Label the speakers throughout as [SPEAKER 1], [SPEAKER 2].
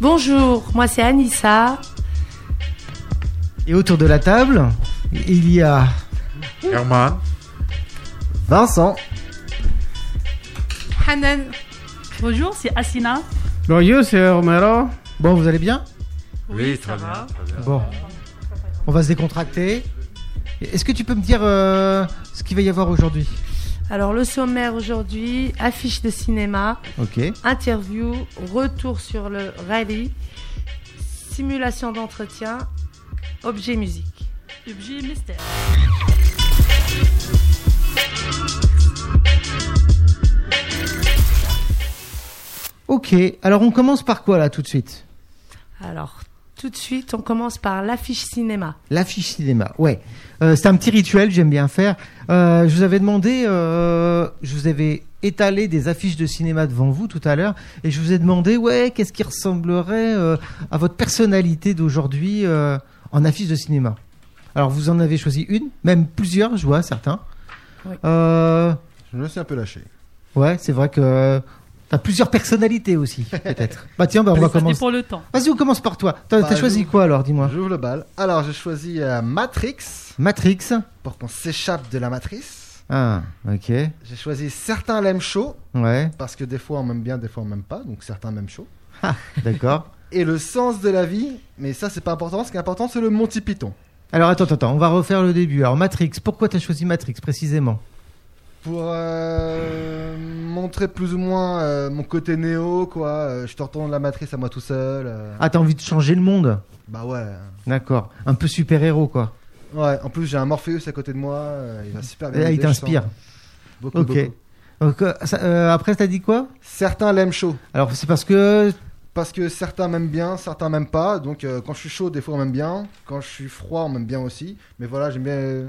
[SPEAKER 1] Bonjour, moi c'est Anissa.
[SPEAKER 2] Et autour de la table, il y a
[SPEAKER 3] Herman.
[SPEAKER 2] Vincent,
[SPEAKER 1] Hanan.
[SPEAKER 4] Bonjour, c'est Asina.
[SPEAKER 5] Bonjour, c'est Romero.
[SPEAKER 2] bon, vous allez bien
[SPEAKER 3] Oui, très bien. très bien.
[SPEAKER 2] Bon, on va se décontracter. Est-ce que tu peux me dire euh, ce qu'il va y avoir aujourd'hui
[SPEAKER 1] Alors le sommaire aujourd'hui, affiche de cinéma,
[SPEAKER 2] Ok.
[SPEAKER 1] interview, retour sur le rallye, simulation d'entretien, objet musique.
[SPEAKER 4] Objet mystère.
[SPEAKER 2] Ok, alors on commence par quoi là tout de suite
[SPEAKER 1] Alors tout de suite, on commence par l'affiche cinéma.
[SPEAKER 2] L'affiche cinéma, ouais. Euh, c'est un petit rituel que j'aime bien faire. Euh, je vous avais demandé, euh, je vous avais étalé des affiches de cinéma devant vous tout à l'heure, et je vous ai demandé, ouais, qu'est-ce qui ressemblerait euh, à votre personnalité d'aujourd'hui euh, en affiche de cinéma Alors vous en avez choisi une, même plusieurs, je vois certains.
[SPEAKER 1] Oui.
[SPEAKER 2] Euh,
[SPEAKER 6] Je me suis un peu lâché.
[SPEAKER 2] ouais, c'est vrai que euh, t'as plusieurs personnalités aussi, peut-être. bah tiens, bah, on
[SPEAKER 4] Ça
[SPEAKER 2] va commencer.
[SPEAKER 4] dépend le temps.
[SPEAKER 2] Vas-y, on commence par toi. T'as
[SPEAKER 6] Bah,
[SPEAKER 2] t'as choisi
[SPEAKER 6] je-
[SPEAKER 2] quoi alors, dis-moi
[SPEAKER 6] J'ouvre le bal. Alors, j'ai choisi euh, Matrix
[SPEAKER 2] Matrix.
[SPEAKER 6] pour qu'on s'échappe de la matrice.
[SPEAKER 2] Ah, ok.
[SPEAKER 6] J'ai choisi certains l'aiment chaud
[SPEAKER 2] Ouais,
[SPEAKER 6] parce que des fois on m'aime bien, des fois on m'aime pas, donc certains m'aiment chaud.
[SPEAKER 2] d'accord.
[SPEAKER 6] Et le sens de la vie, mais ça c'est pas important, ce qui est important c'est le Monty Python.
[SPEAKER 2] Alors attends, attends, attends, on va refaire le début. Alors Matrix, pourquoi t'as choisi Matrix précisément
[SPEAKER 6] Pour euh, montrer plus ou moins euh, mon côté néo, quoi. euh, je te retourne la matrice à moi tout seul. euh,
[SPEAKER 2] Ah, t'as envie de changer le monde
[SPEAKER 6] Bah ouais.
[SPEAKER 2] D'accord, un peu super-héros quoi.
[SPEAKER 6] Ouais, en plus j'ai un Morpheus à côté de moi, euh, il va super bien.
[SPEAKER 2] Là, Ah, il
[SPEAKER 6] m'aider, je sens.
[SPEAKER 2] t'inspire.
[SPEAKER 6] Beaucoup,
[SPEAKER 2] Ok.
[SPEAKER 6] beaucoup.
[SPEAKER 2] Donc, euh, ça- euh, après, t'as dit quoi
[SPEAKER 6] Certains l'aiment chaud.
[SPEAKER 2] Alors c'est parce que.
[SPEAKER 6] Parce que certains m'aiment bien, certains m'aiment pas. Donc euh, quand je suis chaud, des fois on m'aime bien. Quand je suis froid, on m'aime bien aussi. Mais voilà, j'aime bien. euh,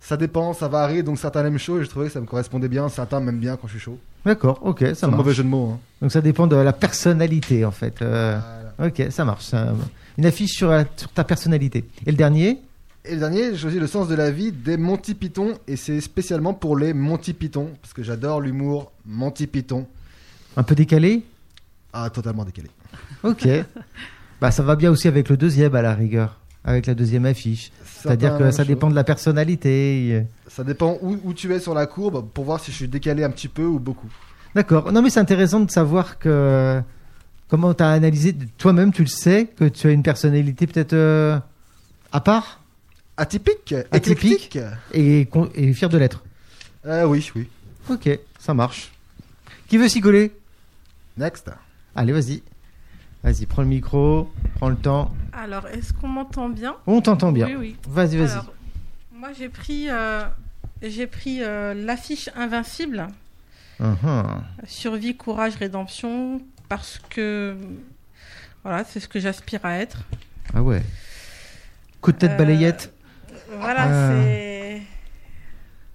[SPEAKER 6] ça dépend, ça varie. Donc certains l'aiment chaud et je trouvais que ça me correspondait bien. Certains m'aiment bien quand je suis chaud.
[SPEAKER 2] D'accord, ok,
[SPEAKER 6] C'est
[SPEAKER 2] ça
[SPEAKER 6] un
[SPEAKER 2] marche.
[SPEAKER 6] mauvais jeu de mots. hein.
[SPEAKER 2] Donc ça dépend de la personnalité en fait. Euh,
[SPEAKER 6] Voilà.
[SPEAKER 2] ok, ça marche. ça- Une affiche sur, la- sur ta personnalité. Et le dernier
[SPEAKER 6] Et le dernier, j'ai choisi le sens de la vie des Monty Python. Et c'est spécialement pour les Monty Python. Parce que j'adore l'humour Monty Python.
[SPEAKER 2] Un peu décalé
[SPEAKER 6] Ah, totalement décalé.
[SPEAKER 2] Ok. bah ça va bien aussi avec le deuxième à la rigueur. Avec la deuxième affiche. C'est-à-dire
[SPEAKER 6] Certains
[SPEAKER 2] que
[SPEAKER 6] l'aiment
[SPEAKER 2] ça
[SPEAKER 6] chaud.
[SPEAKER 2] dépend de la personnalité. et-
[SPEAKER 6] Ça dépend où, où tu es sur la courbe pour voir si je suis décalé un petit peu ou beaucoup.
[SPEAKER 2] D'accord. Non, mais c'est intéressant de savoir que comment tu as analysé. Toi-même, tu le sais, que tu as une personnalité peut-être euh, à part
[SPEAKER 6] Atypique,
[SPEAKER 2] Atypique.
[SPEAKER 6] éclectique.
[SPEAKER 2] et, con- et fier de l'être.
[SPEAKER 6] Euh, oui, oui.
[SPEAKER 2] Ok, ça marche. Qui veut s'y coller
[SPEAKER 6] Next.
[SPEAKER 2] Allez, vas-y. Vas-y, prends le micro, prends le temps.
[SPEAKER 7] Alors, est-ce qu'on m'entend bien
[SPEAKER 2] On t'entend bien.
[SPEAKER 4] Oui, oui.
[SPEAKER 2] Vas-y, vas-y.
[SPEAKER 7] Alors, moi, j'ai pris, euh, j'ai pris euh, l'affiche Invincible,
[SPEAKER 2] Uhum.
[SPEAKER 7] survie, courage, rédemption, parce que voilà, c'est ce que j'aspire à être.
[SPEAKER 2] Ah ouais. Coup de tête
[SPEAKER 7] Euh,
[SPEAKER 2] balayette.
[SPEAKER 7] Voilà,
[SPEAKER 2] Ah.
[SPEAKER 7] c'est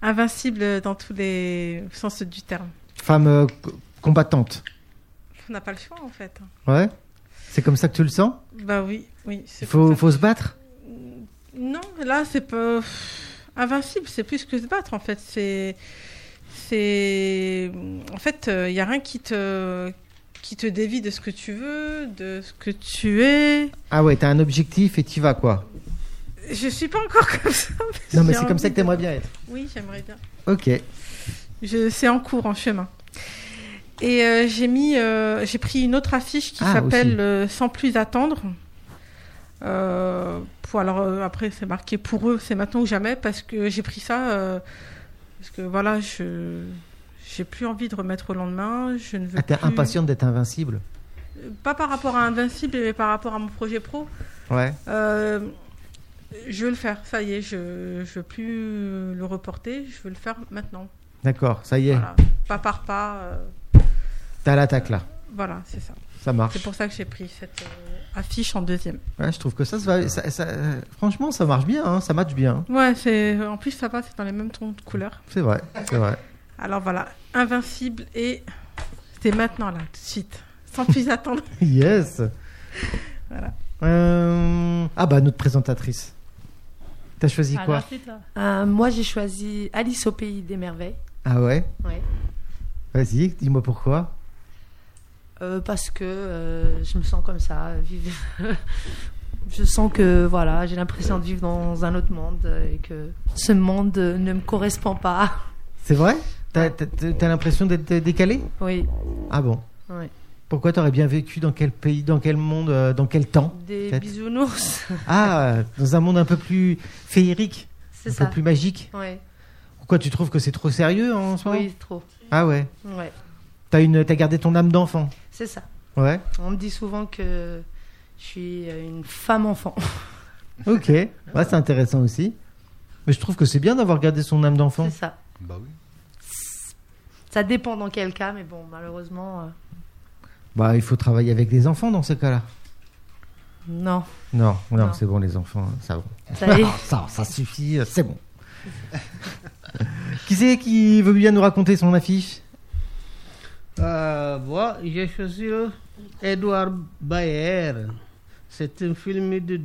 [SPEAKER 7] invincible dans tous les sens du terme.
[SPEAKER 2] Femme euh, co- combattante.
[SPEAKER 7] On n'a pas le choix, en fait.
[SPEAKER 2] Ouais. C'est comme ça que tu le sens
[SPEAKER 7] Bah oui, oui. c'est
[SPEAKER 2] Il faut,
[SPEAKER 7] comme ça.
[SPEAKER 2] faut se battre
[SPEAKER 7] Non, là, c'est pas. pff, Invincible, c'est plus que se battre, en fait. C'est. C'est. En fait, il n'y a rien qui te. qui te dévie de ce que tu veux, de ce que tu es.
[SPEAKER 2] Ah ouais, t'as un objectif et t'y vas quoi.
[SPEAKER 7] Je suis pas encore comme ça.
[SPEAKER 2] Non, mais
[SPEAKER 7] j'ai
[SPEAKER 2] c'est comme ça
[SPEAKER 7] envie
[SPEAKER 2] que t'aimerais bien être.
[SPEAKER 7] de- Oui, j'aimerais bien.
[SPEAKER 2] Ok.
[SPEAKER 7] Je... C'est en cours, en chemin. Et euh, j'ai mis. euh, j'ai pris une autre affiche qui
[SPEAKER 2] Ah, aussi.
[SPEAKER 7] s'appelle euh, Sans plus attendre. Euh, pour, alors euh, après, c'est marqué pour eux, c'est maintenant ou jamais, parce que j'ai pris ça. euh, parce que voilà, je j'ai plus envie de remettre au lendemain. Je ne veux
[SPEAKER 2] Ah, t'es
[SPEAKER 7] plus-
[SPEAKER 2] impatiente d'être invincible
[SPEAKER 7] Euh, Pas par rapport à Invincible, mais par rapport à mon projet pro.
[SPEAKER 2] Ouais.
[SPEAKER 7] Euh, je veux le faire, ça y est, je ne veux plus le reporter, je veux le faire maintenant.
[SPEAKER 2] D'accord, ça y est,
[SPEAKER 7] Voilà, pas par pas, euh,
[SPEAKER 2] t'as l'attaque là.
[SPEAKER 7] voilà, c'est ça.
[SPEAKER 2] Ça marche.
[SPEAKER 7] C'est pour ça que j'ai pris cette euh, affiche en deuxième.
[SPEAKER 2] Ouais, je trouve que ça, se va- ça- ça- euh, franchement, ça marche bien, hein, ça match bien. hein.
[SPEAKER 7] Ouais, c'est en plus ça va, c'est dans les mêmes tons de couleur.
[SPEAKER 2] C'est vrai, c'est vrai.
[SPEAKER 7] Alors voilà, invincible et c'est maintenant là, tout de suite, sans plus attendre.
[SPEAKER 2] Yes.
[SPEAKER 7] Voilà.
[SPEAKER 2] Euh, Ah bah notre présentatrice. T'as choisi
[SPEAKER 4] Ah,
[SPEAKER 2] quoi
[SPEAKER 4] là, c'est là.
[SPEAKER 1] Euh, moi j'ai choisi Alice au pays des merveilles.
[SPEAKER 2] Ah ouais.
[SPEAKER 1] Ouais.
[SPEAKER 2] Vas-y, dis-moi pourquoi.
[SPEAKER 1] euh, parce que euh, je me sens comme ça. vivre- je sens que voilà, j'ai l'impression de vivre dans un autre monde euh, et que ce monde euh, ne me correspond pas.
[SPEAKER 2] C'est vrai T'as t'as- t'as l'impression d'être décalé
[SPEAKER 1] Oui,
[SPEAKER 2] Ah bon
[SPEAKER 1] oui.
[SPEAKER 2] Pourquoi t'aurais bien vécu dans quel pays, dans quel monde, euh, dans quel temps
[SPEAKER 1] des
[SPEAKER 2] Peut-être.
[SPEAKER 1] bisounours,
[SPEAKER 2] Ah, euh, dans un monde un peu plus féerique,
[SPEAKER 1] c'est
[SPEAKER 2] un
[SPEAKER 1] ça.
[SPEAKER 2] peu plus magique.
[SPEAKER 1] Ouais.
[SPEAKER 2] Pourquoi tu trouves que c'est trop sérieux hein, en ce moment
[SPEAKER 1] Oui, trop.
[SPEAKER 2] Ah ouais.
[SPEAKER 1] Ouais,
[SPEAKER 2] T'as une, t'as gardé ton âme d'enfant.
[SPEAKER 1] c'est ça.
[SPEAKER 2] Ouais.
[SPEAKER 1] On me dit souvent que je suis euh, une femme enfant.
[SPEAKER 2] Ok. Ouais, c'est intéressant aussi. Mais je trouve que c'est bien d'avoir gardé son âme d'enfant.
[SPEAKER 1] C'est ça.
[SPEAKER 6] Bah oui.
[SPEAKER 1] Ça dépend dans quel cas, mais bon, malheureusement, euh,
[SPEAKER 2] Bah, il faut travailler avec des enfants dans ces cas-là.
[SPEAKER 1] non.
[SPEAKER 2] Non, non,
[SPEAKER 1] Non.
[SPEAKER 2] c'est bon les enfants, hein, ça va.
[SPEAKER 1] Ça y est.
[SPEAKER 2] ça, ça suffit, euh, c'est bon. qui c'est qui veut bien nous raconter son affiche
[SPEAKER 5] Euh, bon, j'ai choisi le Edouard Bayer. C'est un film de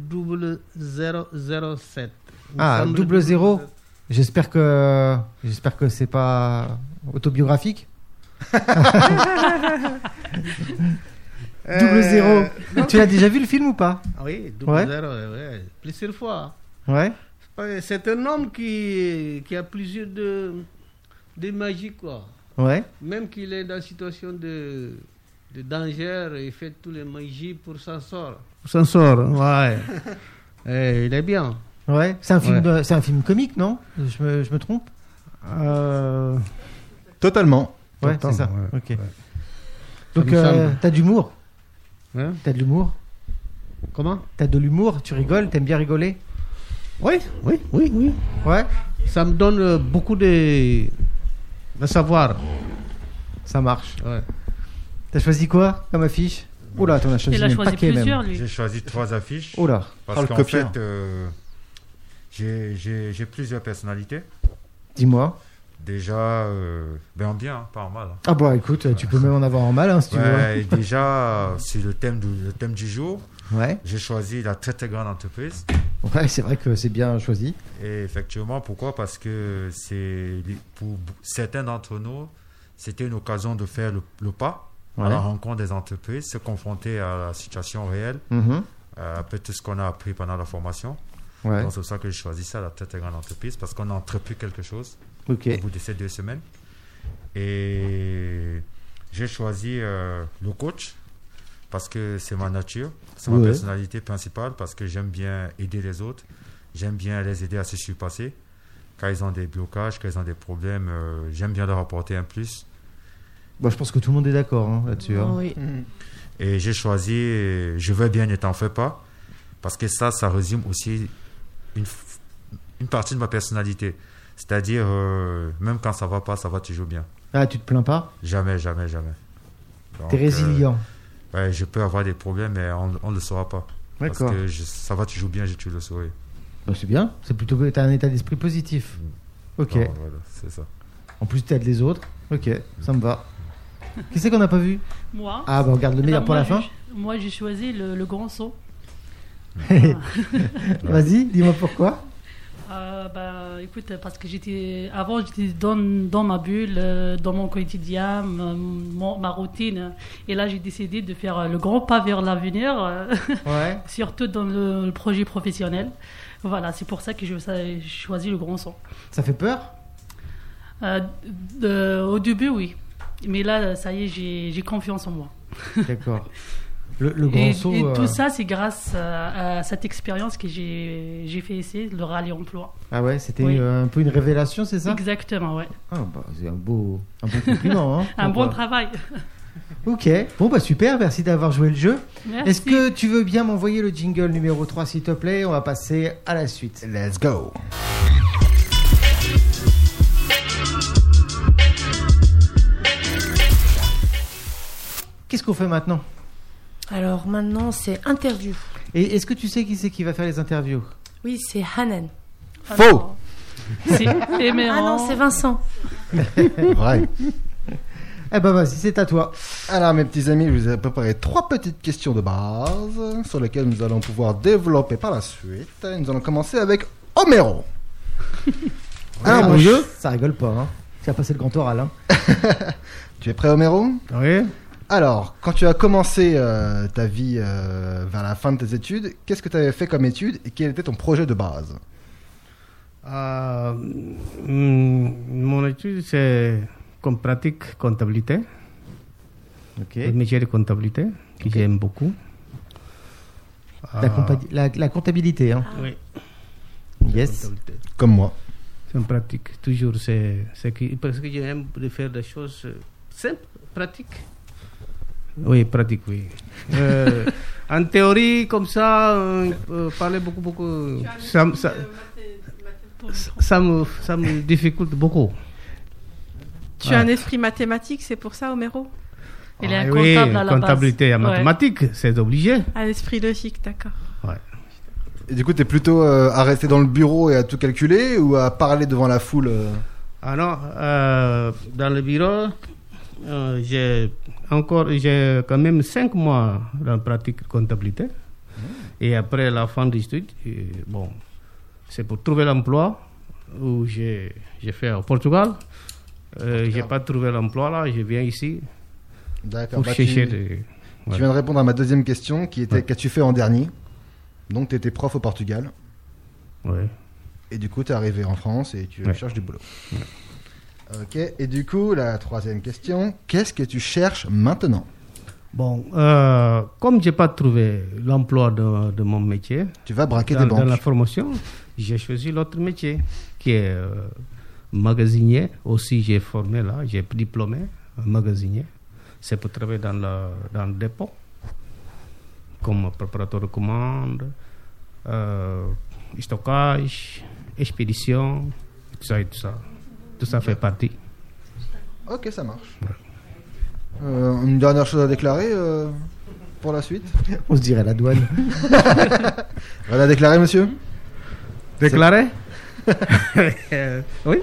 [SPEAKER 5] 007. Il me
[SPEAKER 2] Ah,
[SPEAKER 5] semble-
[SPEAKER 2] double zéro. J'espère que j'espère que c'est pas autobiographique.
[SPEAKER 5] Euh,
[SPEAKER 2] Double zéro. Tu l'as déjà vu le film ou pas
[SPEAKER 5] Ah Oui, double
[SPEAKER 2] Ouais.
[SPEAKER 5] zéro, ouais, plusieurs fois.
[SPEAKER 2] Ouais.
[SPEAKER 5] Ouais, C'est un homme qui, qui a plusieurs de, de magie, quoi.
[SPEAKER 2] Ouais.
[SPEAKER 5] Même qu'il est dans une situation de, de danger, il fait tous les magies pour s'en sortir. Pour s'en sortir, ouais. Eh, il est bien.
[SPEAKER 2] Ouais. C'est un film
[SPEAKER 5] Ouais.
[SPEAKER 2] de- c'est un film comique, non je me, je me trompe
[SPEAKER 5] Euh,
[SPEAKER 6] Totalement.
[SPEAKER 2] Ouais,
[SPEAKER 5] Attends,
[SPEAKER 2] c'est ça.
[SPEAKER 5] ouais,
[SPEAKER 2] OK.
[SPEAKER 5] ouais.
[SPEAKER 2] Donc
[SPEAKER 5] Ça me
[SPEAKER 2] euh,
[SPEAKER 5] semble.
[SPEAKER 2] t'as d'humour,
[SPEAKER 5] hein,
[SPEAKER 2] t'as de l'humour,
[SPEAKER 5] Comment
[SPEAKER 2] t'as de l'humour, tu rigoles, t'aimes bien rigoler
[SPEAKER 5] Oui, oui, oui, oui.
[SPEAKER 2] Ouais.
[SPEAKER 5] Ça me donne euh, beaucoup de, de savoir.
[SPEAKER 2] Ça marche.
[SPEAKER 5] Ouais.
[SPEAKER 2] T'as choisi quoi comme affiche Oula, t'en as choisi
[SPEAKER 4] Il a
[SPEAKER 2] un
[SPEAKER 4] choisi
[SPEAKER 2] paquet
[SPEAKER 4] plusieurs,
[SPEAKER 2] même.
[SPEAKER 4] lui.
[SPEAKER 3] J'ai choisi trois affiches.
[SPEAKER 2] Oula.
[SPEAKER 3] Parce
[SPEAKER 6] Ah, le
[SPEAKER 3] qu'en
[SPEAKER 6] copieur.
[SPEAKER 3] fait, euh, j'ai- j'ai j'ai plusieurs personnalités.
[SPEAKER 2] Dis-moi.
[SPEAKER 3] Déjà, euh, ben en bien, hein, pas en mal. hein.
[SPEAKER 2] Ah bah écoute, tu peux même en avoir en mal hein, si tu
[SPEAKER 3] Ouais, et déjà, euh, c'est le thème, du, le thème du jour.
[SPEAKER 2] veux. Ouais.
[SPEAKER 3] J'ai choisi la très très grande entreprise.
[SPEAKER 2] Ouais, c'est vrai que c'est bien choisi.
[SPEAKER 3] Et effectivement, pourquoi Parce que c'est pour certains d'entre nous, c'était une occasion de faire le, le pas à
[SPEAKER 2] Ouais.
[SPEAKER 3] la rencontre des entreprises, se confronter à la situation réelle,
[SPEAKER 2] Mhm.
[SPEAKER 3] euh, après tout ce qu'on a appris pendant la formation.
[SPEAKER 2] Ouais.
[SPEAKER 3] Donc, C'est pour ça que j'ai choisi ça, la très très grande entreprise, parce qu'on a entrepris quelque chose
[SPEAKER 2] Ok.
[SPEAKER 3] au bout de ces deux semaines. Et j'ai choisi euh, le coach parce que c'est ma nature, c'est ma
[SPEAKER 2] Ouais.
[SPEAKER 3] personnalité principale, parce que j'aime bien aider les autres, j'aime bien les aider à se surpasser. Quand ils ont des blocages, quand ils ont des problèmes, euh, j'aime bien leur apporter un plus.
[SPEAKER 2] Bon, Bah, je pense que tout le monde est d'accord hein, là-dessus. hein.
[SPEAKER 1] Oui.
[SPEAKER 3] Et j'ai choisi euh, Je veux bien, ne t'en fais pas, parce que ça, ça résume aussi une, f- une partie de ma personnalité. C'est-à-dire, euh, même quand ça va pas, ça va toujours bien.
[SPEAKER 2] Ah, tu te plains pas
[SPEAKER 3] Jamais, jamais, jamais. Donc,
[SPEAKER 2] T'es résilient.
[SPEAKER 3] euh, ouais, je peux avoir des problèmes, mais on on ne le saura pas. Parce
[SPEAKER 2] D'accord.
[SPEAKER 3] que je- ça va toujours bien, je tu le saurais.
[SPEAKER 2] Bah, c'est bien. C'est plutôt que t'as un état d'esprit positif. Ok.
[SPEAKER 3] Donc, voilà, c'est ça.
[SPEAKER 2] En plus, t'aides les autres. Ok, ça me va. Qui c'est qu'on n'a pas vu
[SPEAKER 4] Moi,
[SPEAKER 2] Ah, bah on garde le
[SPEAKER 4] eh ben,
[SPEAKER 2] meilleur pour
[SPEAKER 4] moi,
[SPEAKER 2] la fin.
[SPEAKER 4] j'ai- Moi, j'ai choisi le, le grand saut.
[SPEAKER 2] Vas-y, dis-moi pourquoi.
[SPEAKER 4] Euh, bah, écoute, parce que j'étais avant, j'étais dans, dans ma bulle, euh, dans mon quotidien, ma, mon- ma routine. Et là, j'ai décidé de faire euh, le grand pas vers l'avenir, euh,
[SPEAKER 2] Ouais.
[SPEAKER 4] surtout dans le, le projet professionnel. Voilà, c'est pour ça que je- ça- j'ai choisi le grand saut.
[SPEAKER 2] Ça fait peur
[SPEAKER 4] Euh, de- au début, oui. Mais là, ça y est, j'ai j'ai confiance en moi.
[SPEAKER 2] D'accord. Le, le grand
[SPEAKER 4] Et,
[SPEAKER 2] saut.
[SPEAKER 4] et
[SPEAKER 2] euh,
[SPEAKER 4] tout ça, c'est grâce euh, à, à cette expérience que j'ai j'ai fait ici, le rallye emploi.
[SPEAKER 2] Ah ouais, c'était
[SPEAKER 4] Oui.
[SPEAKER 2] euh, un peu une révélation, c'est ça
[SPEAKER 4] Exactement, ouais.
[SPEAKER 2] Ah bah c'est un beau, un beau compliment. Hein,
[SPEAKER 4] Un bon
[SPEAKER 2] Pourquoi
[SPEAKER 4] travail.
[SPEAKER 2] Ok, bon bah super, merci d'avoir joué le jeu.
[SPEAKER 4] Merci.
[SPEAKER 2] Est-ce que tu veux bien m'envoyer le jingle numéro 3 s'il te plaît On va passer à la suite.
[SPEAKER 6] Let's go.
[SPEAKER 2] Qu'est-ce qu'on fait maintenant
[SPEAKER 1] Alors maintenant, c'est interview.
[SPEAKER 2] Et est-ce que tu sais qui c'est qui va faire les interviews
[SPEAKER 1] Oui, c'est Hanan.
[SPEAKER 6] Faux.
[SPEAKER 4] C'est
[SPEAKER 1] Ah non, c'est Vincent.
[SPEAKER 6] Vrai.
[SPEAKER 2] Eh ben vas-y, c'est à toi.
[SPEAKER 6] Alors mes petits amis, je vous ai préparé trois petites questions de base sur lesquelles nous allons pouvoir développer par la suite. Nous allons commencer avec Homero.
[SPEAKER 2] Ah,
[SPEAKER 6] Alors mon vieux,
[SPEAKER 2] hein. Ça rigole pas, hein. Tu as passé le grand oral, hein.
[SPEAKER 6] tu es prêt Homero
[SPEAKER 5] Oui.
[SPEAKER 6] Alors, quand tu as commencé euh, ta vie euh, vers la fin de tes études, qu'est-ce que tu avais fait comme études et quel était ton projet de base
[SPEAKER 5] Euh, mm, mon étude, c'est comme pratique comptabilité,
[SPEAKER 2] Ok.
[SPEAKER 5] le métier de comptabilité, que j'aime beaucoup.
[SPEAKER 2] La,
[SPEAKER 6] Ah.
[SPEAKER 5] Euh,
[SPEAKER 2] compa- la- la comptabilité, hein.
[SPEAKER 1] Ah.
[SPEAKER 5] oui,
[SPEAKER 2] Yes.
[SPEAKER 5] comptabilité.
[SPEAKER 6] Comme moi.
[SPEAKER 5] C'est une pratique, toujours. C'est, c'est que, parce que j'aime de faire des choses euh, simples, pratiques. Oui, pratique, oui. Euh, en théorie, comme ça, euh, euh, parler beaucoup, beaucoup, ça, me- ça, ça me, ça me difficulte beaucoup.
[SPEAKER 7] Tu as un esprit mathématique, c'est pour ça, Homero
[SPEAKER 4] Il est
[SPEAKER 5] Ah
[SPEAKER 4] un
[SPEAKER 5] oui,
[SPEAKER 4] comptable à la
[SPEAKER 5] comptabilité
[SPEAKER 4] base.
[SPEAKER 5] en
[SPEAKER 4] Ouais.
[SPEAKER 5] mathématiques, c'est obligé.
[SPEAKER 7] Un esprit logique, d'accord.
[SPEAKER 6] Et du coup, t'es plutôt euh, à rester dans le bureau et à tout calculer ou à parler devant la foule euh
[SPEAKER 5] Ah non, euh, dans le bureau, euh, j'ai encore, j'ai quand même cinq mois dans la pratique comptabilité. Et après la fin des études, euh, bon, c'est pour trouver l'emploi où j'ai j'ai fait au Portugal. Euh, j'ai pas trouvé l'emploi là, je viens ici
[SPEAKER 6] D'accord.
[SPEAKER 5] pour
[SPEAKER 6] bah, tu,
[SPEAKER 5] chercher
[SPEAKER 6] tu
[SPEAKER 5] des. ouais.
[SPEAKER 6] viens de répondre à ma deuxième question qui était
[SPEAKER 5] Ouais.
[SPEAKER 6] qu'as-tu fait en dernier Donc, t'étais prof au Portugal
[SPEAKER 5] Ouais.
[SPEAKER 6] et du coup, t'es arrivé en France et tu
[SPEAKER 5] Ouais.
[SPEAKER 6] cherches du boulot. Ok. Et du coup, la troisième question qu'est-ce que tu cherches maintenant
[SPEAKER 5] Bon, euh, comme j'ai pas trouvé l'emploi de, de mon métier,
[SPEAKER 6] Tu vas braquer
[SPEAKER 5] dans,
[SPEAKER 6] des
[SPEAKER 5] dans la
[SPEAKER 6] banques.
[SPEAKER 5] formation, j'ai choisi l'autre métier qui est euh, magasinier. Aussi, j'ai formé là, j'ai diplômé un magasinier. C'est pour travailler dans le, dans le dépôt, comme préparateur de commandes, euh, stockage, expédition, tout ça et tout ça. Tout ça fait partie.
[SPEAKER 6] Ok, ça marche. Euh, une dernière chose à déclarer euh, pour la suite
[SPEAKER 2] On se dirait la douane.
[SPEAKER 6] Rien à déclarer, monsieur
[SPEAKER 5] Déclaré Oui.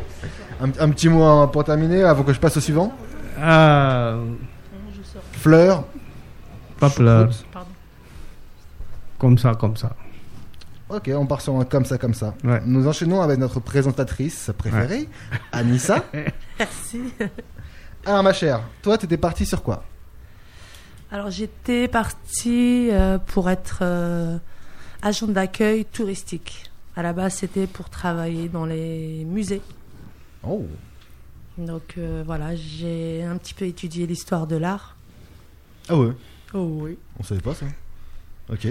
[SPEAKER 6] un, un petit mot hein, pour terminer avant que je passe au suivant
[SPEAKER 5] Euh,
[SPEAKER 6] Fleur,
[SPEAKER 5] pas pleurer.
[SPEAKER 4] Pardon.
[SPEAKER 5] Comme ça, comme ça.
[SPEAKER 6] Ok, on part sur un comme ça, comme ça.
[SPEAKER 5] Ouais.
[SPEAKER 6] Nous enchaînons avec notre présentatrice préférée, Anissa.
[SPEAKER 1] Merci.
[SPEAKER 6] Alors, ma chère, toi, t'étais partie sur quoi
[SPEAKER 1] Alors j'étais partie euh, pour être euh, agent d'accueil touristique. À la base, c'était pour travailler dans les musées.
[SPEAKER 6] Oh
[SPEAKER 2] Ah
[SPEAKER 1] Donc euh, voilà, j'ai un petit peu étudié l'histoire de l'art.
[SPEAKER 6] Ah ouais
[SPEAKER 1] Oh oui.
[SPEAKER 6] On savait pas ça. Ok.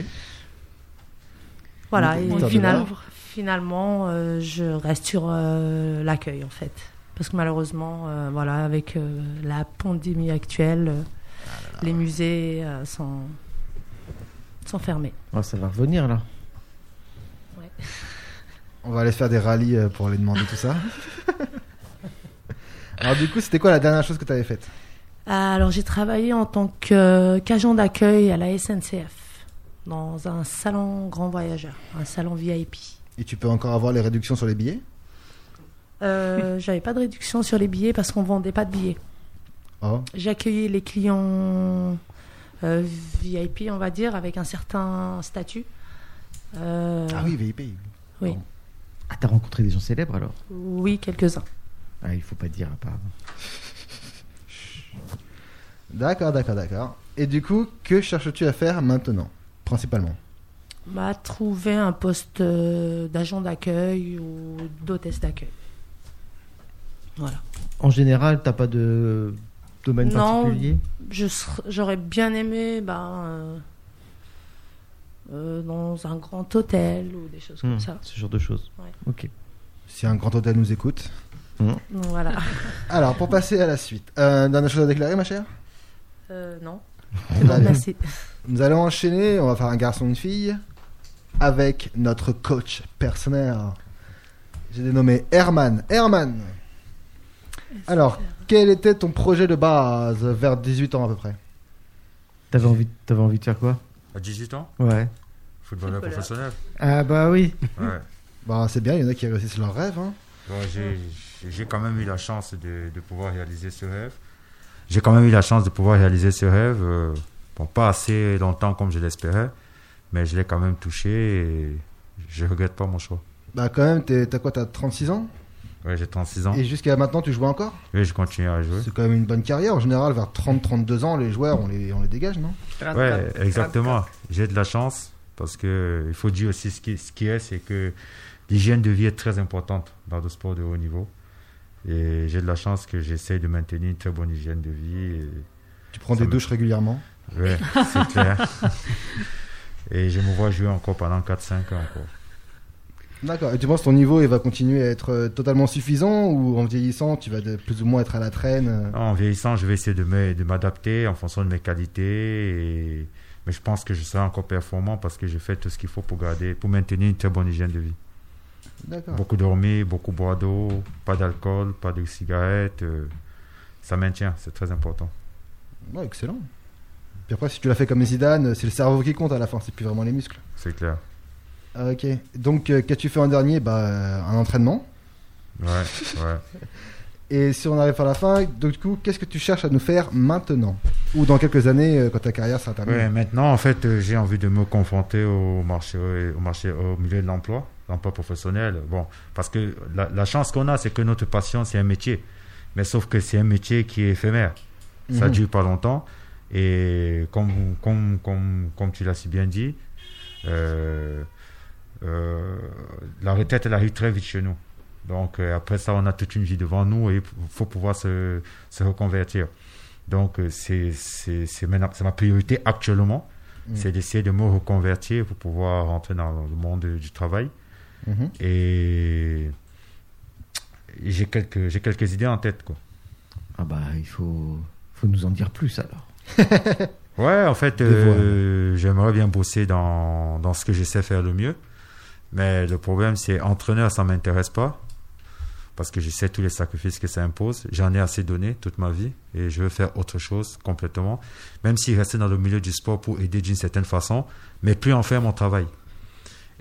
[SPEAKER 1] Voilà,
[SPEAKER 6] Donc,
[SPEAKER 1] et
[SPEAKER 6] l'histoire de
[SPEAKER 1] final-
[SPEAKER 6] l'art.
[SPEAKER 1] finalement, euh, je reste sur euh, l'accueil en fait. Parce que malheureusement, euh, voilà, avec euh, la pandémie actuelle, euh, les musées euh, sont, sont fermés.
[SPEAKER 2] Oh, ça va revenir là.
[SPEAKER 6] On va aller se faire des rallyes euh, pour aller demander tout ça. Alors, du coup, c'était quoi la dernière chose que t'avais faite
[SPEAKER 1] Ah, Alors, j'ai travaillé en tant que, euh, qu'agent d'accueil à la SNCF, dans un salon grand voyageur, un salon VIP.
[SPEAKER 6] Et tu peux encore avoir les réductions sur les billets
[SPEAKER 1] Euh, J'avais pas de réduction sur les billets parce qu'on vendait pas de billets.
[SPEAKER 6] Oh,
[SPEAKER 1] J'accueillais les clients euh, VIP, on va dire, avec un certain statut. Euh,
[SPEAKER 6] ah oui, VIP.
[SPEAKER 2] Ah, t'as rencontré des gens célèbres alors
[SPEAKER 1] Oui, quelques-uns.
[SPEAKER 2] Ah, il faut pas dire, pardon.
[SPEAKER 6] D'accord, d'accord, d'accord. Et du coup, que cherches-tu à faire maintenant Principalement.
[SPEAKER 1] M'a trouvé un poste euh, d'agent d'accueil ou d'hôtesse d'accueil. Voilà.
[SPEAKER 2] En général, t'as pas de domaine
[SPEAKER 1] Non.
[SPEAKER 2] particulier
[SPEAKER 1] Je ser- j'aurais bien aimé ben, euh, euh, dans un grand hôtel ou des choses
[SPEAKER 2] Hmm,
[SPEAKER 1] comme ça.
[SPEAKER 2] Ce genre de choses.
[SPEAKER 1] Ouais.
[SPEAKER 2] Ok. Mmh.
[SPEAKER 6] Si un grand hôtel nous écoute.
[SPEAKER 1] Donc, Voilà.
[SPEAKER 6] Alors, pour passer à la suite, euh, dernière chose à déclarer, ma chère
[SPEAKER 1] Euh, non.
[SPEAKER 6] Très bien.
[SPEAKER 1] Merci.
[SPEAKER 6] Eh ben, Nous allons enchaîner, on va faire un garçon une fille, avec notre coach personnel. J'ai dénommé Herman. Herman Alors, quel était ton projet de base vers 18 ans à peu près
[SPEAKER 2] T'avais envie, t'avais envie de faire quoi
[SPEAKER 3] À 18 ans,
[SPEAKER 2] Ouais.
[SPEAKER 3] footballeur
[SPEAKER 1] Footballeur.
[SPEAKER 3] professionnel.
[SPEAKER 2] Ah bah oui.
[SPEAKER 3] Ouais.
[SPEAKER 6] Bah, c'est bien, il y en a qui réussissent leur rêve. Hein.
[SPEAKER 3] Bon, j'ai- j'ai quand même eu la chance de, de pouvoir réaliser ce rêve. J'ai quand même eu la chance de pouvoir réaliser ce rêve. euh, bon, pas assez longtemps comme je l'espérais, mais je l'ai quand même touché et je regrette pas mon choix.
[SPEAKER 6] Bah, quand même, t'es- t'as quoi T'as 36 ans
[SPEAKER 3] Ouais, j'ai 36 ans.
[SPEAKER 6] Et jusqu'à maintenant, tu jouais encore
[SPEAKER 3] Oui, je continue à jouer.
[SPEAKER 6] C'est quand même une bonne carrière. En général, vers 30-32 ans, les joueurs, on les, on les dégage, non
[SPEAKER 3] Ouais, exactement. J'ai de la chance parce que il faut dire aussi ce qui, ce qui est, c'est que l'hygiène de vie est très importante dans le sport de haut niveau. Et j'ai de la chance que j'essaye de maintenir une très bonne hygiène de vie.
[SPEAKER 6] Tu prends
[SPEAKER 3] Ça
[SPEAKER 6] des
[SPEAKER 3] me-
[SPEAKER 6] douches régulièrement.
[SPEAKER 3] Et... Ouais, c'est clair. Et je me vois jouer encore pendant 4-5 ans encore.
[SPEAKER 6] D'accord. Et tu penses que ton niveau il va continuer à être euh, totalement suffisant ou en vieillissant, tu vas de- plus ou moins être à la traîne euh,
[SPEAKER 3] En vieillissant, je vais essayer de me- de m'adapter en fonction de mes qualités. et- Mais je pense que je serai encore performant parce que je fais tout ce qu'il faut pour garder, pour maintenir une très bonne hygiène de vie.
[SPEAKER 6] D'accord.
[SPEAKER 3] Beaucoup dormir, beaucoup boire d'eau, pas d'alcool, pas de cigarettes. euh, ça maintient, c'est très important.
[SPEAKER 6] Ouais, excellent. Puis après, si tu l'as fait comme Zidane, euh, c'est le cerveau qui compte à la fin, c'est plus vraiment les muscles.
[SPEAKER 3] C'est clair.
[SPEAKER 6] Ah, ok. Donc, euh, qu'as-tu fait en dernier Bah, euh, un entraînement.
[SPEAKER 3] Ouais, ouais.
[SPEAKER 6] Et si on arrive à la fin, donc, du coup, qu'est-ce que tu cherches à nous faire maintenant Ou dans quelques années, euh, quand ta carrière sera terminée
[SPEAKER 3] Ouais, maintenant, en fait, euh, j'ai envie de me confronter au marché, au marché, au milieu de l'emploi, l'emploi professionnel. Bon, parce que la, la chance qu'on a, c'est que notre passion, c'est un métier. Mais sauf que c'est un métier qui est éphémère. Ça
[SPEAKER 6] Mhm.
[SPEAKER 3] dure pas longtemps. Et comme, comme, comme, comme tu l'as si bien dit, euh, euh, la retraite, elle arrive très vite chez nous. Donc, euh, après ça, on a toute une vie devant nous et il faut pouvoir se, se reconvertir. Donc, euh, c'est c'est- c'est maintenant- c'est ma priorité actuellement.
[SPEAKER 6] Mm.
[SPEAKER 3] C'est d'essayer de me reconvertir pour pouvoir rentrer dans le monde du travail.
[SPEAKER 6] Mhm.
[SPEAKER 3] Et j'ai quelques, j'ai quelques idées en tête. Quoi.
[SPEAKER 8] Ah bah, il faut, faut nous en dire plus alors.
[SPEAKER 3] Ouais, en fait,
[SPEAKER 8] Des
[SPEAKER 3] euh, j'aimerais bien bosser dans, dans ce que je sais faire le mieux. Mais le problème, c'est entraîneur, ça m'intéresse pas. Parce que je sais tous les sacrifices que ça impose. J'en ai assez donné toute ma vie. Et je veux faire autre chose complètement. Même si rester dans le milieu du sport pour aider d'une certaine façon. Mais plus en faire mon travail.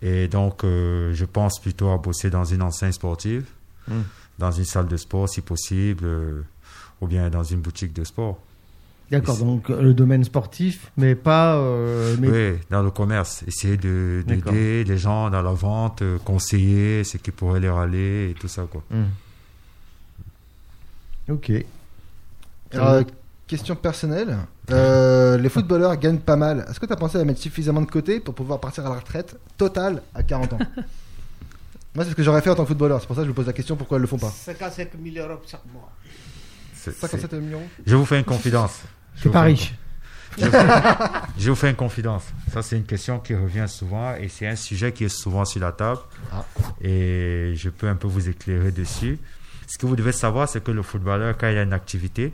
[SPEAKER 3] Et donc, euh, je pense plutôt à bosser dans une enseigne sportive.
[SPEAKER 8] Mm.
[SPEAKER 2] Hmm.
[SPEAKER 3] Dans une salle de sport, si possible. euh, ou bien dans une boutique de sport.
[SPEAKER 2] D'accord, donc euh, le domaine sportif, mais pas. euh, mais-
[SPEAKER 3] Oui, dans le commerce. Essayer de-
[SPEAKER 2] D'accord.
[SPEAKER 3] d'aider les gens dans la vente, euh, conseiller ce qui pourrait les râler et tout ça. Quoi.
[SPEAKER 2] Ok.
[SPEAKER 6] Alors, euh, question personnelle. Euh, les footballeurs gagnent pas mal. Est-ce que tu as pensé à mettre suffisamment de côté pour pouvoir partir à la retraite totale à 40 ans Moi, c'est ce que j'aurais fait en tant que footballeur. C'est pour ça que je vous pose la question pourquoi ils le font pas.
[SPEAKER 5] 55 000 euros chaque mois.
[SPEAKER 3] C'est- c'est-
[SPEAKER 6] 57 millions
[SPEAKER 3] Je vous fais une confidence. Je
[SPEAKER 2] T'es
[SPEAKER 3] vous
[SPEAKER 2] pas
[SPEAKER 3] fais une
[SPEAKER 2] riche.
[SPEAKER 3] Je vous fais- je vous fais une confidence. Ça, c'est une question qui revient souvent et c'est un sujet qui est souvent sur la table.
[SPEAKER 6] Ah.
[SPEAKER 3] Et je peux un peu vous éclairer dessus. Ce que vous devez savoir, c'est que le footballeur, quand il a une activité,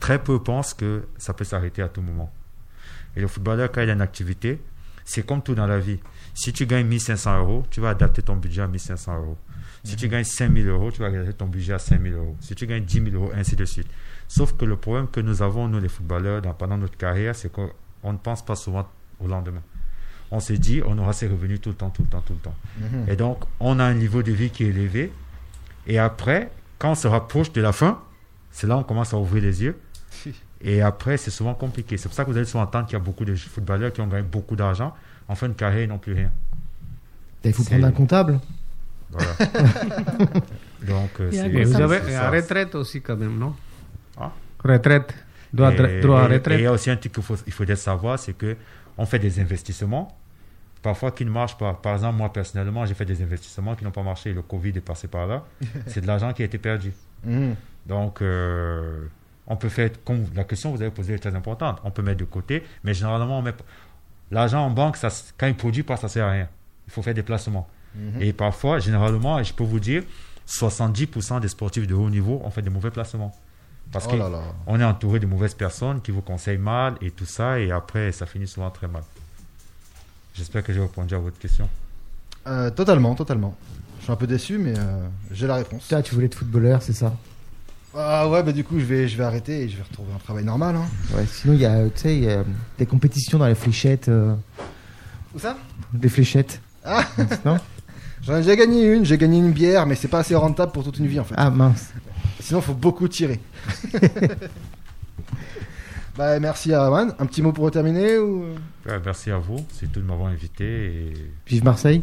[SPEAKER 3] très peu pensent que ça peut s'arrêter à tout moment. Et le footballeur, quand il a une activité, c'est comme tout dans la vie. Si tu gagnes 1500 euros, tu vas adapter ton budget à 1500 euros. Si tu gagnes 5000 euros, tu vas adapter ton budget à 5000 euros. Si tu gagnes 10 000 euros, ainsi de suite. Sauf que le problème que nous avons, nous les footballeurs, dans- pendant notre carrière, c'est qu'on on ne pense pas souvent au lendemain. On se dit, on aura ses revenus tout le temps, tout le temps, tout le temps.
[SPEAKER 6] Mhm.
[SPEAKER 3] Et donc, on a un niveau de vie qui est élevé. Et après, quand on se rapproche de la fin, c'est là qu'on commence à ouvrir les yeux. Et après, c'est souvent compliqué. C'est pour ça que vous allez souvent entendre qu'il y a beaucoup de footballeurs qui ont gagné beaucoup d'argent. En fin de carrière, ils n'ont plus rien.
[SPEAKER 2] Il faut
[SPEAKER 3] C'est-
[SPEAKER 2] prendre un comptable.
[SPEAKER 3] Voilà. donc, euh,
[SPEAKER 4] Il y a
[SPEAKER 3] c'est-
[SPEAKER 4] un
[SPEAKER 3] c'est-
[SPEAKER 5] Mais vous avez
[SPEAKER 3] c'est
[SPEAKER 5] la
[SPEAKER 3] ça.
[SPEAKER 5] retraite aussi quand même, non
[SPEAKER 3] Ah.
[SPEAKER 5] Retraite. Droit, à
[SPEAKER 3] Et-
[SPEAKER 5] dra- droit à
[SPEAKER 3] et- et il y
[SPEAKER 5] retraite.
[SPEAKER 3] a aussi un truc qu'il faut, il faudrait savoir, c'est que on fait des investissements, parfois qui ne marchent pas. Par exemple, moi personnellement, j'ai fait des investissements qui n'ont pas marché. Le Covid est passé par là. C'est de l'argent qui a été perdu.
[SPEAKER 5] Hmm.
[SPEAKER 6] Mhm.
[SPEAKER 3] Donc, euh, on peut faire, comme la question que vous avez posée est très importante, on peut mettre de côté, mais généralement, on met pas- l'argent en banque, ça, s- quand il produit pas, ça sert à rien. Il faut faire des placements.
[SPEAKER 5] Hmm.
[SPEAKER 6] Mhm.
[SPEAKER 3] Et parfois, généralement, je peux vous dire, 70% des sportifs de haut niveau ont fait des mauvais placements. Parce
[SPEAKER 6] Oh
[SPEAKER 3] que
[SPEAKER 6] là là.
[SPEAKER 3] on est entouré de mauvaises personnes qui vous conseillent mal et tout ça, et après, ça finit souvent très mal. J'espère que j'ai répondu à votre question.
[SPEAKER 6] Euh, totalement, totalement. Je suis un peu déçu, mais euh, j'ai la réponse.
[SPEAKER 2] Putain, tu voulais être footballeur, c'est ça
[SPEAKER 6] Ah ouais, bah du coup, je vais, je vais arrêter et je vais retrouver un travail normal. Hein.
[SPEAKER 2] Ouais, sinon, il y a, euh, tu sais, il y a des compétitions dans les fléchettes. euh,
[SPEAKER 6] Où ça
[SPEAKER 2] des fléchettes.
[SPEAKER 6] Ah.
[SPEAKER 2] Non
[SPEAKER 6] J'en ai déjà gagné une, j'ai gagné une bière, mais c'est pas assez rentable pour toute une vie en fait.
[SPEAKER 2] Ah mince.
[SPEAKER 6] Sinon, faut beaucoup tirer. bah, merci à Aman. Un petit mot pour terminer ou... euh
[SPEAKER 3] Ouais, merci à vous, c'est tout de m'avoir invité. Et...
[SPEAKER 2] Vive Marseille.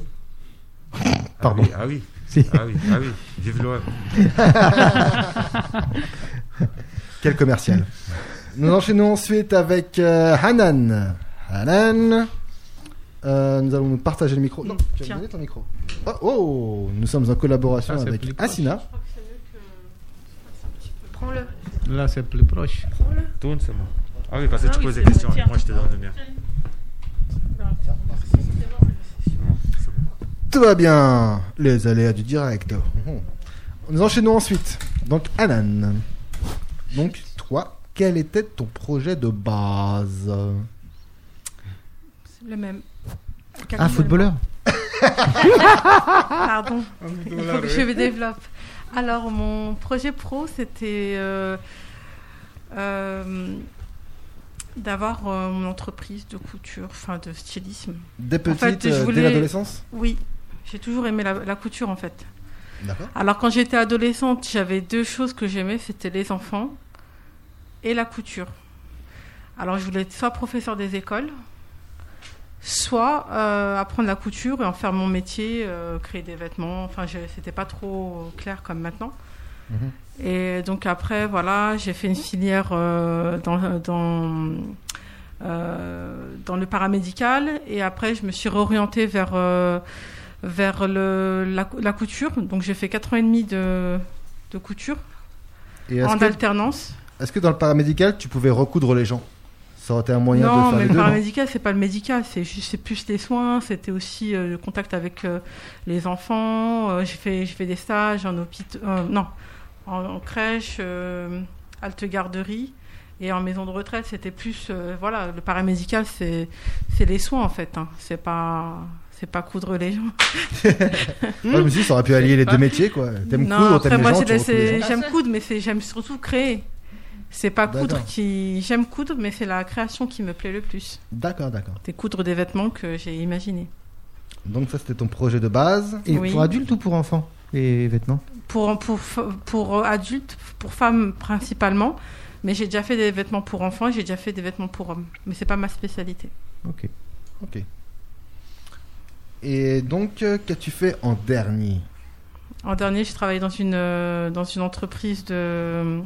[SPEAKER 2] Pardon.
[SPEAKER 3] Ah oui, ah
[SPEAKER 2] Si.
[SPEAKER 3] oui, ah oui, ah oui. Vive l'OM.
[SPEAKER 6] Quel commercial. nous enchaînons ensuite avec euh, Hanan. Hanan. Euh, nous allons nous partager le micro. Non, tu as
[SPEAKER 4] Tiens.
[SPEAKER 6] donné ton micro. Oh, oh, nous sommes en collaboration
[SPEAKER 5] Ah, c'est
[SPEAKER 6] avec
[SPEAKER 5] plus proche.
[SPEAKER 6] Asina.
[SPEAKER 7] Prends-le.
[SPEAKER 5] Là, c'est plus proche.
[SPEAKER 3] Tourne, c'est bon. Ah oui, parce que
[SPEAKER 4] Ah
[SPEAKER 3] tu
[SPEAKER 4] oui,
[SPEAKER 3] poses
[SPEAKER 4] c'est
[SPEAKER 3] des
[SPEAKER 4] bon,
[SPEAKER 3] questions.
[SPEAKER 4] tiens.
[SPEAKER 3] Moi, je te donne le mien. Bon, c'est bon.
[SPEAKER 6] Tout va bien, les aléas du direct. Mhm. Nous enchaînons ensuite. Donc, Hanan. Donc, toi, quel était ton projet de base
[SPEAKER 7] Le même.
[SPEAKER 2] Ah, footballeur
[SPEAKER 7] Pardon. Il faut que je me développe. Alors, mon projet pro, c'était euh, euh, d'avoir euh, mon entreprise de couture, enfin de stylisme.
[SPEAKER 6] Dès petite,
[SPEAKER 7] fait, je
[SPEAKER 6] euh,
[SPEAKER 7] voulais-
[SPEAKER 6] dès l'adolescence
[SPEAKER 7] Oui, j'ai toujours aimé la, la couture en fait.
[SPEAKER 6] D'accord.
[SPEAKER 7] Alors, quand j'étais adolescente, j'avais deux choses que j'aimais c'était les enfants et la couture. Alors, je voulais être soit professeur des écoles, soit euh, apprendre la couture et en faire mon métier, euh, créer des vêtements. Enfin, je- c'était pas trop clair comme maintenant.
[SPEAKER 6] Mhm.
[SPEAKER 7] Et donc après, voilà, j'ai fait une filière euh, dans, dans, euh, dans le paramédical et après, je me suis réorientée vers, euh, vers le, la, cou- la couture. Donc j'ai fait 4 ans et demi de, de couture
[SPEAKER 6] Et est-ce
[SPEAKER 7] en
[SPEAKER 6] que,
[SPEAKER 7] alternance.
[SPEAKER 6] est-ce que dans le paramédical, tu pouvais recoudre les gens Ça aurait été un moyen de
[SPEAKER 7] non, mais
[SPEAKER 6] faire les
[SPEAKER 7] le
[SPEAKER 6] deux, non
[SPEAKER 7] paramédical, c'est pas le médical, c'est juste- c'est plus les soins, c'était aussi euh, le contact avec euh, les enfants. Euh, j'ai fait, j'ai fait des stages en hôpital, non, en, en crèche, euh, halte garderie et en maison de retraite. C'était plus, euh, voilà, le paramédical, c'est c'est les soins en fait. hein. C'est pas, c'est pas coudre les gens.
[SPEAKER 6] Ouais, mais si, ça aurait pu allier les deux métiers, quoi. T'aimes
[SPEAKER 7] non,
[SPEAKER 6] coudre,
[SPEAKER 7] après
[SPEAKER 6] t'aimes les
[SPEAKER 7] moi,
[SPEAKER 6] gens,
[SPEAKER 7] c'est
[SPEAKER 6] tu
[SPEAKER 7] de-
[SPEAKER 6] recoudes les
[SPEAKER 7] c'est-
[SPEAKER 6] gens.
[SPEAKER 7] j'aime coudre, mais c'est j'aime surtout créer. C'est pas coudre
[SPEAKER 6] D'accord.
[SPEAKER 7] qui, j'aime coudre, mais c'est la création qui me plaît le plus.
[SPEAKER 6] D'accord, d'accord.
[SPEAKER 7] des coudres des vêtements que j'ai imaginé.
[SPEAKER 6] Donc ça, c'était ton projet de base.
[SPEAKER 2] Et
[SPEAKER 7] Oui.
[SPEAKER 2] pour adulte ou pour enfant Les vêtements
[SPEAKER 7] Pour, pour, pour adultes, pour femmes principalement, mais j'ai déjà fait des vêtements pour enfants et j'ai déjà fait des vêtements pour hommes. Mais c'est pas ma spécialité.
[SPEAKER 2] Ok.
[SPEAKER 6] Ok. Et donc, euh, qu'as-tu fait en dernier
[SPEAKER 7] En dernier, j'ai travaillé dans une, euh, dans une entreprise de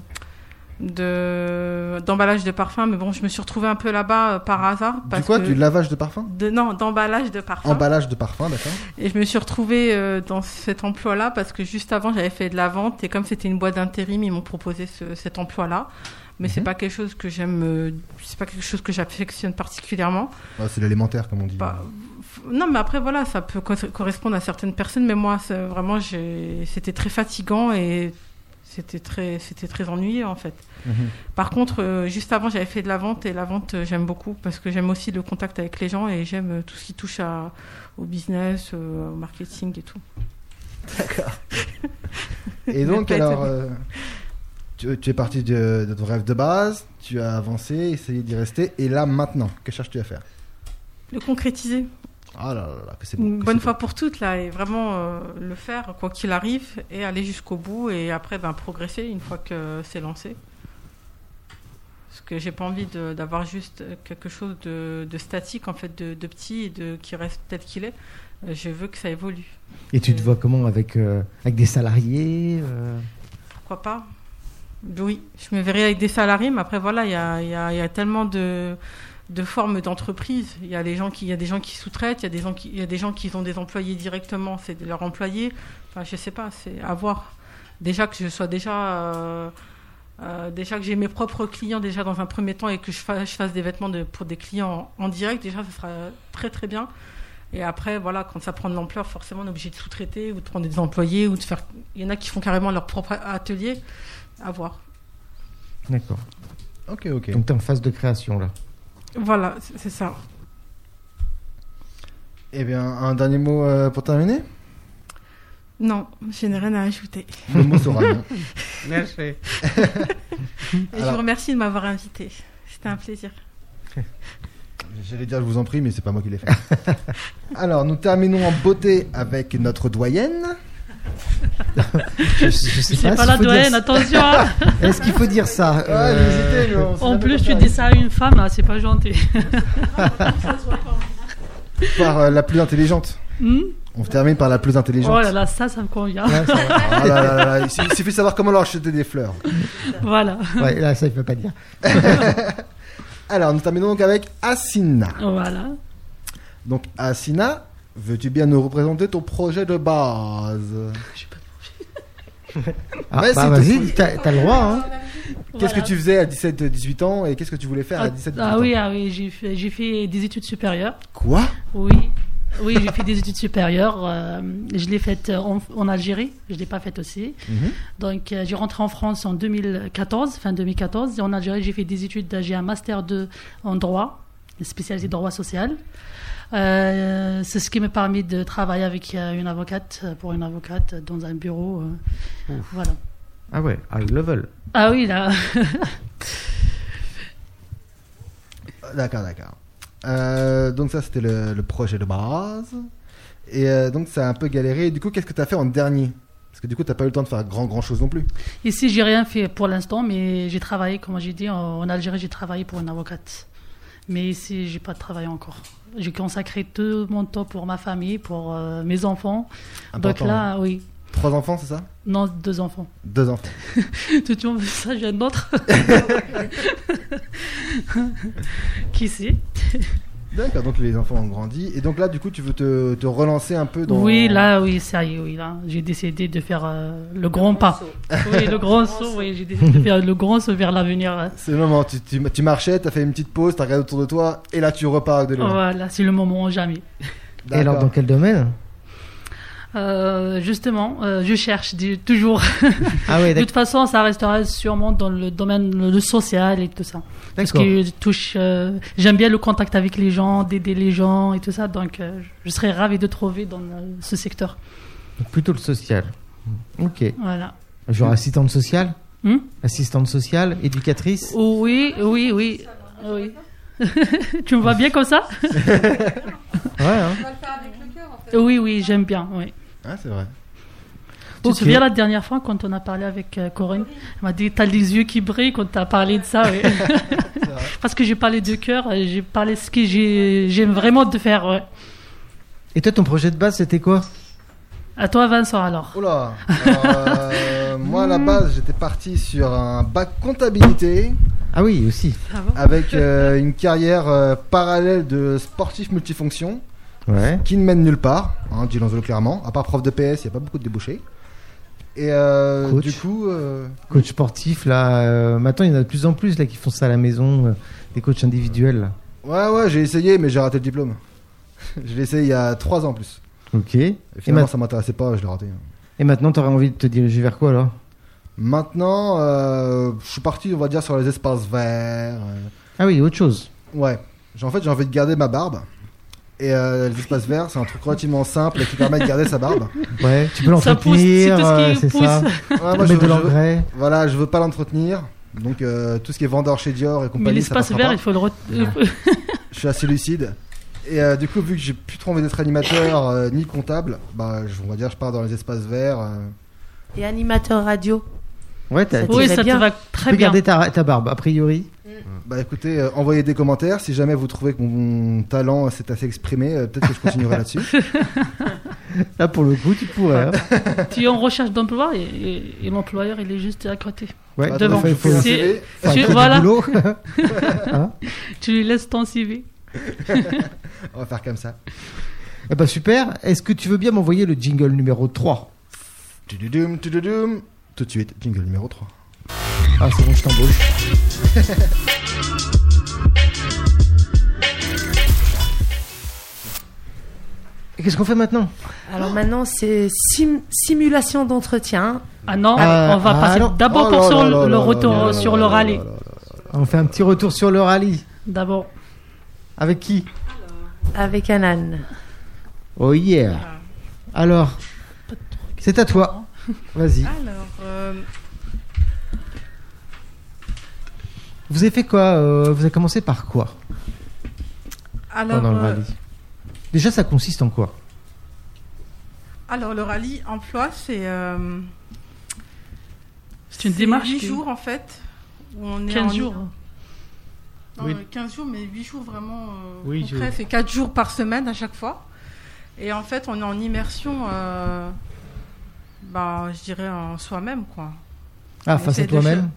[SPEAKER 7] de- d'emballage de, parfums, mais bon, je me suis retrouvée un peu là-bas euh, par hasard.
[SPEAKER 6] Du
[SPEAKER 7] parce
[SPEAKER 6] quoi
[SPEAKER 7] que- Ah.
[SPEAKER 6] Du lavage de parfum
[SPEAKER 7] de, Non, d'emballage de parfums.
[SPEAKER 6] Emballage de parfum, d'accord
[SPEAKER 7] Et je me suis retrouvée euh, dans cet emploi-là parce que juste avant, j'avais fait de la vente et comme c'était une boîte d'intérim, ils m'ont proposé ce- cet emploi-là. Mais c'est
[SPEAKER 6] Mhm.
[SPEAKER 7] pas quelque chose que j'aime, euh, c'est pas quelque chose que j'affectionne particulièrement.
[SPEAKER 6] Ah, C'est l'élémentaire, comme on dit.
[SPEAKER 7] Bah, f- non, mais après voilà, ça peut co- correspondre à certaines personnes, mais moi, c'est- vraiment, j'ai- c'était très fatigant et c'était très, c'était très ennuyeux en fait.
[SPEAKER 6] Mhm.
[SPEAKER 7] Par contre, euh, juste avant, j'avais fait de la vente et la vente, euh, j'aime beaucoup parce que j'aime aussi le contact avec les gens et j'aime euh, tout ce qui touche à, au business, euh, au marketing et tout.
[SPEAKER 6] Et donc,
[SPEAKER 7] Peut-être.
[SPEAKER 6] alors, euh, tu, tu es parti de, de ton rêve de base, tu as avancé, essayé d'y rester, et là, maintenant, que cherches-tu à faire
[SPEAKER 7] Le concrétiser
[SPEAKER 6] Ah là là là, que c'est bon.
[SPEAKER 7] une
[SPEAKER 6] que
[SPEAKER 7] bonne
[SPEAKER 6] c'est bon.
[SPEAKER 7] fois pour toutes là et vraiment euh, le faire quoi qu'il arrive et aller jusqu'au bout et après ben, progresser une fois que c'est lancé. Parce que j'ai pas envie de- d'avoir juste quelque chose de, de statique en fait, de, de petit et de qui reste tel qu'il est. Euh, Je veux que ça évolue.
[SPEAKER 2] Et tu te
[SPEAKER 7] Euh.
[SPEAKER 2] vois comment avec, euh, avec des salariés euh,
[SPEAKER 7] Pourquoi pas Oui, je me verrai avec des salariés, mais après, voilà, il y a, il y a- il y a tellement de, de formes d'entreprise. Il y, a les gens qui- il y a des gens qui sous-traitent, il y, a des gens qui- il y a des gens qui ont des employés directement, c'est de leurs employés. Enfin, je sais pas, c'est à voir. Déjà que je sois déjà. euh, euh, déjà que j'ai mes propres clients déjà dans un premier temps et que je fasse, je fasse des vêtements de- pour des clients en, en direct, déjà ça sera très très bien. Et après, voilà, quand ça prend de l'ampleur, forcément on est obligé de sous-traiter ou de prendre des employés ou de faire. Il y en a qui font carrément leur propre atelier. À voir.
[SPEAKER 2] D'accord.
[SPEAKER 6] Ok, ok.
[SPEAKER 2] Donc, tu es en phase de création, là.
[SPEAKER 7] Voilà, c'est c'est ça.
[SPEAKER 6] Eh bien, un dernier mot euh, pour terminer
[SPEAKER 7] Non, je n'ai rien à ajouter.
[SPEAKER 6] Le mot sera non.
[SPEAKER 5] Merci.
[SPEAKER 7] Et je
[SPEAKER 6] Alors-
[SPEAKER 7] vous remercie de m'avoir invité. C'était un plaisir.
[SPEAKER 6] J'allais dire, je vous en prie, mais c'est pas moi qui l'ai fait. Alors, nous terminons en beauté avec notre doyenne.
[SPEAKER 2] Je, je sais
[SPEAKER 4] C'est pas
[SPEAKER 2] s'il
[SPEAKER 4] la
[SPEAKER 2] faut dire
[SPEAKER 4] doyenne,
[SPEAKER 2] ça.
[SPEAKER 4] attention. hein.
[SPEAKER 2] Est-ce qu'il faut dire ça euh,
[SPEAKER 4] En plus, tu dis ça à une femme, hein, c'est pas gentil.
[SPEAKER 6] Par euh, la plus intelligente.
[SPEAKER 4] Hmm
[SPEAKER 6] On termine par la plus intelligente.
[SPEAKER 4] Oh là là, ça, ça me convient.
[SPEAKER 2] Ouais, ça va.
[SPEAKER 6] Ah là là là là, il suffit de savoir comment leur acheter des fleurs.
[SPEAKER 4] voilà.
[SPEAKER 2] Ouais, là, ça, il peut pas dire.
[SPEAKER 6] Alors, nous terminons donc avec Asina.
[SPEAKER 4] Voilà.
[SPEAKER 6] Donc, Asina, veux-tu bien nous représenter ton projet de base
[SPEAKER 2] Ah,
[SPEAKER 6] Ouais,
[SPEAKER 2] bah,
[SPEAKER 6] c'est tout.
[SPEAKER 2] vas-y, t'as t'as le droit. Hein.
[SPEAKER 6] Qu'est-ce
[SPEAKER 4] Voilà.
[SPEAKER 6] que tu faisais à 17-18 ans et qu'est-ce que tu voulais faire à
[SPEAKER 4] Ah,
[SPEAKER 6] 17-18 ans
[SPEAKER 4] ah oui, ah oui, j'ai fait, j'ai fait des études supérieures.
[SPEAKER 6] Quoi
[SPEAKER 4] Oui, oui, j'ai fait des études supérieures. euh, je l'ai faite en, en Algérie, je l'ai pas faite aussi.
[SPEAKER 6] Mhm.
[SPEAKER 4] Donc euh, j'ai rentré en France en 2014, fin 2014. Et en Algérie, j'ai fait des études. J'ai un master 2 en droit, spécialisé droit social. Euh, c'est ce qui m'a permis de travailler avec euh, une avocate euh, pour une avocate dans un bureau. euh, voilà.
[SPEAKER 8] Ah ouais, high level.
[SPEAKER 4] Ah oui là.
[SPEAKER 6] D'accord, d'accord. Euh, donc ça, c'était le, le projet de base. Et euh, donc, ça a un peu galéré. Du coup, qu'est-ce que tu as fait en dernier Parce que du coup, t'as pas eu le temps de faire grand, grand chose non plus.
[SPEAKER 4] Ici, j'ai rien fait pour l'instant, mais j'ai travaillé, comme j'ai dit, en en Algérie, j'ai travaillé pour une avocate. Mais ici, j'ai pas de travail encore. J'ai consacré tout mon temps pour ma famille, pour euh, mes enfants. Donc
[SPEAKER 6] Important. hein.
[SPEAKER 4] là, oui.
[SPEAKER 6] Trois enfants, c'est ça
[SPEAKER 4] Non, deux enfants.
[SPEAKER 6] Deux enfants.
[SPEAKER 4] Tout le monde veut ça, j'ai un autre. Qui c'est
[SPEAKER 6] D'accord, donc les enfants ont grandi. Et donc là, du coup, tu veux te, te relancer un peu dans.
[SPEAKER 4] Oui, là, oui, ça y est, oui, là. J'ai décidé de faire euh, le grand pas. Oui, le grand saut, oui, j'ai décidé de faire le grand saut vers l'avenir. hein.
[SPEAKER 6] C'est le moment, tu, tu, tu marchais, t'as fait une petite pause, t'as regardé autour de toi, et là, tu repars de loin.
[SPEAKER 4] Voilà, c'est le moment jamais.
[SPEAKER 2] Et alors, dans quel domaine
[SPEAKER 4] Euh, justement, euh, je cherche du- toujours.
[SPEAKER 2] Ah ouais,
[SPEAKER 4] De
[SPEAKER 2] d'ac-
[SPEAKER 4] toute façon, ça restera sûrement dans le domaine le, le social et tout ça. Parce
[SPEAKER 2] d'accord.
[SPEAKER 4] que je touche, euh, j'aime bien le contact avec les gens, d'aider les gens et tout ça. Donc, euh, je serais ravie de trouver dans euh, ce secteur.
[SPEAKER 8] Donc plutôt le social.
[SPEAKER 2] Ok.
[SPEAKER 4] Voilà.
[SPEAKER 2] Genre assistante sociale
[SPEAKER 4] Hmm
[SPEAKER 2] Assistante sociale, éducatrice
[SPEAKER 4] Oh, oui, oui, oui. Ah oui. tu me vois bien comme ça
[SPEAKER 2] Ouais, hein.
[SPEAKER 9] On va le faire avec le cœur en fait.
[SPEAKER 4] Oui, oui, j'aime bien. Oui.
[SPEAKER 6] Ah, c'est vrai.
[SPEAKER 4] Tu
[SPEAKER 2] Ok.
[SPEAKER 4] te souviens la dernière fois quand on a parlé avec euh, Corinne Elle m'a dit T'as les yeux qui brillent quand t'as parlé de ça. oui. Parce que j'ai parlé de cœur, euh, j'ai parlé ce que j'ai- j'aime vraiment de faire. ouais.
[SPEAKER 2] Et toi, ton projet de base, c'était quoi
[SPEAKER 4] À toi, Vincent, alors.
[SPEAKER 6] Oula Alors, euh, Moi, à la base, j'étais parti sur un bac comptabilité
[SPEAKER 2] Ah oui, aussi.
[SPEAKER 6] avec euh, une carrière euh, parallèle de sportif multifonction
[SPEAKER 2] Ouais.
[SPEAKER 6] qui ne mène nulle part, hein, disons-le clairement. À part prof de PS, il n'y a pas beaucoup de débouchés. Et euh,
[SPEAKER 2] Coach.
[SPEAKER 6] du coup, euh,
[SPEAKER 2] Coach sportif, là. euh, maintenant, il y en a de plus en plus là, qui font ça à la maison, euh, des coachs individuels. là.
[SPEAKER 6] ouais, ouais, j'ai essayé, mais j'ai raté le diplôme. je l'ai essayé il y a 3 ans en plus.
[SPEAKER 2] Ok. Et,
[SPEAKER 6] Et finalement,
[SPEAKER 2] ma-
[SPEAKER 6] ça m'intéressait pas, je l'ai raté.
[SPEAKER 2] et maintenant, t'aurais envie de te diriger vers quoi, alors
[SPEAKER 6] Maintenant, euh, je suis parti, on va dire, sur les espaces verts. euh,
[SPEAKER 2] Ah oui, autre chose.
[SPEAKER 6] Ouais. J'ai- En fait, j'ai envie de garder ma barbe. Et euh, les espaces verts, c'est un truc relativement simple et qui permet de garder sa barbe.
[SPEAKER 2] Ouais, tu peux
[SPEAKER 4] Ça pousse, c'est
[SPEAKER 2] l'entretenir,
[SPEAKER 4] tout
[SPEAKER 2] euh,
[SPEAKER 4] ce qui
[SPEAKER 2] c'est ça.
[SPEAKER 4] pousse.
[SPEAKER 6] Ouais, moi, je,
[SPEAKER 2] Mettre de
[SPEAKER 6] je-
[SPEAKER 2] l'engrais.
[SPEAKER 6] voilà, je veux pas l'entretenir. Donc, euh, tout ce qui est vendeur chez Dior et compagnie.
[SPEAKER 4] Mais l'espace
[SPEAKER 6] ça passera
[SPEAKER 4] vert,
[SPEAKER 6] pas.
[SPEAKER 4] il faut le. re-
[SPEAKER 6] Je suis assez lucide. Et euh, du coup, vu que j'ai plus trop envie d'être animateur euh, ni comptable, bah, je- on va dire, je pars dans les espaces verts. euh.
[SPEAKER 1] Et animateur radio.
[SPEAKER 2] Ouais, t'as-
[SPEAKER 1] Ça
[SPEAKER 2] tu
[SPEAKER 4] oui,
[SPEAKER 1] t'irait
[SPEAKER 4] ça
[SPEAKER 1] bien.
[SPEAKER 4] te va
[SPEAKER 2] peux
[SPEAKER 4] très bien.
[SPEAKER 2] garder ta, ta barbe, a priori.
[SPEAKER 6] Bah, écoutez, euh, envoyez des commentaires. Si jamais vous trouvez que mon, mon talent s'est assez exprimé, euh, peut-être que je continuerai là-dessus.
[SPEAKER 2] Là, pour le coup, tu pourrais. hein.
[SPEAKER 4] Tu es en recherche d'emploi et, et- et l'employeur, il est juste à côté.
[SPEAKER 2] Ouais,
[SPEAKER 6] Attends,
[SPEAKER 4] devant.
[SPEAKER 2] enfin, il faut-
[SPEAKER 6] un
[SPEAKER 4] C'est-
[SPEAKER 6] CV.
[SPEAKER 2] faut un
[SPEAKER 4] tu-
[SPEAKER 2] peu de
[SPEAKER 4] voilà.
[SPEAKER 2] boulot. Hein
[SPEAKER 4] Tu lui laisses ton CV.
[SPEAKER 6] On va faire comme ça.
[SPEAKER 2] Eh ben super, est-ce que tu veux bien m'envoyer le jingle numéro 3
[SPEAKER 6] Tududum, tududum. Tout de suite, jingle numéro 3.
[SPEAKER 2] Ah c'est bon, je t'embauche. Et Qu'est-ce qu'on fait maintenant
[SPEAKER 1] Alors maintenant, c'est sim- simulation d'entretien.
[SPEAKER 4] Ah non,
[SPEAKER 2] Ah,
[SPEAKER 4] on va
[SPEAKER 2] ah
[SPEAKER 4] passer
[SPEAKER 2] non.
[SPEAKER 4] d'abord
[SPEAKER 6] Oh
[SPEAKER 4] pour
[SPEAKER 6] là
[SPEAKER 4] sur
[SPEAKER 6] là
[SPEAKER 4] le,
[SPEAKER 6] là
[SPEAKER 4] le
[SPEAKER 6] là
[SPEAKER 4] retour euh,
[SPEAKER 6] là là
[SPEAKER 4] sur
[SPEAKER 6] là
[SPEAKER 4] le
[SPEAKER 6] là
[SPEAKER 4] rallye.
[SPEAKER 6] là là là.
[SPEAKER 2] On fait un petit retour sur le rallye.
[SPEAKER 4] D'abord.
[SPEAKER 2] Avec qui
[SPEAKER 1] Avec Anan.
[SPEAKER 2] Oh yeah Alors, c'est à toi. Vas-y.
[SPEAKER 7] Alors, euh,
[SPEAKER 2] Vous avez fait quoi euh, Vous avez commencé par quoi
[SPEAKER 7] alors,
[SPEAKER 2] pendant le
[SPEAKER 7] euh,
[SPEAKER 2] rallye Déjà, ça consiste en quoi
[SPEAKER 7] Alors, le rallye emploi, c'est. euh,
[SPEAKER 4] C'est une
[SPEAKER 7] c'est
[SPEAKER 4] démarche.
[SPEAKER 7] huit
[SPEAKER 4] qui-
[SPEAKER 7] jours en fait. Où on est
[SPEAKER 4] 15
[SPEAKER 7] en-
[SPEAKER 4] jours.
[SPEAKER 7] Non,
[SPEAKER 5] Oui.
[SPEAKER 7] euh, 15 jours, mais 8 jours vraiment. euh,
[SPEAKER 5] Oui,
[SPEAKER 7] concrets.
[SPEAKER 5] je-
[SPEAKER 7] C'est 4 jours par semaine à chaque fois. Et en fait, on est en immersion, euh, bah, je dirais en soi-même, quoi.
[SPEAKER 2] Ah,
[SPEAKER 7] On
[SPEAKER 2] face
[SPEAKER 7] essaie
[SPEAKER 2] à
[SPEAKER 7] de le
[SPEAKER 2] toi-même,
[SPEAKER 7] ch-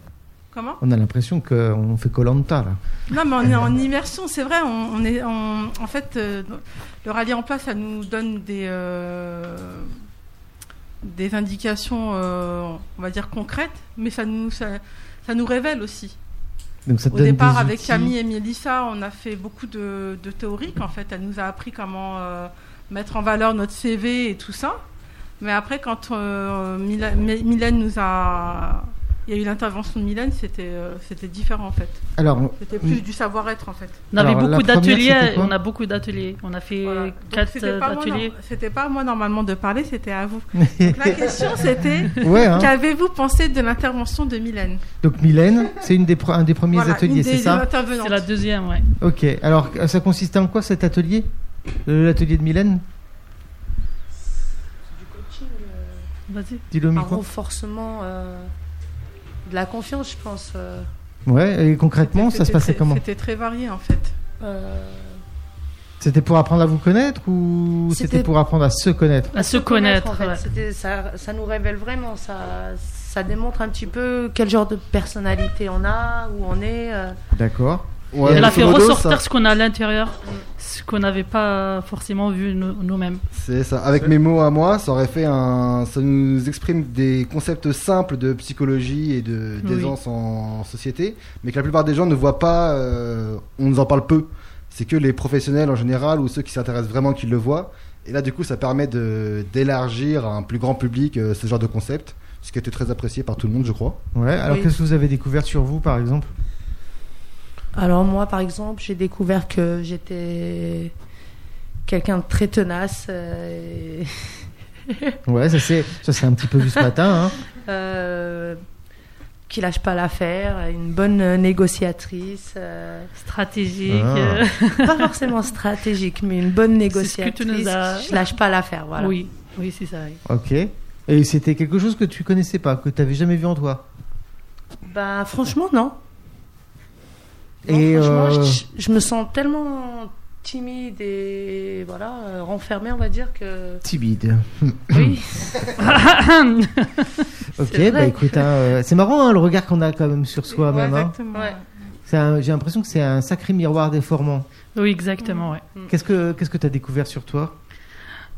[SPEAKER 7] Comment
[SPEAKER 2] on a l'impression qu'on fait Colanta là.
[SPEAKER 7] Non, mais on est en immersion, c'est vrai. On, on est, on- en fait, euh, le rallye en place, ça nous donne des, euh, des indications, euh, on va dire concrètes, mais ça nous, ça, ça nous révèle aussi.
[SPEAKER 2] Donc ça te
[SPEAKER 7] Au
[SPEAKER 2] donne
[SPEAKER 7] départ,
[SPEAKER 2] des
[SPEAKER 7] avec
[SPEAKER 2] outils.
[SPEAKER 7] Camille et Mélissa, on a fait beaucoup de, de théorique. En fait, elle nous a appris comment euh, mettre en valeur notre CV et tout ça. Mais après, quand euh, Mila- Mé- Mylène nous a. Il y a eu l'intervention de Mylène, c'était euh, c'était différent en fait.
[SPEAKER 2] Alors,
[SPEAKER 7] C'était plus du savoir-être en fait.
[SPEAKER 4] On avait
[SPEAKER 2] Alors, la
[SPEAKER 4] beaucoup
[SPEAKER 2] première, c'était
[SPEAKER 4] d'ateliers,
[SPEAKER 2] quoi
[SPEAKER 4] on a beaucoup d'ateliers. On a fait
[SPEAKER 7] Voilà. Donc,
[SPEAKER 4] quatre
[SPEAKER 7] c'était
[SPEAKER 4] euh,
[SPEAKER 7] pas moi,
[SPEAKER 4] ateliers.
[SPEAKER 7] non- C'était pas à moi normalement de parler, c'était à vous. Donc, la question c'était
[SPEAKER 2] ouais, hein.
[SPEAKER 7] qu'avez-vous pensé de l'intervention de Mylène
[SPEAKER 2] donc Mylène, c'est une des pre- un des premiers
[SPEAKER 7] Voilà, une
[SPEAKER 2] ateliers,
[SPEAKER 7] des
[SPEAKER 2] c'est ça
[SPEAKER 7] intervenantes.
[SPEAKER 4] C'est la deuxième, ouais.
[SPEAKER 2] Ok, alors euh, ça consistait en quoi cet atelier Euh, L'atelier de Mylène
[SPEAKER 4] Vas-y.
[SPEAKER 2] Dis-le au
[SPEAKER 1] un
[SPEAKER 2] micro.
[SPEAKER 1] renforcement euh, de la confiance, je pense. euh,
[SPEAKER 2] Ouais, et concrètement, ça se
[SPEAKER 7] C'était
[SPEAKER 2] passait
[SPEAKER 7] très-
[SPEAKER 2] comment
[SPEAKER 7] C'était très varié en fait.
[SPEAKER 1] euh,
[SPEAKER 2] C'était pour apprendre à vous connaître ou c'était
[SPEAKER 1] C'était- Ah.
[SPEAKER 2] pour apprendre à se connaître
[SPEAKER 4] À se connaître.
[SPEAKER 1] en fait.
[SPEAKER 4] ouais.
[SPEAKER 1] C'était- ça, ça nous révèle vraiment, ça, ça démontre un petit peu quel genre de personnalité on a, où on est. euh.
[SPEAKER 2] D'accord.
[SPEAKER 6] Ouais,
[SPEAKER 4] Elle a
[SPEAKER 6] grosso
[SPEAKER 4] fait
[SPEAKER 6] modo,
[SPEAKER 4] ressortir
[SPEAKER 6] ça-
[SPEAKER 4] ce qu'on a à l'intérieur, ce qu'on n'avait pas forcément vu nous- nous-mêmes.
[SPEAKER 6] C'est ça. Avec mes mots à moi, ça aurait fait un. Ça nous exprime des concepts simples de psychologie et de
[SPEAKER 4] Oui.
[SPEAKER 6] d'aisance en société, mais que la plupart des gens ne voient pas. euh, On nous en parle peu. C'est que les professionnels en général ou ceux qui s'intéressent vraiment qui le voient. Et là, du coup, ça permet de d'élargir à un plus grand public euh, ce genre de concept, ce qui a été très apprécié par tout le monde, je crois.
[SPEAKER 2] Ouais, alors
[SPEAKER 1] Oui.
[SPEAKER 2] qu'est-ce que vous avez découvert sur vous par exemple
[SPEAKER 1] Alors moi, par exemple, j'ai découvert que j'étais quelqu'un de très tenace. euh, et,
[SPEAKER 2] Ouais, ça c'est ça c'est un petit peu vu ce matin. Hein.
[SPEAKER 1] euh, qui lâche pas l'affaire, une bonne euh, négociatrice, euh,
[SPEAKER 4] Stratégique.
[SPEAKER 2] Ah.
[SPEAKER 4] euh,
[SPEAKER 1] pas forcément stratégique, mais une bonne
[SPEAKER 4] que tu
[SPEAKER 1] négociatrice.
[SPEAKER 4] nous as-
[SPEAKER 1] qui lâche pas l'affaire, voilà.
[SPEAKER 4] Oui, oui c'est ça. oui.
[SPEAKER 2] Ok. Et c'était quelque chose que tu connaissais pas, que tu avais jamais vu en toi.
[SPEAKER 1] Bah franchement non. Non,
[SPEAKER 2] Et
[SPEAKER 1] franchement,
[SPEAKER 2] euh,
[SPEAKER 1] je, je me sens tellement timide et voilà euh, renfermée, on va dire que
[SPEAKER 2] timide.
[SPEAKER 1] oui.
[SPEAKER 2] Ok,
[SPEAKER 1] C'est
[SPEAKER 2] bah
[SPEAKER 1] vrai.
[SPEAKER 2] écoute, hein, euh, c'est marrant hein, le regard qu'on a quand même sur soi-même. hein.
[SPEAKER 7] Exactement.
[SPEAKER 1] Ouais.
[SPEAKER 2] C'est un- J'ai l'impression que c'est un sacré miroir déformant.
[SPEAKER 4] oui, exactement. Ouais.
[SPEAKER 2] Qu'est-ce que qu'est-ce que t'as découvert sur toi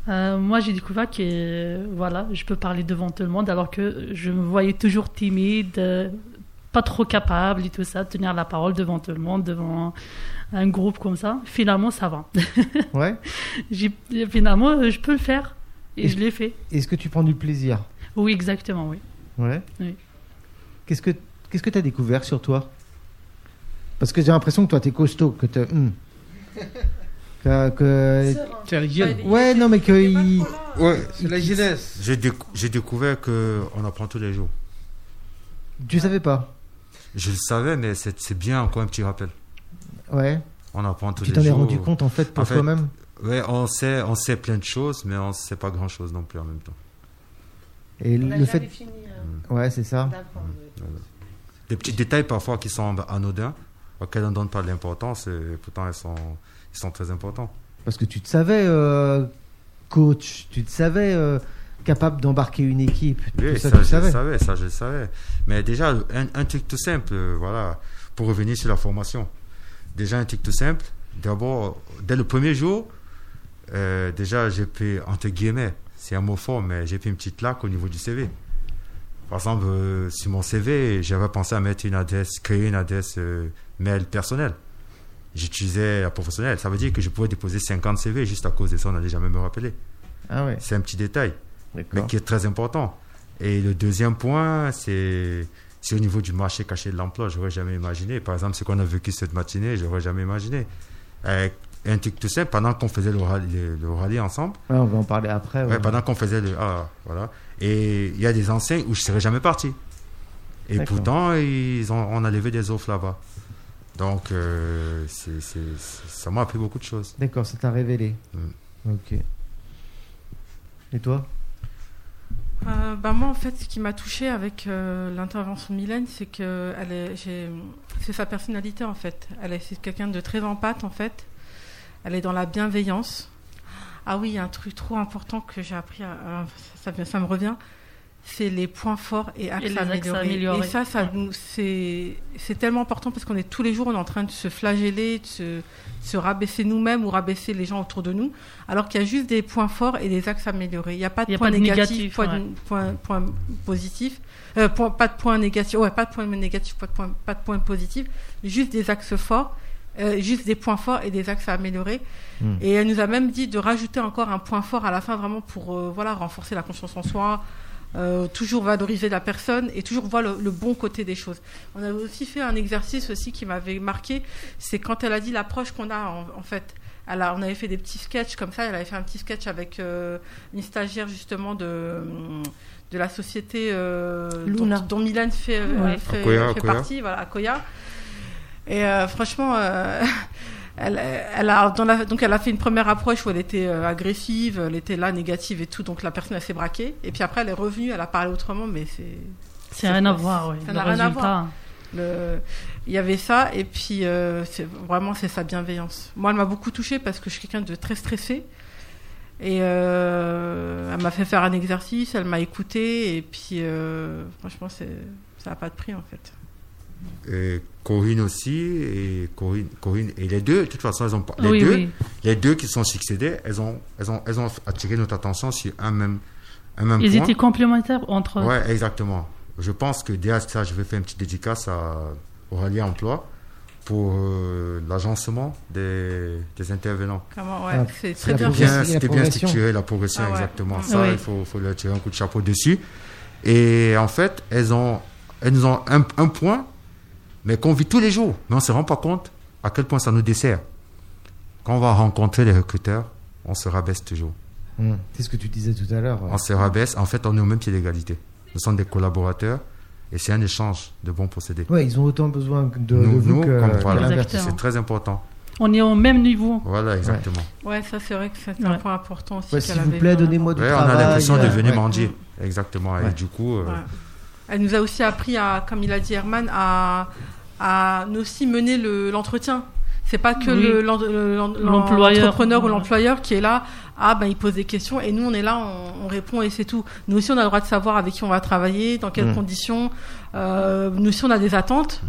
[SPEAKER 4] Euh, moi, j'ai découvert que euh, voilà, je peux parler devant tout le monde, alors que je me voyais toujours timide, euh, pas trop capable et tout ça, de tenir la parole devant tout le monde, devant un groupe comme ça. Finalement, ça va.
[SPEAKER 2] Ouais.
[SPEAKER 4] J'ai- Finalement, euh, je peux le faire et je l'ai fait.
[SPEAKER 2] Est-ce que tu prends du plaisir
[SPEAKER 4] Oui, exactement. Oui.
[SPEAKER 2] Ouais.
[SPEAKER 4] Oui.
[SPEAKER 2] Qu'est-ce que qu'est-ce que t'as découvert sur toi Parce que j'ai l'impression que toi t'es costaud, que t'es hum. que, que-
[SPEAKER 5] C'est la jeunesse.
[SPEAKER 2] ouais non mais que il-
[SPEAKER 4] Ah.
[SPEAKER 5] C'est la jeunesse.
[SPEAKER 3] J'ai déc- j'ai découvert qu'on apprend tous les jours.
[SPEAKER 2] tu savais pas.
[SPEAKER 3] Je le savais, mais c'est c'est bien encore un petit rappel.
[SPEAKER 2] Ouais.
[SPEAKER 3] On apprend tous
[SPEAKER 2] Tu
[SPEAKER 3] les
[SPEAKER 2] t'en
[SPEAKER 3] jours.
[SPEAKER 2] es rendu compte en fait pour
[SPEAKER 3] En fait,
[SPEAKER 2] toi-même.
[SPEAKER 3] Ouais, on sait, on sait plein de choses, mais on sait pas grand-chose non plus en même temps.
[SPEAKER 2] Et
[SPEAKER 1] On a jamais
[SPEAKER 2] le fait
[SPEAKER 1] fini
[SPEAKER 2] ouais c'est ça.
[SPEAKER 3] Des petits détails parfois qui semblent anodins, auxquels on donne pas de l'importance, et pourtant ils sont, ils sont très importants.
[SPEAKER 2] Parce que tu te savais euh, coach, tu te savais euh, capable d'embarquer une équipe.
[SPEAKER 3] Oui,
[SPEAKER 2] tout
[SPEAKER 3] ça,
[SPEAKER 2] ça, tu
[SPEAKER 3] je
[SPEAKER 2] le savais.
[SPEAKER 3] le savais, ça je le savais. Mais déjà, un, un truc tout simple, euh, voilà, pour revenir sur la formation. Déjà, un truc tout simple. D'abord, dès le premier jour, euh, déjà, j'ai pris, entre guillemets, c'est un mot fort, mais j'ai pris une petite laque au niveau du CV. Par exemple, euh, sur mon CV, j'avais pensé à mettre une adresse, créer une adresse euh, mail personnelle. J'utilisais la professionnelle. Ça veut dire que je pouvais déposer 50 CV juste à cause de ça, on n'allait jamais me rappeler.
[SPEAKER 2] Ah ouais.
[SPEAKER 3] C'est un petit détail mais
[SPEAKER 8] D'accord.
[SPEAKER 3] qui est très important. Et le deuxième point, c'est c'est au niveau du marché caché de l'emploi. J'aurais jamais imaginé. Par exemple, ce qu'on a vécu cette matinée, j'aurais jamais imaginé. Euh, un truc tout simple, pendant qu'on faisait le rallye, le- le rallye ensemble,
[SPEAKER 2] Ouais, on va en parler après. ouais.
[SPEAKER 3] ouais, pendant qu'on faisait le. Ah, voilà. Et il y a des enseignes où je serais jamais parti. Et
[SPEAKER 2] D'accord.
[SPEAKER 3] pourtant, ils ont, on a levé des offres là-bas. Donc, euh, c'est- c'est- c'est- ça m'a appris beaucoup de choses. Mm.
[SPEAKER 2] D'accord, ça t'a révélé. Ok. Et toi
[SPEAKER 7] Euh, bah, moi, en fait, ce qui m'a touchée avec euh, l'intervention de Mylène, c'est que elle est, j'ai- c'est sa personnalité, en fait. Elle est, c'est quelqu'un de très empathe, en fait. Elle est dans la bienveillance. Ah oui, un truc trop important que j'ai appris, à- à- ça, ça- ça me revient, c'est les points forts et axes,
[SPEAKER 4] les axes
[SPEAKER 7] améliorés.
[SPEAKER 4] améliorés.
[SPEAKER 7] Et ça, ça nous- c'est c'est tellement important parce qu'on est tous les jours, on est en train de se flageller, de se, de se rabaisser nous-mêmes ou rabaisser les gens autour de nous, alors qu'il y a juste des points forts et des axes améliorés. Il n'y a pas
[SPEAKER 4] Il y
[SPEAKER 7] de
[SPEAKER 4] a
[SPEAKER 7] points
[SPEAKER 4] pas de
[SPEAKER 7] négatifs,
[SPEAKER 4] négatif,
[SPEAKER 7] point,
[SPEAKER 4] ouais.
[SPEAKER 7] point, point positif, euh, point- pas de points négatifs, ouais, pas de points négatifs, pas de points, pas de points positifs, juste des axes forts, euh, juste des points forts et des axes à améliorer.
[SPEAKER 2] Mm.
[SPEAKER 7] Et elle nous a même dit de rajouter encore un point fort à la fin, vraiment pour euh, voilà renforcer la confiance en soi, euh, toujours valoriser la personne et toujours voir le, le bon côté des choses. On a aussi fait un exercice aussi qui m'avait marqué, c'est quand elle a dit l'approche qu'on a en, en fait. Elle a- on avait fait des petits sketchs comme ça. Elle avait fait un petit sketch avec euh, une stagiaire justement de de la société euh,
[SPEAKER 1] Luna.
[SPEAKER 7] dont, dont Mylène fait, euh,
[SPEAKER 1] Ouais.
[SPEAKER 7] fait,
[SPEAKER 3] Akoya,
[SPEAKER 7] fait
[SPEAKER 3] Akoya.
[SPEAKER 7] partie, voilà, Akoya. Et euh, franchement, euh, elle, elle a, dans la- donc elle a fait une première approche où elle était euh, agressive, elle était là, négative et tout, donc la personne elle s'est braquée. Et puis après, elle est revenue, elle a parlé autrement, mais c'est
[SPEAKER 4] C'est rien à voir, oui.
[SPEAKER 7] Ça
[SPEAKER 4] Le
[SPEAKER 7] n'a rien à voir.
[SPEAKER 4] résultat.
[SPEAKER 7] le- Il y avait ça, et puis euh, c'est vraiment c'est sa bienveillance. Moi, elle m'a beaucoup touchée parce que je suis quelqu'un de très stressé. Et euh, elle m'a fait faire un exercice, elle m'a écouté, et puis euh, franchement, c'est, ça n'a pas de prix en fait.
[SPEAKER 3] Et Corinne aussi, et Corinne, Corinne, et les deux, de toute façon, elles ont, pas- les,
[SPEAKER 4] Oui,
[SPEAKER 3] deux,
[SPEAKER 4] oui.
[SPEAKER 3] les deux qui sont succédés, elles ont, elles ont, elles ont attiré notre attention sur un même, un même
[SPEAKER 4] Ils
[SPEAKER 3] point.
[SPEAKER 4] étaient complémentaires entre eux.
[SPEAKER 3] Ouais, exactement. Je pense que derrière ça, je vais faire une petite dédicace à Aurélie Emploi pour euh, l'agencement des, des intervenants.
[SPEAKER 7] Comment, ouais,
[SPEAKER 2] Ah,
[SPEAKER 7] c'est
[SPEAKER 2] la
[SPEAKER 7] très bien.
[SPEAKER 2] progression.
[SPEAKER 3] Bien,
[SPEAKER 2] la
[SPEAKER 3] C'était bien
[SPEAKER 2] progression.
[SPEAKER 3] structuré, la progression,
[SPEAKER 7] Ah ouais.
[SPEAKER 3] exactement.
[SPEAKER 7] Mm.
[SPEAKER 3] Ça,
[SPEAKER 4] Oui.
[SPEAKER 3] il faut, faut leur tirer un coup de chapeau dessus. Et en fait, elles, ont, elles nous ont un, un point, mais qu'on vit tous les jours. Mais on ne se rend pas compte à quel point ça nous dessert. Quand on va rencontrer les recruteurs, on se rabaisse toujours.
[SPEAKER 2] Hum, C'est ce que tu disais tout à l'heure.
[SPEAKER 3] On se rabaisse. En fait, on est au même pied d'égalité. Nous sommes des collaborateurs et c'est un échange de bons procédés.
[SPEAKER 2] Ouais, ils ont autant besoin de, de
[SPEAKER 3] Nous-
[SPEAKER 2] vous
[SPEAKER 3] nous,
[SPEAKER 2] que,
[SPEAKER 3] comme
[SPEAKER 2] que
[SPEAKER 3] voilà.
[SPEAKER 2] l'inverse. hein.
[SPEAKER 4] Exactement.
[SPEAKER 3] C'est très important.
[SPEAKER 4] On est au même niveau.
[SPEAKER 3] Voilà, exactement.
[SPEAKER 7] Ouais, ça c'est vrai que c'est un
[SPEAKER 4] Ouais.
[SPEAKER 7] point important aussi.
[SPEAKER 2] Ouais,
[SPEAKER 7] qu'elle
[SPEAKER 2] S'il vous
[SPEAKER 7] avait
[SPEAKER 2] plaît,
[SPEAKER 7] mis en
[SPEAKER 2] donnez-moi du
[SPEAKER 3] Ouais, on
[SPEAKER 2] travail.
[SPEAKER 3] a l'impression de
[SPEAKER 2] euh,
[SPEAKER 3] venir
[SPEAKER 2] ouais.
[SPEAKER 3] mendier. Exactement. Et
[SPEAKER 2] Ouais.
[SPEAKER 3] du coup, euh,
[SPEAKER 7] avant. Ouais. Elle nous a aussi appris, à, comme il a dit Herman, à, à nous aussi mener le, l'entretien. C'est pas que
[SPEAKER 4] Oui.
[SPEAKER 7] le, l'en- le- l'en-
[SPEAKER 4] L'employeur.
[SPEAKER 7] l'entrepreneur ou
[SPEAKER 4] Ouais.
[SPEAKER 7] l'employeur qui est là, ah ben il pose des questions et nous on est là, on, on répond et c'est tout. Nous aussi on a le droit de savoir avec qui on va travailler, dans quelles
[SPEAKER 2] Mm.
[SPEAKER 7] conditions. Euh, nous aussi on a des attentes.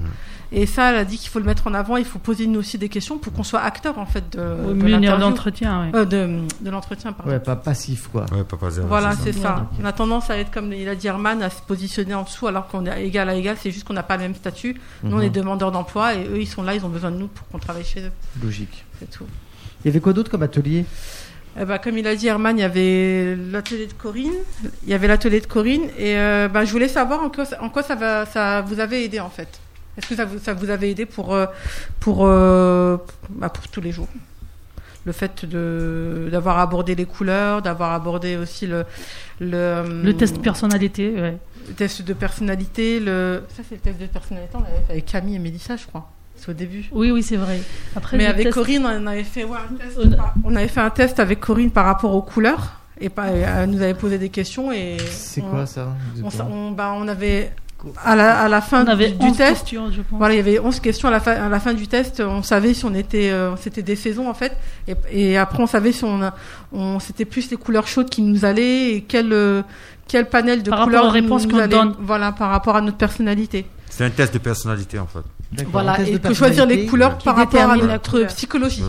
[SPEAKER 7] Et ça, elle a dit qu'il faut le mettre en avant, il faut poser nous aussi des questions pour qu'on soit acteur en fait de,
[SPEAKER 4] Au
[SPEAKER 7] de,
[SPEAKER 4] milieu
[SPEAKER 7] l'interview.
[SPEAKER 4] d'entretien, oui.
[SPEAKER 7] Euh, de, de l'entretien. Pardon.
[SPEAKER 2] Ouais, pas passif, quoi.
[SPEAKER 3] ouais, papa zéro,
[SPEAKER 7] Voilà,
[SPEAKER 3] ça.
[SPEAKER 7] c'est ça.
[SPEAKER 2] Ok.
[SPEAKER 7] On a tendance à être comme il a dit Herman, à se positionner en dessous alors qu'on est égal à égal, c'est juste qu'on n'a pas le même statut. Nous, on
[SPEAKER 2] Mhm.
[SPEAKER 7] est demandeurs d'emploi et eux, ils sont là, ils ont besoin de nous pour qu'on travaille chez eux.
[SPEAKER 2] Logique.
[SPEAKER 7] C'est tout.
[SPEAKER 2] Il y avait quoi d'autre comme atelier
[SPEAKER 7] Eh ben, comme il a dit Herman, il y avait l'atelier de Corinne. Il y avait l'atelier de Corinne et euh, ben, je voulais savoir en quoi, en quoi ça, va, ça vous avait aidé en fait. Est-ce que ça vous, ça vous avait aidé pour, euh, pour, euh, bah, pour tous les jours Le fait de- d'avoir abordé les couleurs, d'avoir abordé aussi le, le, euh,
[SPEAKER 4] Le test personnalité, ouais.
[SPEAKER 7] Le test de personnalité, le... ça c'est le test de personnalité, on l'avait fait avec Camille et Mélissa, je crois. C'est au début.
[SPEAKER 4] oui, oui, c'est vrai. Après,
[SPEAKER 7] Mais
[SPEAKER 4] le
[SPEAKER 7] avec
[SPEAKER 4] test-
[SPEAKER 7] Corinne, on avait, fait, ouais, un test
[SPEAKER 4] On-
[SPEAKER 7] par- on avait fait un test avec Corinne par rapport aux couleurs. Et pas, et euh, elle nous avait posé des questions. et
[SPEAKER 2] C'est
[SPEAKER 7] on-
[SPEAKER 2] quoi ça
[SPEAKER 7] on, s- on- bah, on avait, à la, à la fin
[SPEAKER 4] on avait
[SPEAKER 7] du, du
[SPEAKER 4] 11
[SPEAKER 7] test,
[SPEAKER 4] questions, je pense.
[SPEAKER 7] voilà, il y avait 11 questions à la, fin, à la fin du test. On savait si on était. euh, c'était des saisons, en fait. Et, et après, on savait si on. a- on c'était plus les couleurs chaudes qui nous allaient et quel, euh, quel panel de
[SPEAKER 4] Par rapport
[SPEAKER 7] couleurs.
[SPEAKER 4] aux réponses
[SPEAKER 7] nous
[SPEAKER 4] qu'on
[SPEAKER 7] allait-
[SPEAKER 4] donne.
[SPEAKER 7] Voilà, par rapport à notre personnalité.
[SPEAKER 3] C'est un test de personnalité, en fait.
[SPEAKER 2] D'accord, un
[SPEAKER 7] Voilà,
[SPEAKER 2] test
[SPEAKER 7] et
[SPEAKER 2] de
[SPEAKER 7] il faut choisir les
[SPEAKER 2] personnalité.
[SPEAKER 7] couleurs
[SPEAKER 4] Qui
[SPEAKER 7] par rapport à
[SPEAKER 4] détermine la
[SPEAKER 7] notre
[SPEAKER 4] couleur.
[SPEAKER 7] psychologie.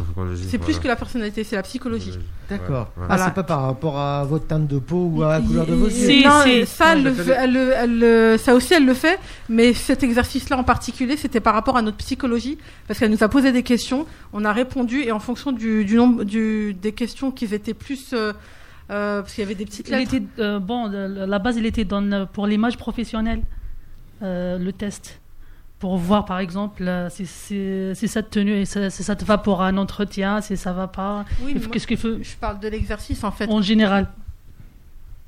[SPEAKER 7] C'est plus que
[SPEAKER 3] la
[SPEAKER 7] la personnalité, c'est la psychologie.
[SPEAKER 2] D'accord.
[SPEAKER 3] Ouais, ouais.
[SPEAKER 2] Ah,
[SPEAKER 7] Voilà.
[SPEAKER 2] c'est pas par rapport à votre teinte de peau ou à la
[SPEAKER 7] Il-
[SPEAKER 2] couleur de vos
[SPEAKER 7] il-
[SPEAKER 2] yeux.
[SPEAKER 4] Si,
[SPEAKER 7] non,
[SPEAKER 4] si.
[SPEAKER 7] ça, elle
[SPEAKER 2] Ouais,
[SPEAKER 7] le
[SPEAKER 2] je
[SPEAKER 7] fait- elle le- elle le- ça aussi, elle le fait. Mais cet exercice-là en particulier, c'était par rapport à notre psychologie, parce qu'elle nous a posé des questions, on a répondu, et en fonction du, du nombre du, des questions qui étaient plus, euh, euh, parce qu'il y avait des petites
[SPEAKER 4] Il
[SPEAKER 7] lettres.
[SPEAKER 4] était, euh, bon, euh, la base, il était dans, euh, pour l'image professionnelle, euh, le test. Pour voir, par exemple, euh, si, si, si cette tenue, et ça- si ça te va pour un entretien, si ça va pas.
[SPEAKER 7] Oui, mais moi,
[SPEAKER 4] Qu'est-ce qu'il faut
[SPEAKER 7] je parle de l'exercice en fait.
[SPEAKER 4] En général.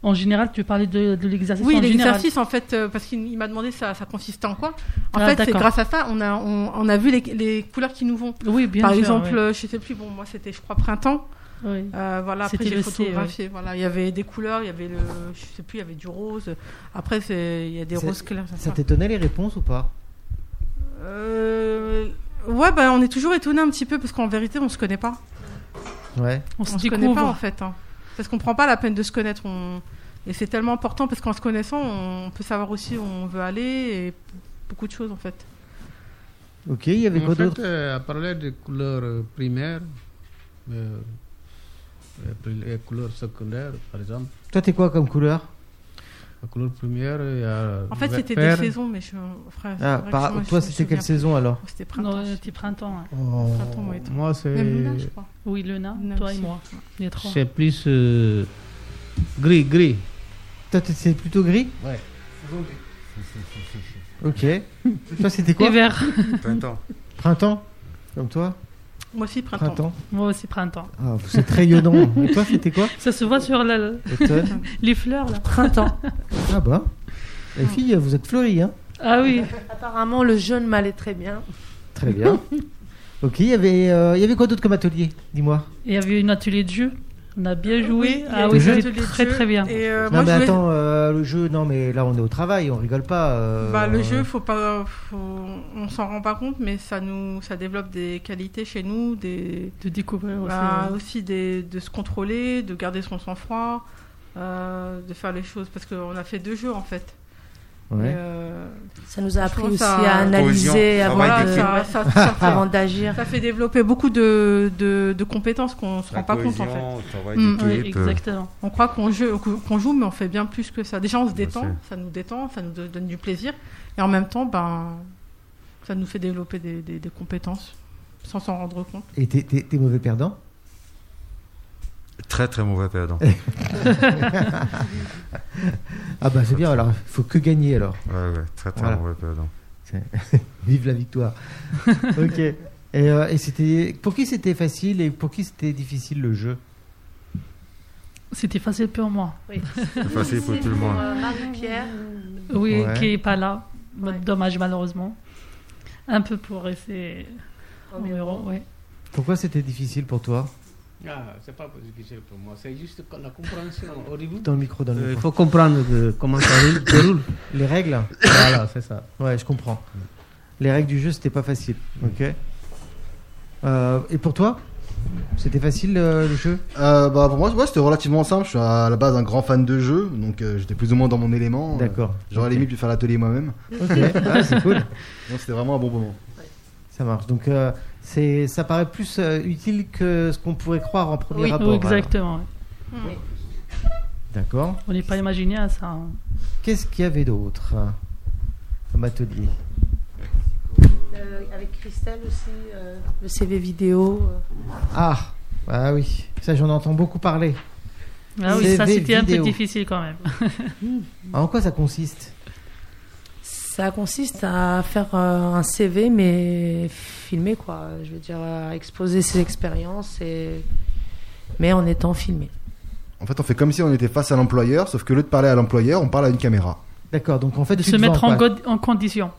[SPEAKER 4] En général, tu parlais de, de l'exercice
[SPEAKER 7] Oui,
[SPEAKER 4] en général.
[SPEAKER 7] l'exercice en fait, euh, parce qu'il il m'a demandé ça, ça consistait en quoi. En
[SPEAKER 4] Ah,
[SPEAKER 7] fait, c'est
[SPEAKER 4] d'accord.
[SPEAKER 7] grâce à ça, on a, on, on a vu les, les couleurs qui nous vont.
[SPEAKER 4] Oui, bien
[SPEAKER 7] Par
[SPEAKER 4] sûr,
[SPEAKER 7] exemple,
[SPEAKER 4] ouais.
[SPEAKER 7] euh, je sais plus, bon, moi c'était, je crois, printemps.
[SPEAKER 4] Oui.
[SPEAKER 7] Euh, voilà, après
[SPEAKER 4] C'était
[SPEAKER 7] j'ai
[SPEAKER 4] le C,
[SPEAKER 7] photographié. Voilà, il y avait des couleurs, il y avait le, je sais plus, il y avait du rose. Après, c'est, il y a des
[SPEAKER 2] Ça-
[SPEAKER 7] roses claires.
[SPEAKER 2] Ça t'étonnait les réponses ou pas
[SPEAKER 7] ben, Euh, ouais, bah, on est toujours étonné un petit peu parce qu'en vérité, on se connaît pas.
[SPEAKER 2] Ouais.
[SPEAKER 4] On
[SPEAKER 7] On se
[SPEAKER 4] se
[SPEAKER 7] connaît pas en
[SPEAKER 4] découvre.
[SPEAKER 7] fait. hein. Parce qu'on prend pas la peine de se connaître. On... Et c'est tellement important parce qu'en se connaissant, on peut savoir aussi où on veut aller et beaucoup de choses en fait.
[SPEAKER 2] Ok, il y avait
[SPEAKER 5] En
[SPEAKER 2] quoi d'autre
[SPEAKER 5] fait, euh, à parler des couleurs euh, primaires, euh, et puis les couleurs secondaires, par exemple,
[SPEAKER 2] Toi, t'es quoi comme couleur
[SPEAKER 5] la couleur primaire, il y a.
[SPEAKER 7] En fait,
[SPEAKER 5] le
[SPEAKER 7] c'était
[SPEAKER 5] vert.
[SPEAKER 7] des saisons, mais je. Enfin, c'est
[SPEAKER 2] Ah,
[SPEAKER 7] vrai que
[SPEAKER 2] par-
[SPEAKER 7] moi, je
[SPEAKER 2] Toi,
[SPEAKER 7] me
[SPEAKER 2] c'était
[SPEAKER 7] souviens
[SPEAKER 2] quelle saison alors ah,
[SPEAKER 7] plus. C'était printemps.
[SPEAKER 4] Non, C'était printemps. hein.
[SPEAKER 5] Oh,
[SPEAKER 7] Attends, moi et toi.
[SPEAKER 5] moi, c'est.
[SPEAKER 7] Même Luna, je crois.
[SPEAKER 4] Oui, Luna,
[SPEAKER 7] Luna
[SPEAKER 4] toi et
[SPEAKER 7] aussi.
[SPEAKER 4] moi. Les trois.
[SPEAKER 5] C'est plus euh, gris, gris.
[SPEAKER 2] Toi, t'es- c'est plutôt gris
[SPEAKER 5] Ouais.
[SPEAKER 2] Ok. toi, c'était
[SPEAKER 4] Et
[SPEAKER 2] quoi
[SPEAKER 4] vert.
[SPEAKER 3] Printemps.
[SPEAKER 2] Printemps Comme toi
[SPEAKER 7] Moi aussi, printemps.
[SPEAKER 2] Printemps.
[SPEAKER 4] Moi aussi, printemps.
[SPEAKER 2] Ah, c'est très iodant. Et toi, c'était quoi
[SPEAKER 4] Ça se voit sur la-
[SPEAKER 2] Automne.
[SPEAKER 4] les fleurs, là.
[SPEAKER 1] Printemps.
[SPEAKER 2] Ah bah.
[SPEAKER 7] Ah.
[SPEAKER 2] Les filles, vous êtes fleuries, hein
[SPEAKER 4] Ah oui.
[SPEAKER 1] Apparemment, le jeune m'allait très bien.
[SPEAKER 2] Très bien. ok, il y avait, euh, il y avait quoi d'autre comme atelier Dis-moi.
[SPEAKER 4] Il y avait une atelier de jeu. On a bien joué.
[SPEAKER 7] il y a
[SPEAKER 4] ah
[SPEAKER 7] eu
[SPEAKER 4] oui,
[SPEAKER 7] des
[SPEAKER 4] c'était
[SPEAKER 7] ateliers de
[SPEAKER 4] très
[SPEAKER 7] jeu.
[SPEAKER 4] très bien.
[SPEAKER 7] Et euh,
[SPEAKER 2] non,
[SPEAKER 7] moi, je
[SPEAKER 2] mais
[SPEAKER 7] voulais-
[SPEAKER 2] attends, euh, le jeu, non, mais là, on est au travail, on rigole pas. euh,
[SPEAKER 7] Bah, le jeu, faut pas, faut- on s'en rend pas compte, mais ça nous, ça développe des qualités chez nous, des,
[SPEAKER 4] De découvrir aussi.
[SPEAKER 7] bah,
[SPEAKER 4] euh,
[SPEAKER 7] aussi des, de se contrôler, de garder son sang-froid, euh, de faire les choses, parce qu'on a fait deux jeux en fait. Et,
[SPEAKER 2] Ouais.
[SPEAKER 7] euh,
[SPEAKER 1] Ça nous a appris
[SPEAKER 7] Franchement,
[SPEAKER 1] aussi
[SPEAKER 7] ça-
[SPEAKER 1] à analyser
[SPEAKER 3] Cohésion,
[SPEAKER 1] avant
[SPEAKER 3] travail
[SPEAKER 7] voilà,
[SPEAKER 1] de-
[SPEAKER 3] d'équipe.
[SPEAKER 7] ça, ça- ça fait,
[SPEAKER 1] avant d'agir.
[SPEAKER 7] ça fait développer beaucoup de, de, de compétences qu'on se
[SPEAKER 3] La
[SPEAKER 7] rend pas compte en fait.
[SPEAKER 3] cohésion, le travail
[SPEAKER 7] Mm,
[SPEAKER 4] oui,
[SPEAKER 3] d'équipe, euh,
[SPEAKER 4] exactement.
[SPEAKER 7] On croit qu'on joue, qu'on joue, mais on fait bien plus que ça. Déjà, on se
[SPEAKER 3] Bien
[SPEAKER 7] détend,
[SPEAKER 3] sûr.
[SPEAKER 7] ça nous détend, ça nous do- donne du plaisir, et en même temps, ben, ça nous fait développer des, des- des compétences sans s'en rendre compte.
[SPEAKER 2] Et t'es- t'es t'es mauvais perdant
[SPEAKER 3] Très très mauvais perdant.
[SPEAKER 2] Ah bah c'est bien, alors il faut que gagner alors.
[SPEAKER 3] Ouais, ouais, très très
[SPEAKER 2] Voilà.
[SPEAKER 3] mauvais perdant.
[SPEAKER 2] Vive la victoire. ok. Et, euh, et c'était pour qui c'était facile et pour qui c'était difficile le jeu
[SPEAKER 4] C'était facile pour moi.
[SPEAKER 3] C'est facile pour tout le monde.
[SPEAKER 1] Euh, Marie-Pierre.
[SPEAKER 4] Oui,
[SPEAKER 2] Ouais.
[SPEAKER 4] qui est pas là.
[SPEAKER 1] Ouais.
[SPEAKER 4] Dommage malheureusement. Un peu pour rester en euros, ouais.
[SPEAKER 2] Pourquoi c'était difficile pour toi
[SPEAKER 5] Ah, c'est pas difficile pour moi, c'est juste la compréhension au début.
[SPEAKER 2] Dans le micro, dans le
[SPEAKER 5] Il
[SPEAKER 2] micro.
[SPEAKER 5] Euh, faut comprendre que- comment ça roule- déroule.
[SPEAKER 2] Les règles
[SPEAKER 5] voilà, c'est ça.
[SPEAKER 2] Ouais, je comprends. Les règles du jeu, c'était pas facile. Ok. Euh, et pour toi C'était facile euh, le jeu
[SPEAKER 6] Euh, bah, pour moi, ouais, c'était relativement simple. Je suis à la base un grand fan de jeu, donc euh, j'étais plus ou moins dans mon élément. Euh,
[SPEAKER 2] D'accord.
[SPEAKER 6] J'aurais limite pu faire l'atelier moi-même.
[SPEAKER 2] Ok, Ah, c'est cool.
[SPEAKER 6] Donc c'était vraiment un bon moment.
[SPEAKER 2] Ça marche. Donc euh, c'est, ça paraît plus euh, utile que ce qu'on pourrait croire en premier
[SPEAKER 1] Oui,
[SPEAKER 2] abord.
[SPEAKER 4] Oui,
[SPEAKER 2] alors.
[SPEAKER 4] exactement. ouais.
[SPEAKER 7] Mm.
[SPEAKER 2] D'accord.
[SPEAKER 4] On n'est pas imaginé à ça. hein.
[SPEAKER 2] Qu'est-ce qu'il y avait d'autre euh, comme atelier
[SPEAKER 1] euh, avec Christelle aussi, euh, le CV vidéo. euh.
[SPEAKER 2] Ah, ah oui, ça j'en entends beaucoup parler.
[SPEAKER 4] Ah oui, ça
[SPEAKER 2] CV
[SPEAKER 4] c'était un peu
[SPEAKER 2] vidéo.
[SPEAKER 4] difficile quand même.
[SPEAKER 2] Ah, En quoi ça consiste
[SPEAKER 1] Ça consiste à faire euh, un CV, mais filmé, quoi. Je veux dire, à exposer ses expériences, et... mais en étant filmé.
[SPEAKER 6] En fait, on fait comme si on était face à l'employeur, sauf que au lieu de parler à l'employeur, on parle à une caméra.
[SPEAKER 2] D'accord, donc en fait,
[SPEAKER 4] De
[SPEAKER 2] tu
[SPEAKER 4] se
[SPEAKER 2] te
[SPEAKER 4] mettre
[SPEAKER 2] vends
[SPEAKER 4] en,
[SPEAKER 2] pas.
[SPEAKER 4] god- en condition.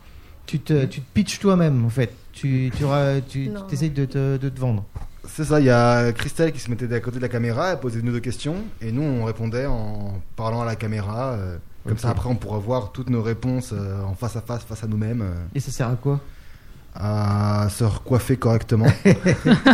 [SPEAKER 2] Tu te, tu te pitches toi-même en fait. Tu, tu, ra- tu,
[SPEAKER 1] Non.
[SPEAKER 2] tu essayes de te, de te vendre.
[SPEAKER 6] C'est ça, il y a Christelle qui se mettait à côté de la caméra, elle posait nous deux questions, et nous on répondait en parlant à la caméra. euh, comme
[SPEAKER 2] Ok.
[SPEAKER 6] ça, après, on pourra voir toutes nos réponses euh, en face à face, face à nous-mêmes, euh,
[SPEAKER 2] Et ça sert à quoi
[SPEAKER 6] à se recoiffer correctement.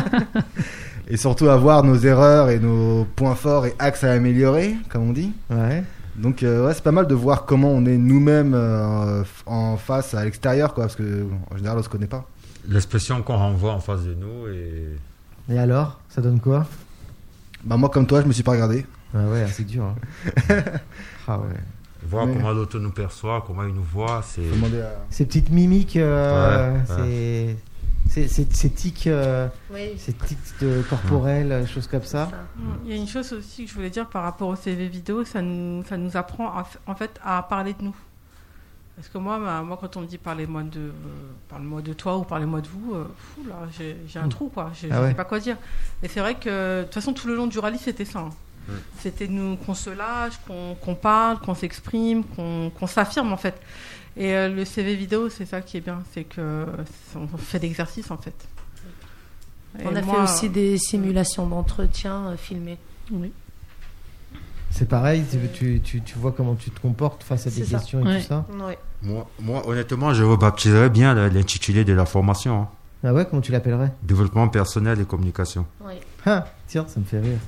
[SPEAKER 6] et surtout à voir nos erreurs et nos points forts et axes à améliorer, comme on dit.
[SPEAKER 2] Ouais.
[SPEAKER 6] Donc, euh, ouais, c'est pas mal de voir comment on est nous-mêmes euh, en face à l'extérieur, quoi, parce que en général, on se connaît pas.
[SPEAKER 3] L'expression qu'on renvoie en face de nous et
[SPEAKER 2] Et alors Ça donne quoi
[SPEAKER 6] Bah, moi, comme toi, je me suis pas regardé.
[SPEAKER 2] Ah ouais, c'est dur. hein. ah ouais.
[SPEAKER 3] voir
[SPEAKER 6] Mais-
[SPEAKER 3] comment l'autre nous perçoit, comment il nous voit, c'est
[SPEAKER 6] Faut demander à-
[SPEAKER 2] Ces petites mimiques, euh,
[SPEAKER 3] Ouais,
[SPEAKER 2] c'est- c'est- c'est- ces tics, euh,
[SPEAKER 1] Oui,
[SPEAKER 2] ces tics de corporels, euh, choses comme ça.
[SPEAKER 7] Il y a une chose aussi que je voulais dire par rapport au CV vidéo, ça nous, ça nous apprend à f- en fait à parler de nous. Parce que moi, ma- moi quand on me dit parlez-moi de, euh, parle-moi de toi ou parlez-moi de vous, euh, fou, là, j'ai j'ai un
[SPEAKER 2] Mm.
[SPEAKER 7] trou quoi, je
[SPEAKER 2] Ah
[SPEAKER 7] je
[SPEAKER 2] ouais.
[SPEAKER 7] sais pas quoi dire. Mais c'est vrai que de toute façon tout le long du rallye c'était ça. hein.
[SPEAKER 2] Hmm.
[SPEAKER 3] Ouais.
[SPEAKER 7] C'était nous qu'on se lâche, qu'on qu'on parle, qu'on s'exprime, qu'on qu'on s'affirme en fait. Et euh, le CV vidéo, c'est ça qui est bien, c'est que c'est- on fait l'exercice en fait. Et
[SPEAKER 1] On a fait
[SPEAKER 7] moi,
[SPEAKER 1] aussi des simulations d'entretien euh, filmées.
[SPEAKER 2] C'est pareil, tu, tu, tu, tu vois comment tu te comportes face à des
[SPEAKER 1] C'est ça.
[SPEAKER 2] questions et
[SPEAKER 4] Ouais.
[SPEAKER 2] tout ça.
[SPEAKER 3] moi, moi honnêtement, je rebaptiserais bien la- l'intitulé de la formation, hein.
[SPEAKER 2] Ah ouais, comment tu l'appellerais
[SPEAKER 3] développement personnel et communication.
[SPEAKER 1] Oui.
[SPEAKER 2] Ah, tiens, ça me fait rire.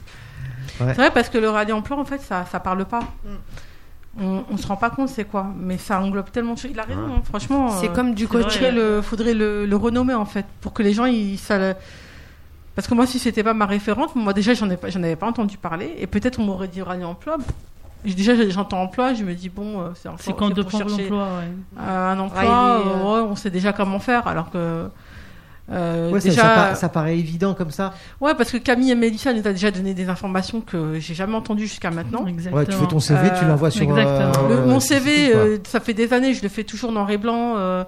[SPEAKER 7] C'est vrai parce que le radian-plan, en fait, ça, ça parle pas.
[SPEAKER 2] Mm.
[SPEAKER 7] On, on se rend pas compte c'est quoi, mais ça englobe tellement de choses. Il a raison,
[SPEAKER 3] Ouais.
[SPEAKER 7] hein, franchement.
[SPEAKER 1] C'est
[SPEAKER 7] euh,
[SPEAKER 1] comme du
[SPEAKER 4] c'est vrai.
[SPEAKER 1] coaching.
[SPEAKER 7] faudrait le, faudrait le, le renommer en fait pour que les gens ils ça le- parce que moi si c'était pas ma référente moi déjà j'en ai pas j'en avais pas entendu parler et peut-être on m'aurait dit radio emploi Je- déjà j'entends emploi je me dis bon euh, c'est
[SPEAKER 4] C'est
[SPEAKER 7] emploi,
[SPEAKER 4] quand de
[SPEAKER 7] pour
[SPEAKER 4] prendre
[SPEAKER 7] chercher
[SPEAKER 4] l'emploi, ouais.
[SPEAKER 7] un emploi
[SPEAKER 1] Riley,
[SPEAKER 7] euh,
[SPEAKER 1] euh,
[SPEAKER 7] ouais, on sait déjà comment faire alors que euh,
[SPEAKER 2] Ouais, ça-
[SPEAKER 7] déjà
[SPEAKER 2] ça, par- ça paraît évident comme ça.
[SPEAKER 7] ouais parce que Camille et Mélissa nous a déjà donné des informations que j'ai jamais entendues jusqu'à maintenant Euh,
[SPEAKER 4] Exactement.
[SPEAKER 2] Ouais, tu fais ton CV, tu l'envoies sur.
[SPEAKER 4] Exactement.
[SPEAKER 7] Le-
[SPEAKER 2] euh,
[SPEAKER 7] mon
[SPEAKER 2] c'est tout,
[SPEAKER 7] CV,
[SPEAKER 2] quoi.
[SPEAKER 7] euh, ça fait des années, je le fais toujours noir et blanc. euh,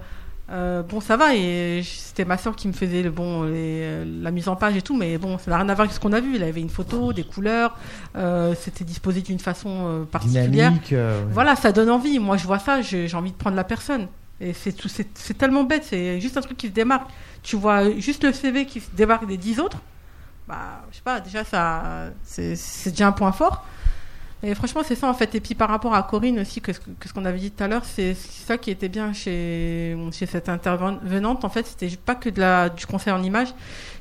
[SPEAKER 7] euh, bon, ça va, et je- c'était ma soeur qui me faisait le bon, les, euh, la mise en page et tout, mais bon, ça n'a rien à voir avec ce qu'on a vu. Il avait une
[SPEAKER 2] Ah,
[SPEAKER 7] photo, des couleurs, euh, c'était disposé d'une façon euh, particulière.
[SPEAKER 2] Dynamique. euh, ouais.
[SPEAKER 7] Voilà, ça donne envie. Moi, je vois ça, j'ai j'ai envie de prendre la personne. Et c'est tout, c'est c'est tellement bête, c'est juste un truc qui se démarque. Tu vois juste le CV qui se démarque des dix autres. Bah, je sais pas, déjà, ça, c'est c'est déjà un point fort. Et franchement, c'est ça en fait. Et puis par rapport à Corinne aussi, que, ce- que ce qu'on avait dit tout à l'heure, c'est c'est ça qui était bien chez, chez cette intervenante. En fait, c'était pas que de la, du conseil en image,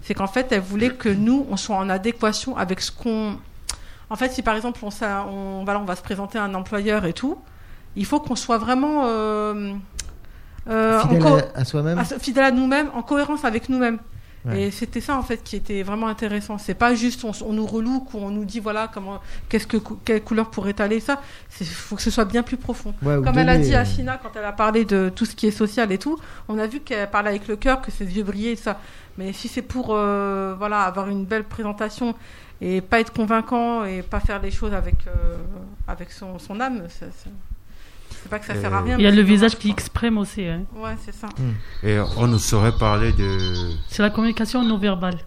[SPEAKER 7] c'est qu'en fait, elle voulait que nous, on soit en adéquation avec ce qu'on. En fait, si par exemple, on, s'a- on, voilà, on va se présenter à un employeur et tout, il faut qu'on soit vraiment euh, euh, en
[SPEAKER 2] Fidèle
[SPEAKER 7] co-
[SPEAKER 2] à, à soi-même.
[SPEAKER 7] à- fidèle à nous-mêmes, en cohérence avec nous-mêmes.
[SPEAKER 2] Ouais.
[SPEAKER 7] Et c'était ça en fait qui était vraiment intéressant. C'est pas juste on, s- on nous reloue ou on nous dit voilà comment qu'est-ce que cou- quelle couleur pour étaler ça. Il faut que ce soit bien plus profond.
[SPEAKER 2] Ouais, ou
[SPEAKER 7] Comme elle a
[SPEAKER 2] donner,
[SPEAKER 7] dit à
[SPEAKER 2] euh,
[SPEAKER 7] China quand elle a parlé de tout ce qui est social et tout, on a vu qu'elle parlait avec le cœur, que ses yeux brillaient et ça. Mais si c'est pour euh, voilà avoir une belle présentation et pas être convaincant et pas faire les choses avec euh, avec son, son âme, ça- ça- c'est pas que ça sert à
[SPEAKER 3] Euh,
[SPEAKER 7] rien.
[SPEAKER 4] Il y a
[SPEAKER 7] mais
[SPEAKER 4] le
[SPEAKER 7] c'est
[SPEAKER 4] visage
[SPEAKER 7] dommage,
[SPEAKER 4] qui
[SPEAKER 7] quoi.
[SPEAKER 4] exprime aussi. hein.
[SPEAKER 7] Ouais, c'est ça.
[SPEAKER 10] Hmm.
[SPEAKER 3] Et on nous saurait parler de.
[SPEAKER 4] C'est la communication non verbale.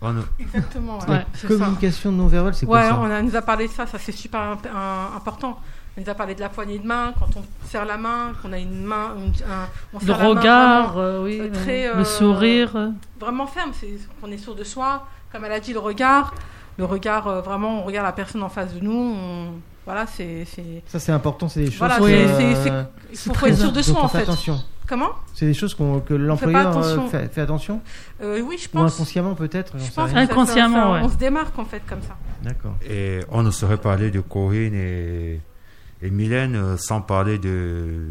[SPEAKER 3] on nous-
[SPEAKER 7] Exactement. ouais,
[SPEAKER 4] Ouais,
[SPEAKER 7] c'est ça.
[SPEAKER 2] Communication non verbale, c'est quoi
[SPEAKER 7] Ouais,
[SPEAKER 2] ça
[SPEAKER 7] on a- nous a parlé de ça, ça c'est super imp- un- important. On nous a parlé de la poignée de main, quand on serre la main, qu'on a une main, une- un- on
[SPEAKER 4] Le
[SPEAKER 7] serre la main
[SPEAKER 4] regard,
[SPEAKER 7] vraiment-
[SPEAKER 4] euh, oui,
[SPEAKER 7] euh,
[SPEAKER 4] euh,
[SPEAKER 7] très, euh,
[SPEAKER 4] le sourire. euh.
[SPEAKER 7] vraiment, ferme, c'est qu'on est sûr de soi. Comme elle a dit, le regard, le regard euh, vraiment, on regarde la personne en face de nous. on- voilà, c'est c'est-
[SPEAKER 2] Ça, c'est important, c'est des choses.
[SPEAKER 7] Voilà,
[SPEAKER 2] que,
[SPEAKER 7] c'est-
[SPEAKER 2] euh,
[SPEAKER 7] c'est- c'est- il
[SPEAKER 4] C'est
[SPEAKER 7] faut, faut
[SPEAKER 4] très
[SPEAKER 7] être sûr de
[SPEAKER 2] dont
[SPEAKER 7] soi
[SPEAKER 2] on
[SPEAKER 7] en
[SPEAKER 2] fait
[SPEAKER 7] fait.
[SPEAKER 2] attention.
[SPEAKER 7] Comment
[SPEAKER 2] C'est des choses qu'on- que l'employeur euh,
[SPEAKER 7] attention.
[SPEAKER 2] fait, fait attention
[SPEAKER 7] Euh, Oui, je
[SPEAKER 2] ou
[SPEAKER 7] pense.
[SPEAKER 2] inconsciemment peut-être. j'en
[SPEAKER 7] Je
[SPEAKER 2] sais
[SPEAKER 7] pense que
[SPEAKER 2] rien.
[SPEAKER 7] ça- ça-
[SPEAKER 4] Inconsciemment,
[SPEAKER 7] ça-
[SPEAKER 4] ouais.
[SPEAKER 7] on se démarque en fait comme ça.
[SPEAKER 2] D'accord.
[SPEAKER 3] Et on nous saurait parler de Corinne et, et Mylène euh, sans parler de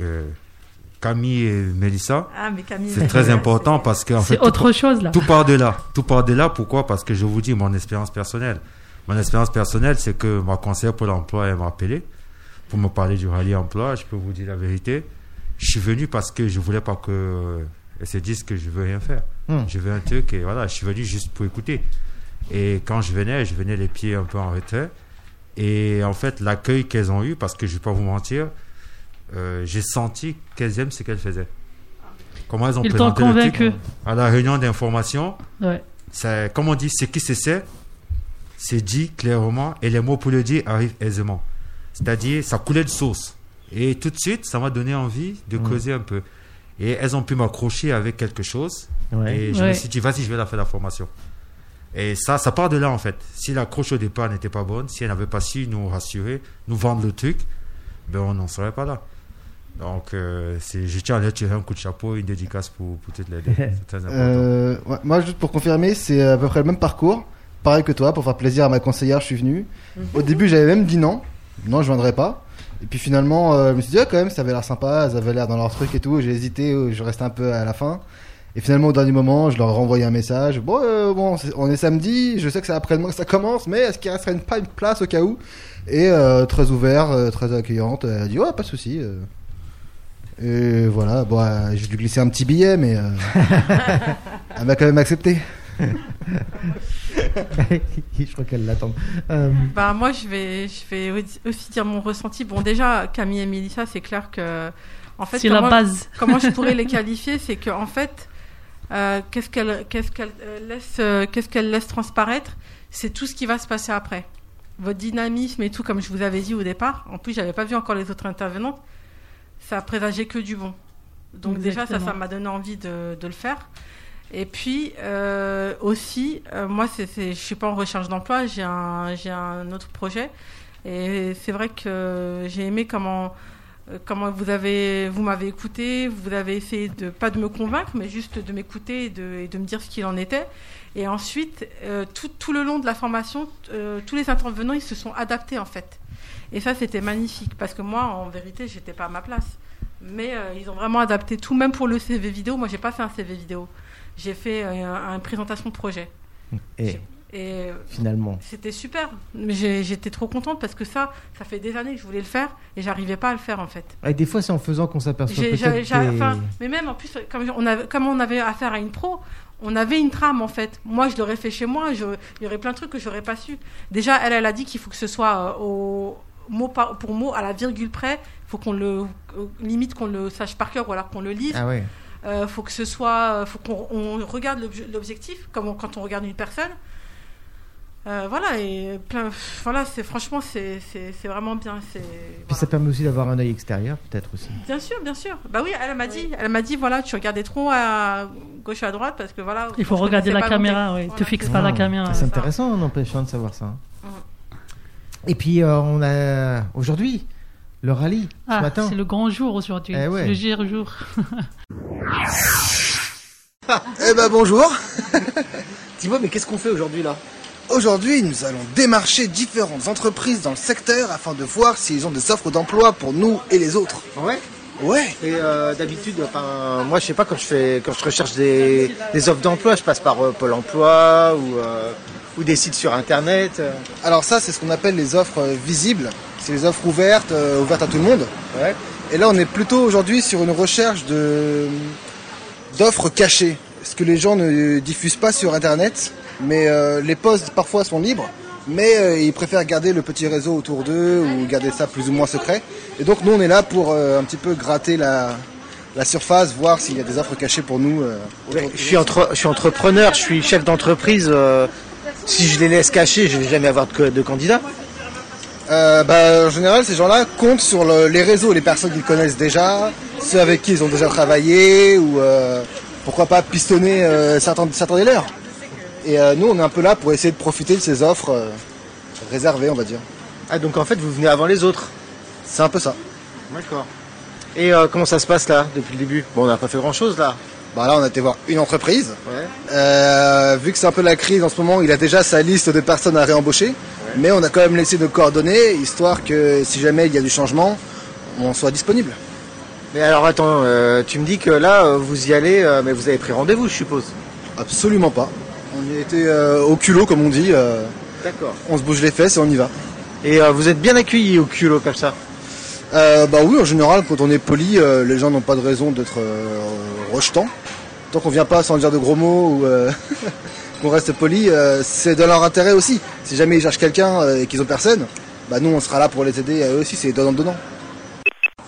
[SPEAKER 3] euh, Camille et Mélissa.
[SPEAKER 7] Ah, mais Camille,
[SPEAKER 3] C'est très important parce que en fait,
[SPEAKER 4] C'est
[SPEAKER 3] tout,
[SPEAKER 4] autre chose là.
[SPEAKER 3] tout part de là. Tout part de là. Pourquoi Parce que je vous dis mon expérience personnelle. Mon expérience personnelle, c'est que ma conseillère pour l'emploi, elle m'a appelé pour me parler du rallye emploi. Je peux vous dire la vérité. Je suis venu parce que je voulais pas que euh, elle se dise que je veux rien faire.
[SPEAKER 2] Hmm.
[SPEAKER 3] Je veux un truc et voilà, je suis venu juste pour écouter. Et quand je venais, je venais les pieds un peu en retrait. Et en fait, l'accueil qu'elles ont eu, parce que je vais pas vous mentir, euh, j'ai senti qu'elles aiment ce qu'elles faisaient. Comment elles ont
[SPEAKER 4] Ils t'ont
[SPEAKER 3] présenté le truc
[SPEAKER 4] convaincu.
[SPEAKER 3] à la réunion d'information.
[SPEAKER 4] Ouais.
[SPEAKER 3] C'est comme on dit, ce qui se sait, c'est dit clairement et les mots pour le dire arrivent aisément. C'est-à-dire, ça coulait de source. Et tout de suite, ça m'a donné envie de
[SPEAKER 2] Mm.
[SPEAKER 3] creuser un peu. Et elles ont pu m'accrocher avec quelque chose.
[SPEAKER 2] Ouais.
[SPEAKER 3] Et je
[SPEAKER 4] Ouais.
[SPEAKER 3] me suis dit, vas-y, je vais la faire la formation. Et ça, ça part de là en fait. Si l'accroche au départ n'était pas bonne, si elle n'avait pas su nous rassurer, nous vendre le truc, ben on n'en serait pas là. Donc, euh, c'est- je tiens à leur tirer un coup de chapeau, une dédicace pour, pour toutes les deux. C'est très important.
[SPEAKER 6] Euh, ouais, moi, juste pour confirmer, c'est à peu près le même parcours. Pareil que toi, pour faire plaisir à ma conseillère, je suis venu. Au début, j'avais même dit non. Non, je viendrai pas. Et puis finalement, euh, je me suis dit, ah, quand même, ça avait l'air sympa, elles avaient l'air dans leur truc et tout. J'ai hésité, euh, je restais un peu à la fin. Et finalement, au dernier moment, je leur ai renvoyé un message. Bon, euh, bon c'est- on est samedi, je sais que c'est après-demain que ça commence, mais est-ce qu'il resterait une, pas une place au cas où Et euh, très ouvert, euh, très accueillante, elle a dit, ouais, pas de souci. euh. Et voilà, bon, euh, je lui ai glissé un petit billet, mais. euh, elle m'a quand même accepté.
[SPEAKER 2] je crois qu'elle l'attend. Euh,
[SPEAKER 7] Bah moi je vais je vais aussi- aussi dire mon ressenti. Bon déjà Camille et Mélissa, c'est clair que en fait
[SPEAKER 4] c'est la
[SPEAKER 7] comment-
[SPEAKER 4] base.
[SPEAKER 7] comment je pourrais les qualifier, c'est que en fait, euh, qu'est-ce qu'elle qu'est-ce qu'elle euh, laisse euh, qu'est-ce qu'elle laisse transparaître, c'est tout ce qui va se passer après. Votre dynamisme et tout, comme je vous avais dit au départ. En plus, j'avais pas vu encore les autres intervenantes. Ça présageait que du bon. Donc déjà, ça,
[SPEAKER 4] Exactement.
[SPEAKER 7] ça m'a donné envie de, de le faire. Et puis euh, aussi, euh, moi, c'est c'est- je suis pas en recherche d'emploi. J'ai un j'ai un autre projet. Et c'est vrai que j'ai aimé comment euh, comment vous avez, vous m'avez écouté, vous avez essayé de pas de me convaincre, mais juste de m'écouter et de, et de me dire ce qu'il en était. Et ensuite, euh, tout, tout le long de la formation, euh, tous les intervenants, ils se sont adaptés en fait. Et ça, c'était magnifique parce que moi, en vérité, j'étais pas à ma place. Mais euh, ils ont vraiment adapté tout, même pour le CV vidéo. Moi, j'ai pas fait un CV vidéo. J'ai fait euh, un- une présentation de projet.
[SPEAKER 10] Et
[SPEAKER 7] Et euh,
[SPEAKER 10] finalement.
[SPEAKER 7] c'était super. Mais j'ai- j'étais trop contente parce que ça, ça fait des années que je voulais le faire et j'arrivais pas à le faire en fait.
[SPEAKER 10] Et des fois, c'est en faisant qu'on s'aperçoit
[SPEAKER 7] J'ai-
[SPEAKER 10] peut-être.
[SPEAKER 7] j'ai- j'ai-
[SPEAKER 10] des-
[SPEAKER 7] enfin, mais même en plus, comme on, avait, comme on avait affaire à une pro, on avait une trame en fait. Moi, je l'aurais fait chez moi, je- il y aurait plein de trucs que j'aurais pas su. Déjà, elle, elle a dit qu'il faut que ce soit euh, au mot par- pour mot, à la virgule près. Il faut qu'on le euh, limite qu'on le sache par cœur ou alors qu'on le lise.
[SPEAKER 10] Ah ouais.
[SPEAKER 7] Euh, faut que ce soit, faut qu'on on regarde l'obje- l'objectif, comme on- quand on regarde une personne. Euh, voilà et plein, pff, voilà c'est franchement c'est c'est- c'est vraiment bien. C'est
[SPEAKER 10] Puis
[SPEAKER 7] voilà.
[SPEAKER 10] ça permet aussi d'avoir un œil extérieur, peut-être aussi.
[SPEAKER 7] Bien sûr, bien sûr. Bah oui, elle m'a dit, elle m'a dit, voilà, tu regardais trop à gauche et à droite parce que voilà.
[SPEAKER 4] Il faut
[SPEAKER 7] je
[SPEAKER 4] regarder la
[SPEAKER 7] connaissais pas
[SPEAKER 4] caméra,
[SPEAKER 7] non plus.
[SPEAKER 4] oui.
[SPEAKER 7] Voilà,
[SPEAKER 4] Tu fixes
[SPEAKER 7] c'est
[SPEAKER 4] pas
[SPEAKER 7] ça.
[SPEAKER 4] la
[SPEAKER 10] Ah,
[SPEAKER 4] caméra.
[SPEAKER 10] C'est
[SPEAKER 7] ouais.
[SPEAKER 10] intéressant, n'empêchant de savoir ça. hein.
[SPEAKER 7] Ouais.
[SPEAKER 10] Et puis, euh, on a aujourd'hui le rallye ce
[SPEAKER 4] Ah,
[SPEAKER 10] matin.
[SPEAKER 4] c'est le grand jour aujourd'hui.
[SPEAKER 10] Eh ouais.
[SPEAKER 4] Le gire jour.
[SPEAKER 6] Eh ben bonjour
[SPEAKER 2] Dis-moi, mais qu'est-ce qu'on fait aujourd'hui là
[SPEAKER 6] Aujourd'hui, nous allons démarcher différentes entreprises dans le secteur afin de voir s'ils ont des offres d'emploi pour nous et les autres.
[SPEAKER 2] Ouais.
[SPEAKER 6] Ouais
[SPEAKER 2] Et euh, d'habitude, enfin, moi, je sais pas quand je fais, quand je recherche des, des offres d'emploi, je passe par euh, Pôle Emploi ou euh, ou des sites sur Internet. euh.
[SPEAKER 6] Alors ça, c'est ce qu'on appelle les offres euh, visibles. C'est les offres ouvertes, euh, ouvertes à tout le monde.
[SPEAKER 2] Ouais.
[SPEAKER 6] Et là, on est plutôt aujourd'hui sur une recherche de d'offres cachées. Ce que les gens ne diffusent pas sur Internet, mais euh, les postes parfois sont libres, mais euh, ils préfèrent garder le petit réseau autour d'eux ou garder ça plus ou moins secret. Et donc nous, on est là pour euh, un petit peu gratter la, la surface, voir s'il y a des offres cachées pour nous. euh, autour
[SPEAKER 2] Ouais,
[SPEAKER 6] de
[SPEAKER 2] Je suis entre, je suis entrepreneur, je suis chef d'entreprise. euh, si je les laisse cacher, je vais jamais avoir de, co- de candidat.
[SPEAKER 6] Euh, bah, en général, ces gens-là comptent sur le- les réseaux, les personnes qu'ils connaissent déjà, ceux avec qui ils ont déjà travaillé, ou euh, pourquoi pas pistonner euh, certains, certains des leurs. Et euh, nous, on est un peu là pour essayer de profiter de ces offres euh, réservées, on va dire.
[SPEAKER 2] Ah, donc en fait, vous venez avant les autres.
[SPEAKER 6] C'est un peu ça.
[SPEAKER 2] D'accord. Et euh, comment ça se passe là depuis le début Bon, on n'a pas fait grand chose là.
[SPEAKER 6] Bah, là, on a été voir une entreprise.
[SPEAKER 2] Ouais.
[SPEAKER 6] Euh, vu que c'est un peu la crise en ce moment, il a déjà sa liste de personnes à réembaucher, mais on a quand même laissé de coordonnées, histoire que si jamais il y a du changement, on soit disponible.
[SPEAKER 2] Mais alors attends, euh, tu me dis que là, euh, vous y allez, euh, mais vous avez pris rendez-vous, je suppose.
[SPEAKER 6] Absolument pas. On y était euh, au culot, comme on dit. euh,
[SPEAKER 2] D'accord.
[SPEAKER 6] on se bouge les fesses et on y va.
[SPEAKER 2] Et euh, vous êtes bien accueillis au culot comme ça.
[SPEAKER 6] Euh, bah oui, en général, quand on est poli, euh, les gens n'ont pas de raison d'être euh, rejetants. Tant qu'on vient pas sans dire de gros mots ou euh, qu'on reste poli, euh, c'est dans leur intérêt aussi. Si jamais ils cherchent quelqu'un euh, et qu'ils ont personne, bah nous on sera là pour les aider. euh, Eux aussi, c'est donnant donnant.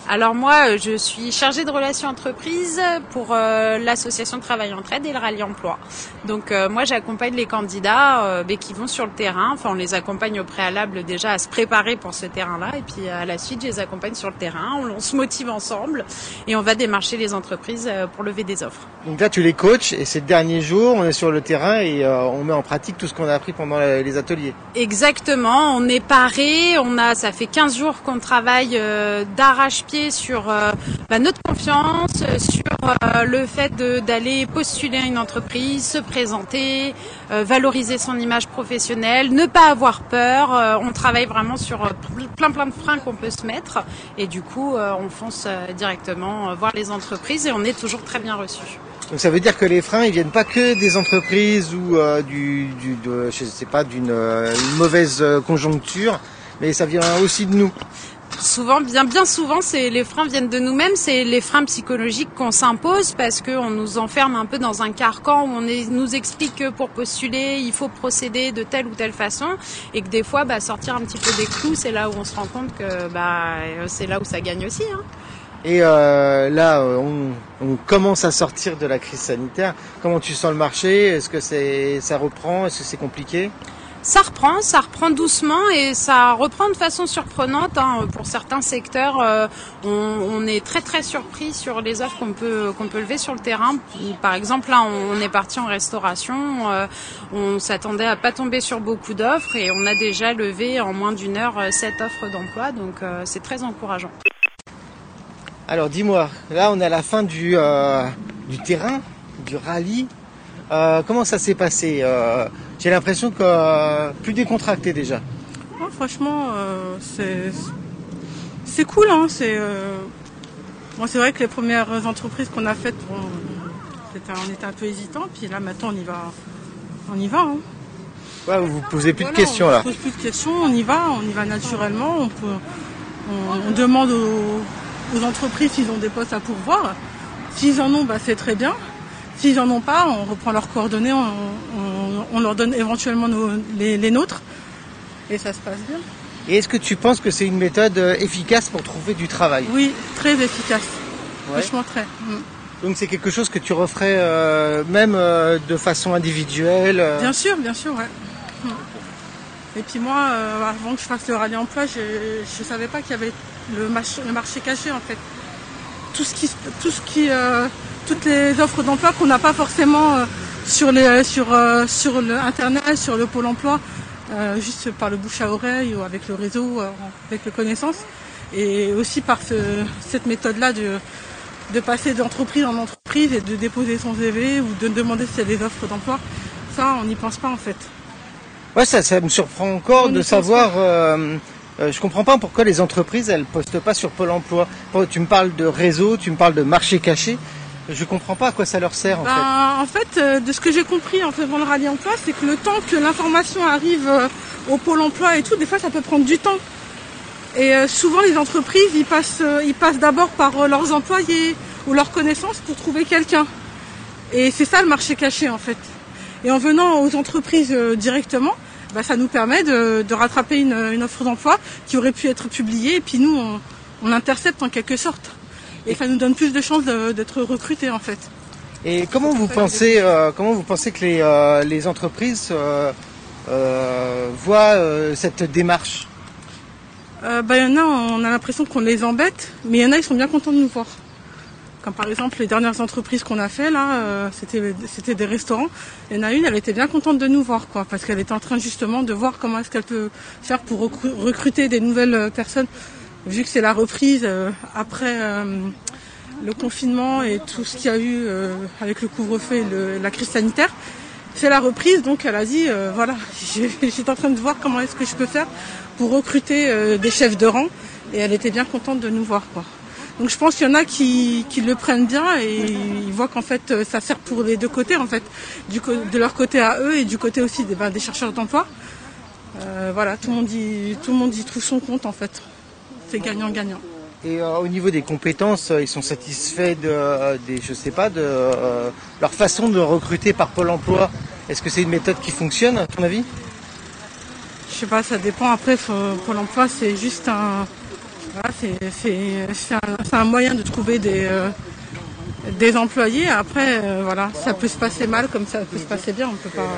[SPEAKER 11] Alors moi, euh, je suis chargée de relations entreprises pour euh, l'association Travail entre aides et le Rallye Emploi. Donc euh, moi, j'accompagne les candidats euh, mais qui vont sur le terrain. Enfin, on les accompagne au préalable déjà à se préparer pour ce terrain-là. Et puis euh, à la suite, je les accompagne sur le terrain. On, on se motive ensemble et on va démarcher les entreprises euh, pour lever des offres.
[SPEAKER 2] Donc là, tu les coaches et ces derniers jours, on est sur le terrain et euh, on met en pratique tout ce qu'on a appris pendant la- les ateliers.
[SPEAKER 11] Exactement, on est paré, on a ça fait 15 jours qu'on travaille euh, d'arrache-pied sur euh, bah, notre confiance, euh, sur euh, le fait de- d'aller postuler à une entreprise, se présenter, euh, valoriser son image professionnelle, ne pas avoir peur, Euh, on travaille vraiment sur euh, pl- plein plein de freins qu'on peut se mettre et du coup euh, on fonce euh, directement euh, voir les entreprises et on est toujours très bien reçu.
[SPEAKER 2] Donc ça veut dire que les freins, ils viennent pas que des entreprises ou euh, du, du de, je sais pas, d'une euh, une mauvaise euh, conjoncture, mais ça vient aussi de nous.
[SPEAKER 11] Souvent, bien, bien souvent, c'est les freins viennent de nous-mêmes. C'est les freins psychologiques qu'on s'impose parce qu'on nous enferme un peu dans un carcan où on est- nous explique que pour postuler, il faut procéder de telle ou telle façon, et que des fois, bah, sortir un petit peu des clous, c'est là où on se rend compte que bah, euh, c'est là où ça gagne aussi. hein.
[SPEAKER 2] Et euh, là, euh, on, on commence à sortir de la crise sanitaire. Comment tu sens le marché Est-ce que c'est ça reprend Est-ce que c'est compliqué
[SPEAKER 11] Ça reprend, ça reprend doucement et ça reprend de façon surprenante. hein. Pour certains secteurs, euh, on, on est très très surpris sur les offres qu'on peut qu'on peut lever sur le terrain. Par exemple, là, on, on est parti en restauration, euh, on s'attendait à pas tomber sur beaucoup d'offres et on a déjà levé en moins d'une heure euh, sept offres d'emploi, donc euh, c'est très encourageant.
[SPEAKER 12] Alors dis-moi, là on est à la fin du, euh, du terrain, du rallye. Euh, comment ça s'est passé Euh, J'ai l'impression que euh, plus décontracté déjà.
[SPEAKER 7] Ouais, franchement, euh, c'est c'est cool. Hein, c'est euh, bon, c'est vrai que les premières entreprises qu'on a faites, bon, c'était- on était un peu hésitant. Puis là, maintenant, on y va. On y va. Hein.
[SPEAKER 12] Ouais, vous vous posez plus de
[SPEAKER 7] Voilà,
[SPEAKER 12] questions
[SPEAKER 7] on
[SPEAKER 12] là.
[SPEAKER 7] se pose plus de questions. On y va. On y va naturellement. On, peut- on- on demande aux, aux entreprises s'ils ont des postes à pourvoir. S'ils en ont, bah, c'est très bien. S'ils en ont pas, on reprend leurs coordonnées. On, on- on leur donne éventuellement nos- les- les nôtres. Et ça se passe bien.
[SPEAKER 12] Et est-ce que tu penses que c'est une méthode euh, efficace pour trouver du travail
[SPEAKER 7] Oui, très efficace.
[SPEAKER 12] Ouais.
[SPEAKER 7] Franchement, très. Mm.
[SPEAKER 12] Donc c'est quelque chose que tu referais euh, même euh, de façon individuelle. euh,
[SPEAKER 7] Bien sûr, bien sûr, ouais. Mm. Et puis moi, euh, avant que je fasse le rallye emploi, je ne savais pas qu'il y avait le, mach- le marché caché en fait. Tout ce qui, se- tout ce qui, euh, toutes les offres d'emploi qu'on n'a pas forcément euh, sur les, sur, euh, sur le internet, sur le pôle emploi, euh, juste par le bouche à oreille ou avec le réseau, euh, avec le connaissance, et aussi par ce- cette méthode-là de, de passer d'entreprise en entreprise et de déposer son CV ou de demander s'il y a des offres d'emploi. Ça, on n'y pense pas en fait.
[SPEAKER 12] Ouais, ça, ça me surprend encore de savoir. euh, euh, je comprends pas pourquoi les entreprises elles postent pas sur Pôle Emploi. Bon, Tu me parles de réseau, tu me parles de marché caché. Je comprends pas à quoi ça leur sert en
[SPEAKER 7] Ben, en fait, euh, de ce que j'ai compris en faisant le rallye emploi, c'est que le temps que l'information arrive euh, au pôle emploi et tout, des fois ça peut prendre du temps. Et euh, souvent les entreprises, ils passent, euh, ils passent d'abord par euh, leurs employés ou leurs connaissances pour trouver quelqu'un. Et c'est ça le marché caché en fait. Et en venant aux entreprises euh, directement, bah, ça nous permet de, de rattraper une, une offre d'emploi qui aurait pu être publiée et puis nous on, on l'intercepte en quelque sorte. Et ça nous donne plus de chances de- d'être recrutés en fait.
[SPEAKER 12] fait. Et comment vous pensez euh, comment vous pensez que les, euh, les entreprises euh, euh, voient euh, cette démarche
[SPEAKER 7] Euh, bah, il y en a, on a l'impression qu'on les embête, mais il y en a, ils sont bien contents de nous voir. Comme par exemple les dernières entreprises qu'on a fait là, euh, c'était c'était des restaurants. Il y en a une, elle était bien contente de nous voir, quoi, parce qu'elle était en train justement de voir comment est-ce qu'elle peut faire pour recru- recruter des nouvelles euh, personnes, vu que c'est la reprise euh, après euh, le confinement et tout ce qu'il y a eu euh, avec le couvre-feu et le- la crise sanitaire. C'est la reprise, donc elle a dit euh, voilà, je- j'étais en train de voir comment est-ce que je peux faire pour recruter euh, des chefs de rang et elle était bien contente de nous voir quoi. Donc je pense qu'il y en a qui, qui le prennent bien et ils voient qu'en fait euh, ça sert pour les deux côtés en fait, du co- de leur côté à eux et du côté aussi des, ben, des chercheurs d'emploi. Euh, voilà, tout le monde y, tout le monde y trouve son compte en fait. C'est gagnant-gagnant.
[SPEAKER 12] Et euh, au niveau des compétences, euh, ils sont satisfaits de, euh, des, je sais pas, de euh, leur façon de recruter par Pôle Emploi. Est-ce que c'est une méthode qui fonctionne, à ton avis
[SPEAKER 7] Je sais pas, ça dépend. Après, faut- Pôle emploi, c'est juste un. voilà, c'est- c'est c'est un, c'est un moyen de trouver des, euh, des employés. Après, euh, voilà, ça peut se passer mal comme ça peut se passer bien. On peut pas.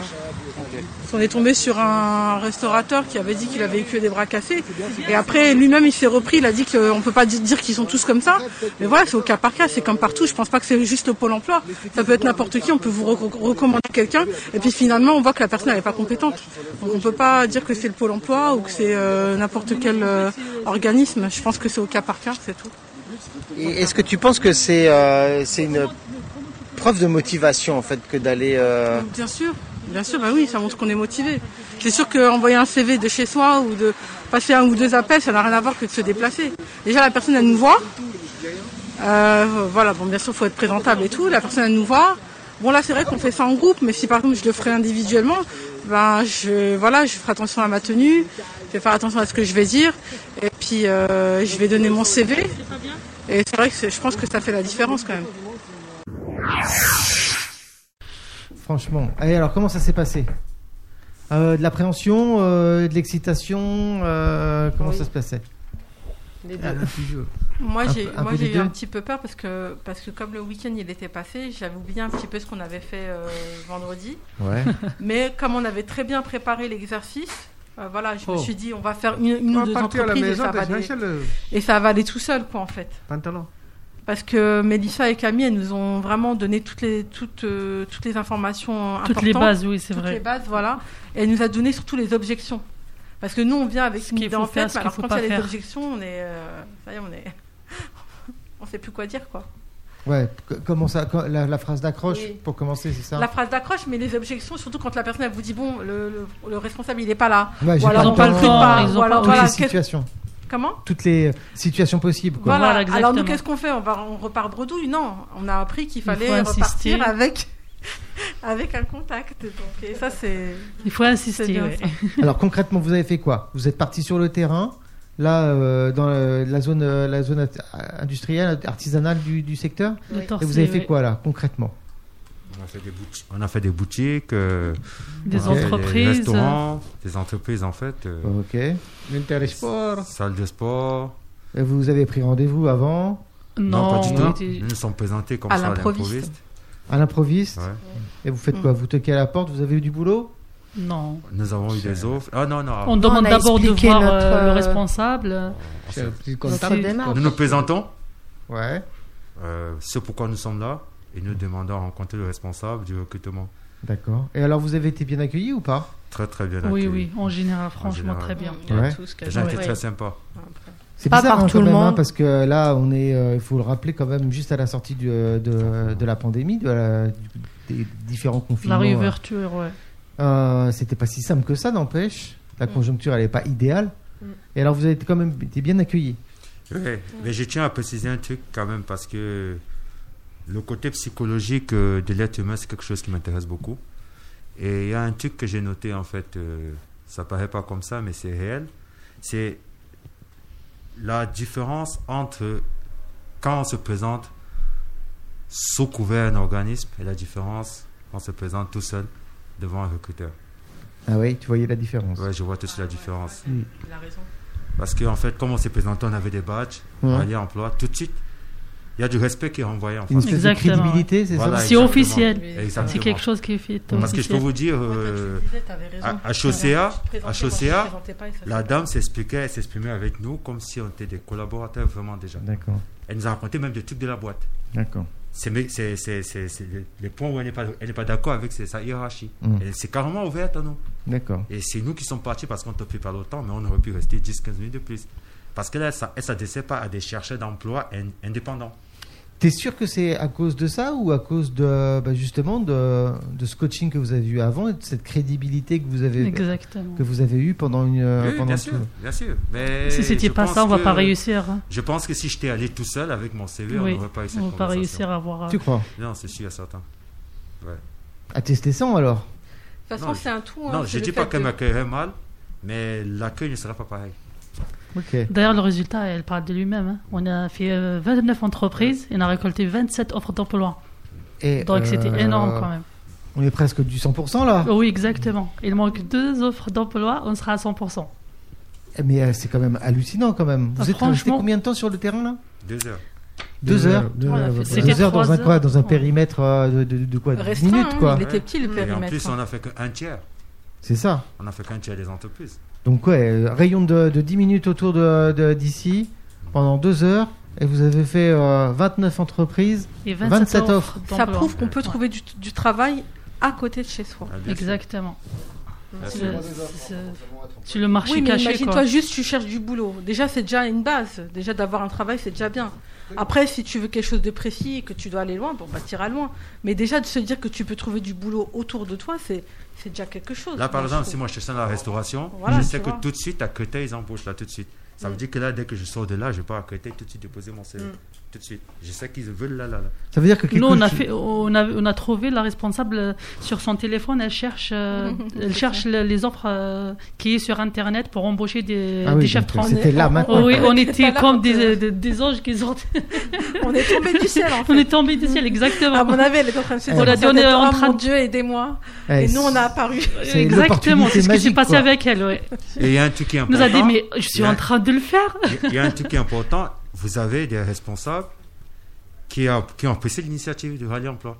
[SPEAKER 7] On est tombé sur un restaurateur qui avait dit qu'il avait vécu des bras cassés. Et après, lui-même, il s'est repris. Il a dit qu'on ne peut pas di- dire qu'ils sont tous comme ça. Mais voilà, c'est au cas par cas. C'est comme partout. Je pense pas que c'est juste le pôle emploi. Ça peut être n'importe qui. On peut vous reco- recommander quelqu'un. Et puis finalement, on voit que la personne n'est pas compétente. Donc on ne peut pas dire que c'est le pôle emploi ou que c'est euh, n'importe quel euh, organisme. Je pense que c'est au cas par cas, c'est tout.
[SPEAKER 12] Et est-ce que tu penses que c'est euh, c'est une preuve de motivation, en fait, que d'aller... euh,
[SPEAKER 7] Bien sûr, bien sûr, bah oui, ça montre qu'on est motivé. C'est sûr qu'envoyer un CV de chez soi ou de passer un ou deux appels, ça n'a rien à voir que de se déplacer. Déjà, la personne, elle nous voit. Euh, voilà, bon, bien sûr, faut être présentable et tout. La personne, elle nous voit. Bon, là, c'est vrai qu'on fait ça en groupe, mais si par exemple je le ferais individuellement, ben, je, voilà, je ferai attention à ma tenue, je vais faire attention à ce que je vais dire, et puis euh, je vais donner mon CV. Et c'est vrai que c'est- je pense que ça fait la différence quand même.
[SPEAKER 2] Franchement. Et alors, comment ça s'est passé Euh, De l'appréhension, euh, de l'excitation, euh, comment
[SPEAKER 7] Oui.
[SPEAKER 2] ça se passait
[SPEAKER 7] Les
[SPEAKER 2] Ah,
[SPEAKER 7] deux.
[SPEAKER 2] toujours.
[SPEAKER 7] Moi,
[SPEAKER 2] Un
[SPEAKER 7] j'ai
[SPEAKER 2] peu- un
[SPEAKER 7] moi,
[SPEAKER 2] peu
[SPEAKER 7] j'ai
[SPEAKER 2] des
[SPEAKER 7] eu un
[SPEAKER 2] deux
[SPEAKER 7] petit peu peur parce que, parce que comme le week-end il était passé, j'avais oublié un petit peu ce qu'on avait fait euh, vendredi.
[SPEAKER 8] Ouais.
[SPEAKER 7] Mais comme on avait très bien préparé l'exercice, euh, voilà, je me
[SPEAKER 5] Oh.
[SPEAKER 7] suis dit on va faire une, une
[SPEAKER 5] On
[SPEAKER 7] ou
[SPEAKER 5] va
[SPEAKER 7] deux
[SPEAKER 5] partir à euh. la
[SPEAKER 7] entreprises et
[SPEAKER 5] maison
[SPEAKER 7] ça, va
[SPEAKER 5] déjà,
[SPEAKER 7] aller,
[SPEAKER 5] c'est le-
[SPEAKER 2] euh.
[SPEAKER 7] et ça va aller tout seul, quoi, en fait.
[SPEAKER 5] Pantalon.
[SPEAKER 7] Parce que Mélissa et Camille, elles nous ont vraiment donné toutes les, toutes, euh, toutes les informations importantes.
[SPEAKER 4] Toutes les bases, oui, c'est
[SPEAKER 7] Toutes
[SPEAKER 4] vrai.
[SPEAKER 7] les bases, voilà. Et elle nous a donné surtout les objections. Parce que nous, on vient avec une
[SPEAKER 4] qu'il
[SPEAKER 7] idée
[SPEAKER 4] faut
[SPEAKER 7] en
[SPEAKER 4] faire,
[SPEAKER 7] tête,
[SPEAKER 4] ce
[SPEAKER 7] mais
[SPEAKER 4] qu'il
[SPEAKER 7] alors
[SPEAKER 4] faut
[SPEAKER 7] quand
[SPEAKER 4] pas
[SPEAKER 7] il y a des
[SPEAKER 4] faire.
[SPEAKER 7] objections, on est... euh, ça y est, on est... on sait plus quoi dire, quoi.
[SPEAKER 2] Ouais, c- comment ça, co- la, la phrase d'accroche
[SPEAKER 7] Oui.
[SPEAKER 2] pour commencer, c'est ça
[SPEAKER 7] La phrase d'accroche, mais les objections, surtout quand la personne elle vous dit bon, le, le- le responsable il n'est pas là,
[SPEAKER 2] Ouais, j'ai
[SPEAKER 7] ou alors
[SPEAKER 2] pas
[SPEAKER 7] on
[SPEAKER 2] le
[SPEAKER 7] va le
[SPEAKER 2] temps,
[SPEAKER 7] truc pas,
[SPEAKER 2] ils ont
[SPEAKER 7] ou alors
[SPEAKER 2] pas-
[SPEAKER 7] voilà,
[SPEAKER 2] toutes les
[SPEAKER 7] qu'est-ce-
[SPEAKER 2] situations.
[SPEAKER 7] Comment
[SPEAKER 2] Toutes les euh, situations possibles. Quoi.
[SPEAKER 7] Voilà. Alors nous, qu'est-ce qu'on fait on, va, on repart bredouille Non, on a appris qu'il
[SPEAKER 4] Il faut
[SPEAKER 7] fallait
[SPEAKER 4] insister.
[SPEAKER 7] repartir avec, avec un contact. Donc, et ça, c'est.
[SPEAKER 4] Il faut insister,
[SPEAKER 7] c'est bien
[SPEAKER 4] ouais.
[SPEAKER 7] ça.
[SPEAKER 2] Alors concrètement, vous avez fait quoi Vous êtes parti sur le terrain, là, euh, dans euh, la zone, euh, la zone at- industrielle, artisanale du, du secteur.
[SPEAKER 4] Le
[SPEAKER 2] Et vous
[SPEAKER 4] torsier,
[SPEAKER 2] avez fait
[SPEAKER 4] ouais.
[SPEAKER 2] quoi là, concrètement
[SPEAKER 3] On a fait des boutiques. On a fait des boutiques, euh,
[SPEAKER 4] Des
[SPEAKER 3] on a fait
[SPEAKER 4] entreprises.
[SPEAKER 3] Des restaurants, des entreprises en fait. euh,
[SPEAKER 2] Ok.
[SPEAKER 5] L'Intersport.
[SPEAKER 3] Salle de sport.
[SPEAKER 2] Et vous avez pris rendez-vous avant
[SPEAKER 3] pas du tout. Ils nous sont présentés comme
[SPEAKER 7] À
[SPEAKER 3] ça à
[SPEAKER 7] l'improviste.
[SPEAKER 3] l'improviste.
[SPEAKER 2] À l'improviste
[SPEAKER 3] Ouais.
[SPEAKER 2] Et vous faites
[SPEAKER 4] Mmh.
[SPEAKER 2] quoi Vous toquez à la porte, vous avez eu du boulot
[SPEAKER 4] Non.
[SPEAKER 3] Nous avons eu des offres. Ah non, non.
[SPEAKER 4] On demande
[SPEAKER 1] a
[SPEAKER 4] d'abord de
[SPEAKER 1] expliqué
[SPEAKER 4] voir euh,
[SPEAKER 1] notre,
[SPEAKER 4] le
[SPEAKER 1] euh,
[SPEAKER 4] responsable.
[SPEAKER 5] C'est le petit
[SPEAKER 1] Notre
[SPEAKER 5] contact.
[SPEAKER 1] démarche.
[SPEAKER 3] Nous nous présentons,
[SPEAKER 2] Ouais.
[SPEAKER 3] euh, ce pourquoi nous sommes là, et nous demandons à rencontrer le responsable du recrutement.
[SPEAKER 2] D'accord. Et alors, vous avez été bien accueilli ou pas
[SPEAKER 3] Très très bien
[SPEAKER 4] Oui,
[SPEAKER 3] accueilli.
[SPEAKER 4] oui, en général, franchement,
[SPEAKER 3] général.
[SPEAKER 4] très bien.
[SPEAKER 7] Il y a
[SPEAKER 2] Ouais.
[SPEAKER 7] tout ce qu'elle
[SPEAKER 3] Les gens
[SPEAKER 7] a
[SPEAKER 3] étaient
[SPEAKER 7] fait.
[SPEAKER 3] très sympas.
[SPEAKER 2] C'est
[SPEAKER 1] Pas
[SPEAKER 2] bizarre
[SPEAKER 1] par
[SPEAKER 2] hein,
[SPEAKER 1] tout
[SPEAKER 2] quand
[SPEAKER 1] le
[SPEAKER 2] même, hein,
[SPEAKER 1] monde.
[SPEAKER 2] parce que là, on est, euh, il faut le rappeler quand même, juste à la sortie du, euh, de, de la pandémie, de la- du- des différents
[SPEAKER 4] La
[SPEAKER 2] confinements.
[SPEAKER 4] réouverture, ouais.
[SPEAKER 2] euh, c'était pas si simple que ça, n'empêche. La
[SPEAKER 1] Mm.
[SPEAKER 2] conjoncture, elle n'est pas idéale. Et alors, vous avez quand même été bien accueillis.
[SPEAKER 3] Ouais, mais je tiens à préciser un truc quand même parce que le côté psychologique euh, de l'être humain, c'est quelque chose qui m'intéresse beaucoup. Et il y a un truc que j'ai noté en fait, euh, ça paraît pas comme ça, mais c'est réel. C'est la différence entre quand on se présente sous couvert d'un organisme et la différence quand on se présente tout seul devant un recruteur.
[SPEAKER 2] Ah oui, tu voyais la différence.
[SPEAKER 3] Ouais, je vois tout de suite la différence.
[SPEAKER 7] Il a raison.
[SPEAKER 3] Parce qu'en en fait, comme on s'est présenté, on avait des badges,
[SPEAKER 2] Ouais.
[SPEAKER 3] on allait à emploi, tout de suite, il y a du respect qui est renvoyé en
[SPEAKER 2] Une
[SPEAKER 3] face.
[SPEAKER 2] espèce
[SPEAKER 4] Exactement.
[SPEAKER 2] de crédibilité, c'est
[SPEAKER 3] Voilà,
[SPEAKER 2] ça
[SPEAKER 4] C'est
[SPEAKER 3] exactement.
[SPEAKER 4] officiel.
[SPEAKER 3] Exactement.
[SPEAKER 4] C'est quelque chose qui est fait.
[SPEAKER 3] Parce que je peux
[SPEAKER 4] officiel.
[SPEAKER 3] vous dire, euh, à- à Chaussea, à Chaussea, la dame s'expliquait, elle s'exprimait avec nous comme si on était des collaborateurs vraiment déjà.
[SPEAKER 2] D'accord,
[SPEAKER 3] Elle nous a raconté même des trucs de la boîte.
[SPEAKER 2] d'accord.
[SPEAKER 3] C'est mes- c'est- c'est- c'est- c'est les- les points où elle n'est pas, elle n'est pas d'accord avec c'est sa hiérarchie.
[SPEAKER 2] Mm.
[SPEAKER 3] Elle s'est carrément ouverte à nous.
[SPEAKER 2] D'accord.
[SPEAKER 3] Et c'est nous qui sommes partis parce qu'on ne peut pas le temps, mais on aurait pu rester 10-15 minutes de plus. Parce qu'elle ne s'adressait pas à des chercheurs d'emploi in- indépendants.
[SPEAKER 2] T'es sûr que c'est à cause de ça ou à cause de bah, justement de, de ce coaching que vous avez eu avant et de cette crédibilité que vous avez
[SPEAKER 4] Exactement.
[SPEAKER 2] que vous avez eu pendant une euh,
[SPEAKER 3] oui,
[SPEAKER 2] pendant
[SPEAKER 3] bien
[SPEAKER 2] tout-
[SPEAKER 3] sûr, bien sûr. Mais
[SPEAKER 4] Si c'était
[SPEAKER 3] je
[SPEAKER 4] pas
[SPEAKER 3] pense
[SPEAKER 4] ça, on va
[SPEAKER 3] que-
[SPEAKER 4] pas réussir. hein.
[SPEAKER 3] Je pense que si j'étais allé tout seul avec mon CV, on
[SPEAKER 4] Oui,
[SPEAKER 3] n'aurait pas eu cette
[SPEAKER 4] on va pas
[SPEAKER 3] conversation.
[SPEAKER 4] réussir à euh, avoir.
[SPEAKER 2] Tu crois
[SPEAKER 3] Non, c'est sûr et certain.
[SPEAKER 2] À tester ça alors
[SPEAKER 7] De toute façon,
[SPEAKER 3] Non,
[SPEAKER 7] c'est un tout. hein,
[SPEAKER 3] non,
[SPEAKER 7] c'est
[SPEAKER 3] je
[SPEAKER 7] le
[SPEAKER 3] dis pas
[SPEAKER 7] fait
[SPEAKER 3] qu'elle
[SPEAKER 7] de-
[SPEAKER 3] m'accueillerait mal, mais l'accueil ne sera pas pareil.
[SPEAKER 2] Ok.
[SPEAKER 4] D'ailleurs, le résultat, elle parle de lui-même. hein. On a fait euh, 29 entreprises et on a récolté 27 offres d'emploi.
[SPEAKER 2] Et,
[SPEAKER 4] Donc
[SPEAKER 2] euh,
[SPEAKER 4] c'était énorme quand même. Oh.
[SPEAKER 2] On est presque du 100% là.
[SPEAKER 4] Oui, exactement. Il manque deux offres d'emploi, on sera à 100%.
[SPEAKER 2] Eh, Mais euh, c'est quand même hallucinant quand même.
[SPEAKER 4] Ah,
[SPEAKER 2] Vous êtes resté
[SPEAKER 4] franchement.
[SPEAKER 2] combien de temps sur le terrain là
[SPEAKER 3] Deux heures.
[SPEAKER 2] Deux heures.
[SPEAKER 5] Deux
[SPEAKER 4] Voilà,
[SPEAKER 5] heures.
[SPEAKER 4] c'est-
[SPEAKER 2] Deux heures dans
[SPEAKER 4] trois
[SPEAKER 2] un quoi Dans un
[SPEAKER 4] heures.
[SPEAKER 2] périmètre euh, de, de, de quoi Dix
[SPEAKER 7] Restreint,
[SPEAKER 2] minutes
[SPEAKER 7] hein,
[SPEAKER 2] quoi.
[SPEAKER 7] Il était petit le
[SPEAKER 3] Et en
[SPEAKER 7] périmètre. hein.
[SPEAKER 3] plus, on n'a fait qu'un tiers.
[SPEAKER 2] C'est ça.
[SPEAKER 3] On n'a fait qu'un tiers des entreprises.
[SPEAKER 2] Donc ouais, euh, rayon de, de 10 minutes autour de de- d'ici pendant deux heures et vous avez fait euh, 29 entreprises.
[SPEAKER 4] Et
[SPEAKER 2] 27 offres.
[SPEAKER 7] Ça
[SPEAKER 4] d'emploi.
[SPEAKER 7] prouve qu'on peut trouver du, du travail à côté de chez soi.
[SPEAKER 3] Ah, bien sûr.
[SPEAKER 4] Exactement.
[SPEAKER 3] Merci.
[SPEAKER 4] C'est- c'est- Sur le marché
[SPEAKER 7] Oui, mais
[SPEAKER 4] caché, quoi.
[SPEAKER 7] imagine-toi juste, tu cherches du boulot. Déjà, c'est déjà une base. Déjà, d'avoir un travail, c'est déjà bien. Après, si tu veux quelque chose de précis et que tu dois aller loin, bon, bah, t'iras loin. Mais déjà, de se dire que tu peux trouver du boulot autour de toi, c'est c'est déjà quelque chose.
[SPEAKER 3] Là, par
[SPEAKER 7] Moi, je
[SPEAKER 3] exemple,
[SPEAKER 7] trouve.
[SPEAKER 3] si moi je suis dans la restauration,
[SPEAKER 7] Voilà,
[SPEAKER 3] je
[SPEAKER 7] tu
[SPEAKER 3] sais que
[SPEAKER 7] vois.
[SPEAKER 3] tout de suite à Créteil, ils embauchent là tout de suite. Ça
[SPEAKER 4] Mm.
[SPEAKER 3] veut dire que là, dès que je sors de là, je pars à Créteil tout de suite déposer mon CV.
[SPEAKER 7] Mm.
[SPEAKER 3] Tout de suite. Je sais qu'ils veulent là, là, là.
[SPEAKER 2] Ça veut dire que quelque
[SPEAKER 4] Nous, on a,
[SPEAKER 2] chose-
[SPEAKER 4] fait, on, a, on a trouvé la responsable euh, sur son téléphone. Elle cherche, euh, elle cherche le- les offres euh, qui est sur Internet pour embaucher des,
[SPEAKER 2] Ah oui,
[SPEAKER 4] des chefs
[SPEAKER 2] donc, euh,
[SPEAKER 4] transports.
[SPEAKER 2] c'était là maintenant.
[SPEAKER 4] oui,
[SPEAKER 2] quoi.
[SPEAKER 4] on était
[SPEAKER 7] là,
[SPEAKER 4] comme
[SPEAKER 7] quand, euh,
[SPEAKER 4] des, des, des anges qui sont.
[SPEAKER 7] On est tombé du ciel, en
[SPEAKER 4] on
[SPEAKER 7] fait.
[SPEAKER 4] est tombés du ciel, exactement.
[SPEAKER 7] À mon avis, elle est en train de se
[SPEAKER 2] On
[SPEAKER 7] dire
[SPEAKER 4] a dit, on est
[SPEAKER 7] Oh,
[SPEAKER 4] en train
[SPEAKER 7] mon
[SPEAKER 4] de-
[SPEAKER 7] Dieu, aidez-moi.
[SPEAKER 2] Eh,
[SPEAKER 7] Et nous, on a apparu.
[SPEAKER 2] c'est
[SPEAKER 4] exactement, c'est
[SPEAKER 2] l'opportunité
[SPEAKER 4] ce qui s'est
[SPEAKER 2] magique,
[SPEAKER 4] passé
[SPEAKER 2] quoi.
[SPEAKER 4] avec elle. Ouais.
[SPEAKER 3] Et il y a un truc qui est
[SPEAKER 4] Elle
[SPEAKER 3] important.
[SPEAKER 4] nous a dit, mais je suis
[SPEAKER 3] Il y a-
[SPEAKER 4] en train de le faire.
[SPEAKER 3] Il y a un truc qui est important. Vous avez des responsables qui, a- qui ont apprécié l'initiative du Rallye Emploi.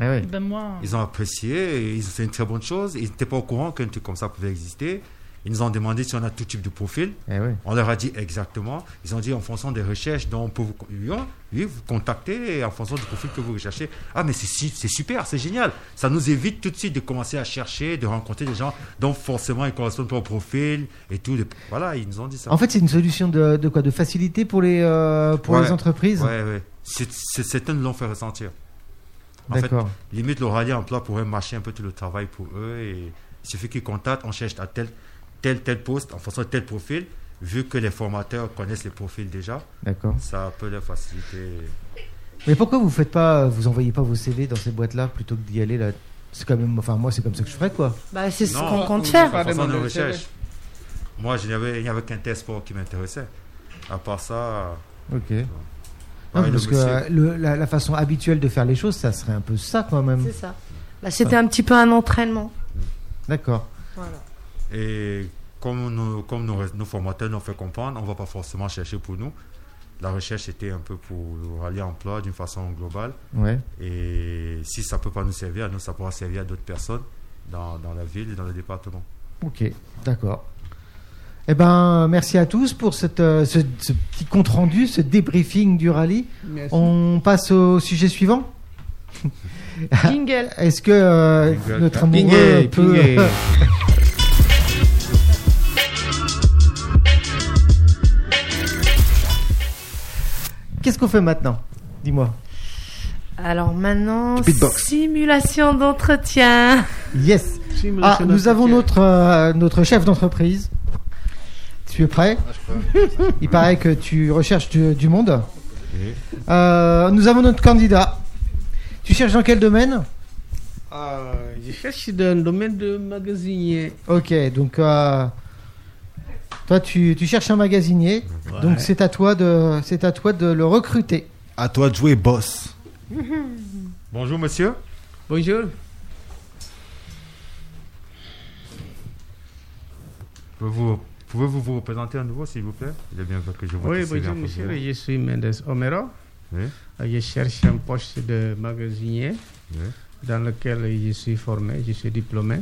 [SPEAKER 2] Ah ouais.
[SPEAKER 4] Ben moi,
[SPEAKER 3] Ils ont apprécié, et ils- c'est une très bonne chose. Ils n'étaient pas au courant qu'un truc comme ça pouvait exister. Ils nous ont demandé si on a tout type de profil.
[SPEAKER 2] Eh oui.
[SPEAKER 3] On leur a dit exactement. Ils ont dit en fonction des recherches dont on peut vous, oui, on- oui, vous contacter et en fonction du profil que vous recherchez. Ah, mais c'est si- c'est super, c'est génial. Ça nous évite tout de suite de commencer à chercher, de rencontrer des gens dont forcément ils correspondent pas au profil et tout. Voilà, ils nous ont dit ça.
[SPEAKER 2] En fait, c'est une solution de, de quoi De facilité pour les, euh, pour
[SPEAKER 3] Ouais,
[SPEAKER 2] les entreprises
[SPEAKER 3] Ouais, ouais. C'est- c'est- Certains nous l'ont fait ressentir. En fait,
[SPEAKER 2] D'accord.
[SPEAKER 3] limite, l'Oralia Emploi pourrait marcher un peu tout le travail pour eux. Et il suffit qu'ils contactent, on cherche à tel, tel, tel poste, en fonction de tel profil. Vu que les formateurs connaissent les profils déjà,
[SPEAKER 2] D'accord.
[SPEAKER 3] ça peut leur faciliter.
[SPEAKER 2] Mais pourquoi vous faites pas, vous envoyez pas vos CV dans ces boîtes-là plutôt que d'y aller là C'est quand même, enfin moi c'est comme ça que je ferais quoi.
[SPEAKER 1] Bah, c'est ce
[SPEAKER 3] Non,
[SPEAKER 1] qu'on compte
[SPEAKER 3] en
[SPEAKER 1] faire.
[SPEAKER 3] fonction de nos recherches. Moi, je n'avais- il n'y avait qu'un test sport qui m'intéressait. À part ça.
[SPEAKER 2] Ok.
[SPEAKER 3] Ouais, le
[SPEAKER 2] parce que
[SPEAKER 3] dossier.
[SPEAKER 2] euh, le- la, la façon habituelle de faire les choses, ça serait un peu ça quand même.
[SPEAKER 1] C'est ça. Là, c'était un petit peu un entraînement.
[SPEAKER 2] D'accord.
[SPEAKER 3] Et comme, nous, comme nos, nos formateurs nous ont fait comprendre, on ne va pas forcément chercher pour nous. La recherche était un peu pour rallier emploi d'une façon globale.
[SPEAKER 2] Ouais.
[SPEAKER 3] Et si ça ne peut pas nous servir, nous, ça pourra servir à d'autres personnes dans, dans la ville et dans le département.
[SPEAKER 2] Ok, d'accord. Eh ben, merci à tous pour cette, euh, ce, ce petit compte rendu, ce débriefing du rallye.
[SPEAKER 1] Merci.
[SPEAKER 2] On passe au sujet suivant.
[SPEAKER 1] Jingle.
[SPEAKER 2] Est-ce que euh,
[SPEAKER 1] Jingle.
[SPEAKER 2] notre amoureux
[SPEAKER 5] Pingué,
[SPEAKER 2] peut
[SPEAKER 5] pingué.
[SPEAKER 2] Qu'est-ce qu'on fait maintenant Dis-moi.
[SPEAKER 1] Alors maintenant,
[SPEAKER 2] beatbox.
[SPEAKER 1] simulation d'entretien.
[SPEAKER 2] Yes.
[SPEAKER 1] Simulation
[SPEAKER 2] Ah, nous
[SPEAKER 1] d'entretien.
[SPEAKER 2] avons notre euh, notre chef d'entreprise. Tu es prêt
[SPEAKER 5] Ah,
[SPEAKER 2] Il paraît que tu recherches du, du monde. Euh, nous avons notre candidat. Tu cherches dans quel domaine
[SPEAKER 5] Ah, je cherche dans le domaine de magasinier.
[SPEAKER 2] Ok, donc euh, toi tu, tu cherches un magasinier,
[SPEAKER 5] Ouais.
[SPEAKER 2] donc c'est à toi de c'est à toi de le recruter.
[SPEAKER 13] À toi de jouer, boss.
[SPEAKER 3] Bonjour, monsieur.
[SPEAKER 5] Bonjour.
[SPEAKER 3] Pouvez-vous pouvez-vous vous représenter à nouveau, s'il vous plaît Il est bien que je vous
[SPEAKER 5] Oui, bonjour monsieur, je suis Mendes Omero.
[SPEAKER 3] Oui.
[SPEAKER 5] Euh, Je cherche un poste de magasinier
[SPEAKER 3] Oui.
[SPEAKER 5] dans lequel je suis formé, je suis diplômé.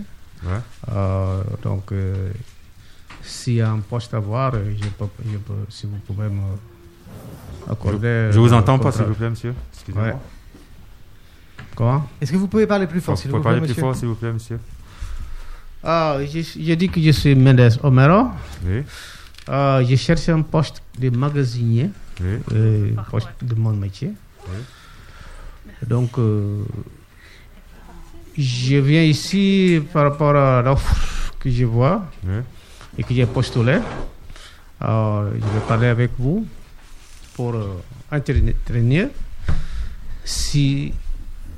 [SPEAKER 3] Ouais.
[SPEAKER 5] Euh, donc, euh, s'il y a un poste à voir, euh, je peux, je peux- si vous pouvez me accorder.
[SPEAKER 3] Je-
[SPEAKER 5] euh,
[SPEAKER 3] je vous
[SPEAKER 5] un
[SPEAKER 3] entends pas,
[SPEAKER 5] contrat.
[SPEAKER 3] s'il vous plaît, monsieur. Excusez-moi.
[SPEAKER 5] Ouais. Comment
[SPEAKER 2] Est-ce que vous pouvez parler plus fort, s'il vous
[SPEAKER 3] pouvez parler
[SPEAKER 2] plaît,
[SPEAKER 3] plus
[SPEAKER 2] monsieur
[SPEAKER 3] fort, s'il vous plaît, monsieur
[SPEAKER 5] Ah, je, je dis que je suis Mendes Omero.
[SPEAKER 3] Oui.
[SPEAKER 5] Euh, je cherche un poste de magasinier,
[SPEAKER 3] Oui.
[SPEAKER 5] euh, poste de mon métier. Donc, euh, je viens ici par rapport à l'offre que je vois
[SPEAKER 3] Oui.
[SPEAKER 5] et que j'ai postulée. Euh, je vais parler avec vous pour euh, entraîner. Si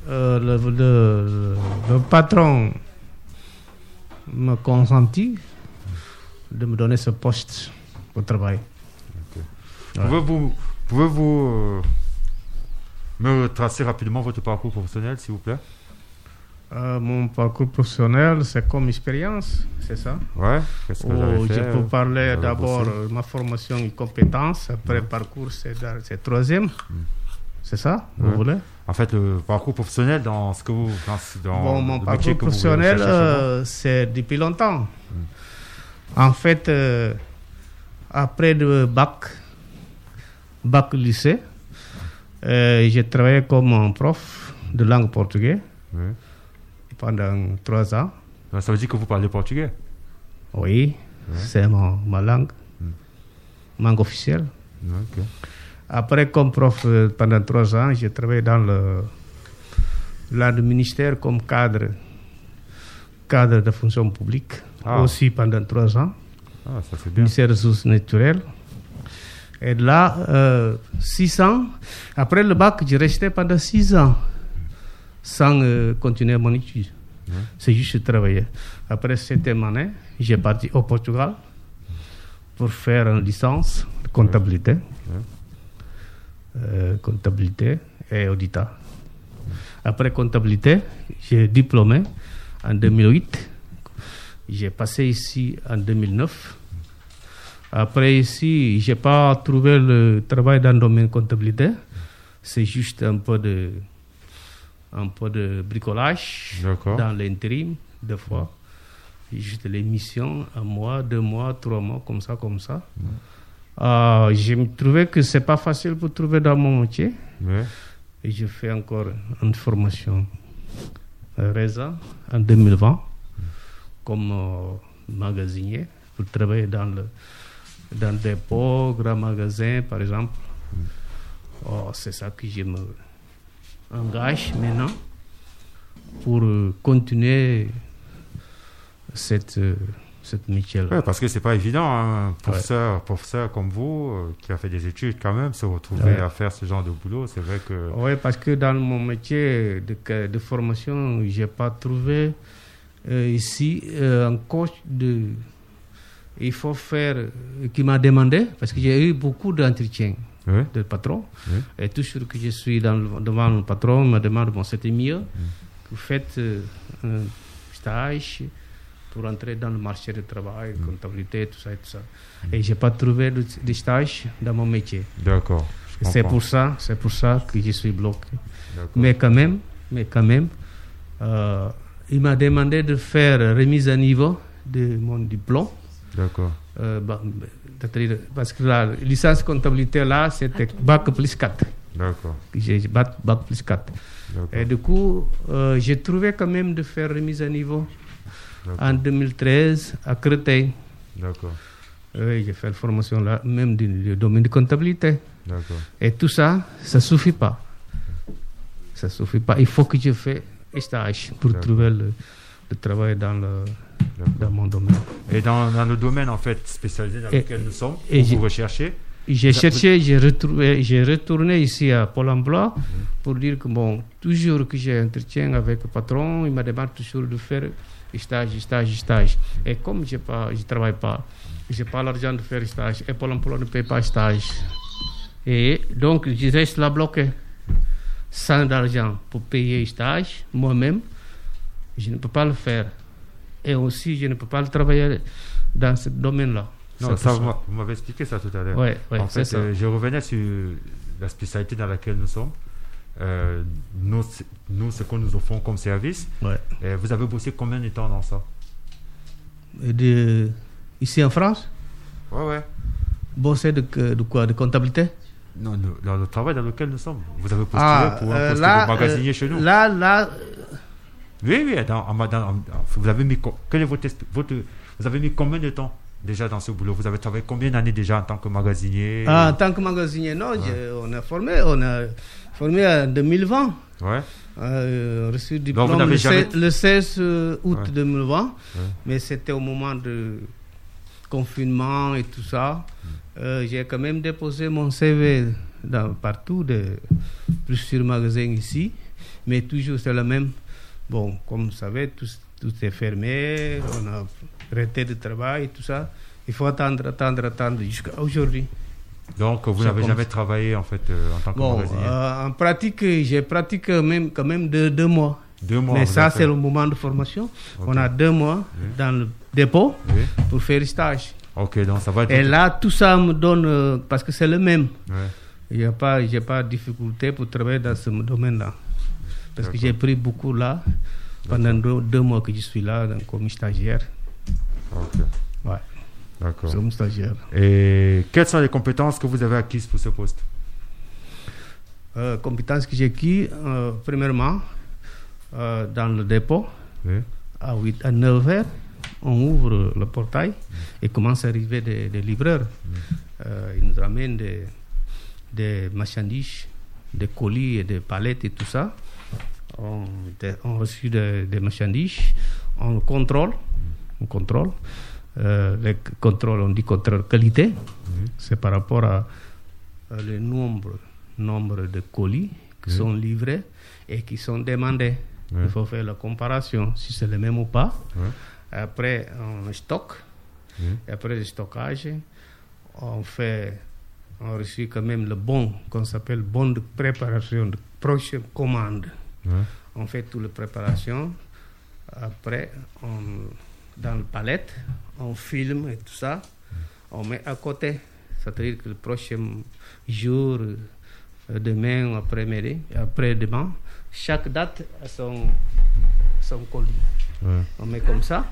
[SPEAKER 5] euh, le, le- le patron me consentit de me donner ce poste au travail. Ouais.
[SPEAKER 3] Pouvez-vous pouvez-vous, euh, me retracer rapidement votre parcours professionnel, s'il vous plaît
[SPEAKER 5] Euh, mon parcours professionnel, c'est comme expérience, c'est ça
[SPEAKER 3] Ouais, qu'est-ce que vous
[SPEAKER 5] Où
[SPEAKER 3] avez fait,
[SPEAKER 5] Je
[SPEAKER 3] euh,
[SPEAKER 5] peux
[SPEAKER 3] vous
[SPEAKER 5] parler
[SPEAKER 3] avez
[SPEAKER 5] d'abord
[SPEAKER 3] bossé
[SPEAKER 5] euh, ma formation et compétences, après parcours, c'est dans- c'est troisième. C'est ça Vous
[SPEAKER 3] Hmm. Ouais.
[SPEAKER 5] voulez
[SPEAKER 3] En fait, le parcours professionnel dans ce que vous. Dans, ce- dans
[SPEAKER 5] Bon,
[SPEAKER 3] le
[SPEAKER 5] mon
[SPEAKER 3] métier
[SPEAKER 5] parcours
[SPEAKER 3] que vous
[SPEAKER 5] professionnel,
[SPEAKER 3] cherchez actuellement.
[SPEAKER 5] euh, c'est depuis longtemps. En fait, euh, après le bac, bac lycée, euh, j'ai travaillé comme un prof de langue portugaise
[SPEAKER 3] Oui.
[SPEAKER 5] pendant trois ans.
[SPEAKER 3] Donc, Ça veut dire que vous parlez portugais
[SPEAKER 5] Oui, c'est mon- ma langue,
[SPEAKER 3] Hmm.
[SPEAKER 5] langue officielle.
[SPEAKER 3] Ok.
[SPEAKER 5] Après, comme prof euh, pendant trois ans, j'ai travaillé dans le, là, le ministère comme cadre, cadre de fonction publique,
[SPEAKER 3] Ah.
[SPEAKER 5] aussi pendant trois ans,
[SPEAKER 3] Ah, ça fait bien.
[SPEAKER 5] ministère des ressources naturelles. Et là, euh, six ans, après le bac, j'ai resté pendant six ans sans euh, continuer mon étude. C'est juste travailler. Après septième année, j'ai parti au Portugal pour faire une licence de comptabilité. Euh, comptabilité et audita. Après comptabilité, j'ai diplômé en 2008. J'ai passé ici en 2009. Après ici, j'ai pas trouvé le travail dans le domaine comptabilité. C'est juste un peu de, un peu de bricolage
[SPEAKER 3] D'accord.
[SPEAKER 5] dans l'intérim, des fois. juste les missions, un mois, deux mois, trois mois, comme ça, comme ça. Euh, je me trouvais que c'est pas facile pour trouver dans mon métier.
[SPEAKER 3] Ouais.
[SPEAKER 5] Et je fais encore une formation euh, RESA en 2020 comme euh, magasinier pour travailler dans, le, dans des beaux grands magasins, par exemple.
[SPEAKER 3] Mm.
[SPEAKER 5] Oh, c'est ça que je me engage maintenant pour euh, continuer cette, euh, cette métier-là.
[SPEAKER 3] Ouais, parce que c'est pas évident, hein, professeur, professeur comme vous, euh, qui a fait des études quand même, se retrouver
[SPEAKER 5] Ouais.
[SPEAKER 3] à faire ce genre de boulot, c'est vrai que.
[SPEAKER 5] Oui, parce que dans mon métier de, ca- de formation, j'ai pas trouvé euh, ici euh, un coach de. Il faut faire. euh, qui m'a demandé, parce que j'ai eu beaucoup d'entretiens
[SPEAKER 3] Ouais.
[SPEAKER 5] de patrons.
[SPEAKER 3] Ouais.
[SPEAKER 5] Et toujours que je suis dans le- devant le patron, il me demande bon, c'était mieux
[SPEAKER 3] Mm.
[SPEAKER 5] que vous faites euh, un stage pour entrer dans le marché du travail,
[SPEAKER 3] Mm.
[SPEAKER 5] comptabilité, tout ça et tout ça. Et j'ai pas trouvé de, de stage dans mon métier.
[SPEAKER 3] D'accord, je
[SPEAKER 5] C'est
[SPEAKER 3] comprends.
[SPEAKER 5] pour ça, c'est pour ça que je suis bloqué.
[SPEAKER 3] D'accord.
[SPEAKER 5] Mais quand même, mais quand même, euh, il m'a demandé de faire remise à niveau de mon diplôme.
[SPEAKER 3] D'accord.
[SPEAKER 5] Euh, bah, c'est-à-dire- parce que la licence comptabilité là, c'était bac plus 4.
[SPEAKER 3] D'accord.
[SPEAKER 5] J'ai j'ai bac, bac plus 4.
[SPEAKER 3] D'accord.
[SPEAKER 5] Et du coup, euh, j'ai trouvé quand même de faire remise à niveau
[SPEAKER 3] D'accord.
[SPEAKER 5] en 2013 à Créteil.
[SPEAKER 3] D'accord.
[SPEAKER 5] Oui, j'ai fait la formation là, même du, du domaine de comptabilité.
[SPEAKER 3] D'accord.
[SPEAKER 5] Et tout ça, ça suffit pas. Ça suffit pas. Il faut que je fasse un stage pour
[SPEAKER 3] D'accord.
[SPEAKER 5] trouver le, le travail dans, le,
[SPEAKER 3] D'accord.
[SPEAKER 5] dans mon domaine.
[SPEAKER 3] Et dans, dans le domaine, en fait, spécialisé dans
[SPEAKER 5] Et-
[SPEAKER 3] lequel nous sommes,
[SPEAKER 5] et
[SPEAKER 3] vous
[SPEAKER 5] j'ai-
[SPEAKER 3] recherchez
[SPEAKER 5] J'ai cherché, j'ai retrouvé, j'ai retourné ici à Pôle emploi pour dire que bon, toujours que j'ai entretien avec le patron, il me demande toujours de faire stage, stage, stage. Et comme j'ai pas, je travaille pas, j'ai pas l'argent de faire stage. Et Pôle emploi ne paye pas stage. Et donc je reste là bloqué, sans argent pour payer stage moi-même, je ne peux pas le faire. Et aussi je ne peux pas le travailler dans ce domaine-là.
[SPEAKER 3] Non,
[SPEAKER 5] C'est
[SPEAKER 3] ça,
[SPEAKER 5] pour
[SPEAKER 3] vous m'a- vous m'avez expliqué ça tout à l'heure.
[SPEAKER 5] Ouais, ouais,
[SPEAKER 3] en
[SPEAKER 5] c'est
[SPEAKER 3] fait,
[SPEAKER 5] ça.
[SPEAKER 3] euh, je revenais sur la spécialité dans laquelle nous sommes. Euh, nous, c- nous, ce qu'on nous offre comme service.
[SPEAKER 5] Ouais.
[SPEAKER 3] Euh, vous avez bossé combien de temps dans ça
[SPEAKER 5] Et de, ici en France
[SPEAKER 3] Ouais, ouais.
[SPEAKER 5] Bosser de, que- de quoi De comptabilité
[SPEAKER 3] Non, non, dans le travail dans lequel nous sommes. Vous avez postulé
[SPEAKER 5] Ah,
[SPEAKER 3] pour un
[SPEAKER 5] euh,
[SPEAKER 3] poste
[SPEAKER 5] là,
[SPEAKER 3] de magasinier
[SPEAKER 5] euh,
[SPEAKER 3] chez nous.
[SPEAKER 5] Là, là,
[SPEAKER 3] Oui, oui. dans- en- dans- en- vous avez mis co- quel est votre, esp- votre- vous avez mis combien de temps déjà dans ce boulot Vous avez travaillé combien d'années déjà en tant que magasinier
[SPEAKER 5] ah, en tant que magasinier, non, j'ai- on a formé, on a formé en 2020.
[SPEAKER 3] Ouais.
[SPEAKER 5] Euh, reçu le
[SPEAKER 3] Donc, vous
[SPEAKER 5] diplôme
[SPEAKER 3] n'avez
[SPEAKER 5] le,
[SPEAKER 3] jamais-
[SPEAKER 5] 16, le 16 août
[SPEAKER 3] Ouais.
[SPEAKER 5] 2020,
[SPEAKER 3] Ouais.
[SPEAKER 5] mais c'était au moment de confinement et tout ça.
[SPEAKER 3] Mm.
[SPEAKER 5] Euh, j'ai quand même déposé mon CV dans, partout, de plusieurs magasins ici, mais toujours c'est le même. Bon, comme vous savez, tout, tout est fermé, on a arrêté de travail, tout ça. Il faut attendre, attendre, attendre jusqu'à aujourd'hui.
[SPEAKER 3] Donc, vous
[SPEAKER 5] Ça
[SPEAKER 3] n'avez
[SPEAKER 5] commence.
[SPEAKER 3] jamais travaillé en fait euh, en tant que
[SPEAKER 5] Bon,
[SPEAKER 3] magasinier.
[SPEAKER 5] euh, en pratique, j'ai pratiqué même, quand même deux, deux mois.
[SPEAKER 3] Deux mois,
[SPEAKER 5] Mais
[SPEAKER 3] vous
[SPEAKER 5] ça,
[SPEAKER 3] avez fait.
[SPEAKER 5] c'est le moment de formation.
[SPEAKER 3] Ok.
[SPEAKER 5] On a deux mois
[SPEAKER 3] Oui.
[SPEAKER 5] dans le dépôt
[SPEAKER 3] Oui.
[SPEAKER 5] pour faire stage.
[SPEAKER 3] Ok, donc ça va être.
[SPEAKER 5] Et là, tout ça me donne, euh, parce que c'est le même.
[SPEAKER 3] Ouais.
[SPEAKER 5] Il n'y a pas, j'ai pas de difficulté pour travailler dans ce domaine-là. Parce que
[SPEAKER 3] D'accord.
[SPEAKER 5] j'ai pris beaucoup là, pendant deux, deux mois que je suis là donc, comme stagiaire. euh,
[SPEAKER 3] Ok.
[SPEAKER 5] Ouais.
[SPEAKER 3] D'accord.
[SPEAKER 5] Comme stagiaire.
[SPEAKER 3] Et quelles sont les compétences que vous avez acquises pour ce poste
[SPEAKER 5] Euh, compétences que j'ai acquis, euh, premièrement, euh, dans le dépôt,
[SPEAKER 3] Oui.
[SPEAKER 5] à, 8, à 9 heures, on ouvre le portail et commence à arriver des, des livreurs. Euh, ils nous ramènent des, des marchandises, des colis et des palettes et tout ça. On, des- on reçoit des, des marchandises, on le contrôle, on contrôle. Euh, les c- contrôles, on dit contrôle qualité, c'est par rapport à, à le nombre, Euh, nombre de colis qui
[SPEAKER 3] Oui.
[SPEAKER 5] sont livrés et qui sont demandés.
[SPEAKER 3] Ouais.
[SPEAKER 5] Il faut faire la comparaison si c'est le même ou pas.
[SPEAKER 3] Ouais.
[SPEAKER 5] Après, on stocke.
[SPEAKER 3] Oui.
[SPEAKER 5] Et Après le stockage, on fait, on reçoit quand même le bon qu'on s'appelle bon de préparation de prochaine commande.
[SPEAKER 3] Ouais.
[SPEAKER 5] On fait toute la préparation. Après, on, dans le palette, on filme et tout ça. On met à côté. C'est-à-dire que le prochain jour, euh, demain ou après-midi, après-demain, chaque date a son, son colis.
[SPEAKER 3] Ouais.
[SPEAKER 5] On met comme ça.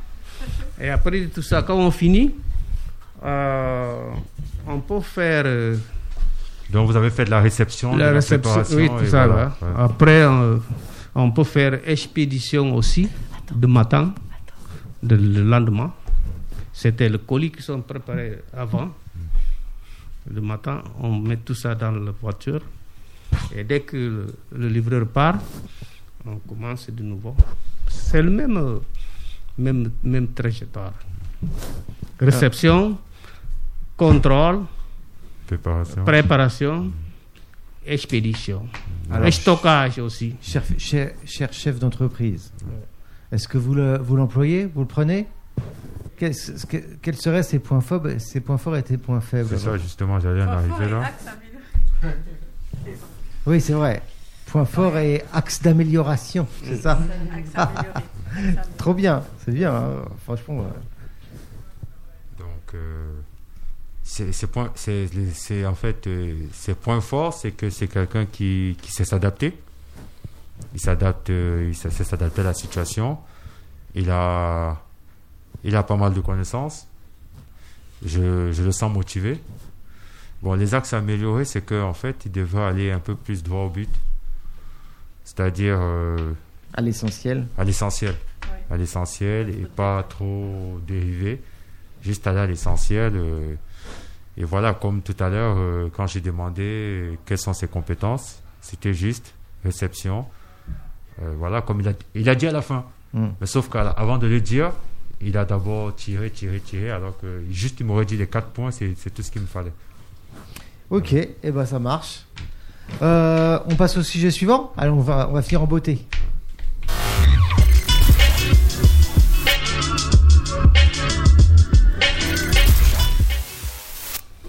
[SPEAKER 5] Et après tout ça, quand on finit, euh, on peut faire euh,
[SPEAKER 3] Donc, vous avez fait de la réception, de
[SPEAKER 5] la réception.
[SPEAKER 3] préparation,
[SPEAKER 5] Oui, tout
[SPEAKER 3] et
[SPEAKER 5] ça.
[SPEAKER 3] voilà.
[SPEAKER 5] là.
[SPEAKER 3] Ouais.
[SPEAKER 5] Après, on, on peut faire expédition aussi de matin, de- le lendemain. C'était le colis qui sont préparés avant. Le matin, on met tout ça dans la voiture. Et dès que le, le livreur part, on commence de nouveau. C'est le même, euh, même, même trajectoire.
[SPEAKER 3] Ah.
[SPEAKER 5] Réception, contrôle,
[SPEAKER 3] Préparation.
[SPEAKER 5] préparation, expédition.
[SPEAKER 2] Alors,
[SPEAKER 5] et stockage aussi.
[SPEAKER 2] Cher, cher- cher chef d'entreprise, est-ce que vous le- vous l'employez Vous le prenez Qu'est-ce que- Quels seraient ses points, faibles, ses points forts et ses points faibles
[SPEAKER 3] C'est ça,
[SPEAKER 2] alors
[SPEAKER 3] justement, j'allais en arriver là.
[SPEAKER 2] Oui, c'est vrai. Point fort et axe d'amélioration, c'est ça
[SPEAKER 7] Axe amélioré.
[SPEAKER 2] Trop bien, c'est bien, hein, franchement. euh. ouais.
[SPEAKER 3] Donc, euh, c'est- c'est point- c'est- c'est en fait euh, ses points forts, c'est que c'est quelqu'un qui, qui sait s'adapter. Il s'adapte, euh, il sait sait s'adapter à la situation. Il a, il a pas mal de connaissances. Je, je le sens motivé. Bon, les axes améliorés, c'est qu'en fait, il devrait aller un peu plus droit au but. C'est-à-dire. euh,
[SPEAKER 2] à l'essentiel.
[SPEAKER 3] À l'essentiel. À l'essentiel et pas trop dériver. Juste aller à l'essentiel. euh, et voilà, comme tout à l'heure, euh, quand j'ai demandé euh, quelles sont ses compétences, c'était juste réception. Euh, voilà, comme il a, il a dit à la fin.
[SPEAKER 2] Mm.
[SPEAKER 3] Mais sauf qu'avant de le dire, il a d'abord tiré, tiré, tiré, alors que juste il m'aurait dit les quatre points, c'est c'est tout ce qu'il me fallait.
[SPEAKER 2] Ok, et eh ben ça marche. Euh, on passe au sujet suivant Allez, on va, on va finir en beauté.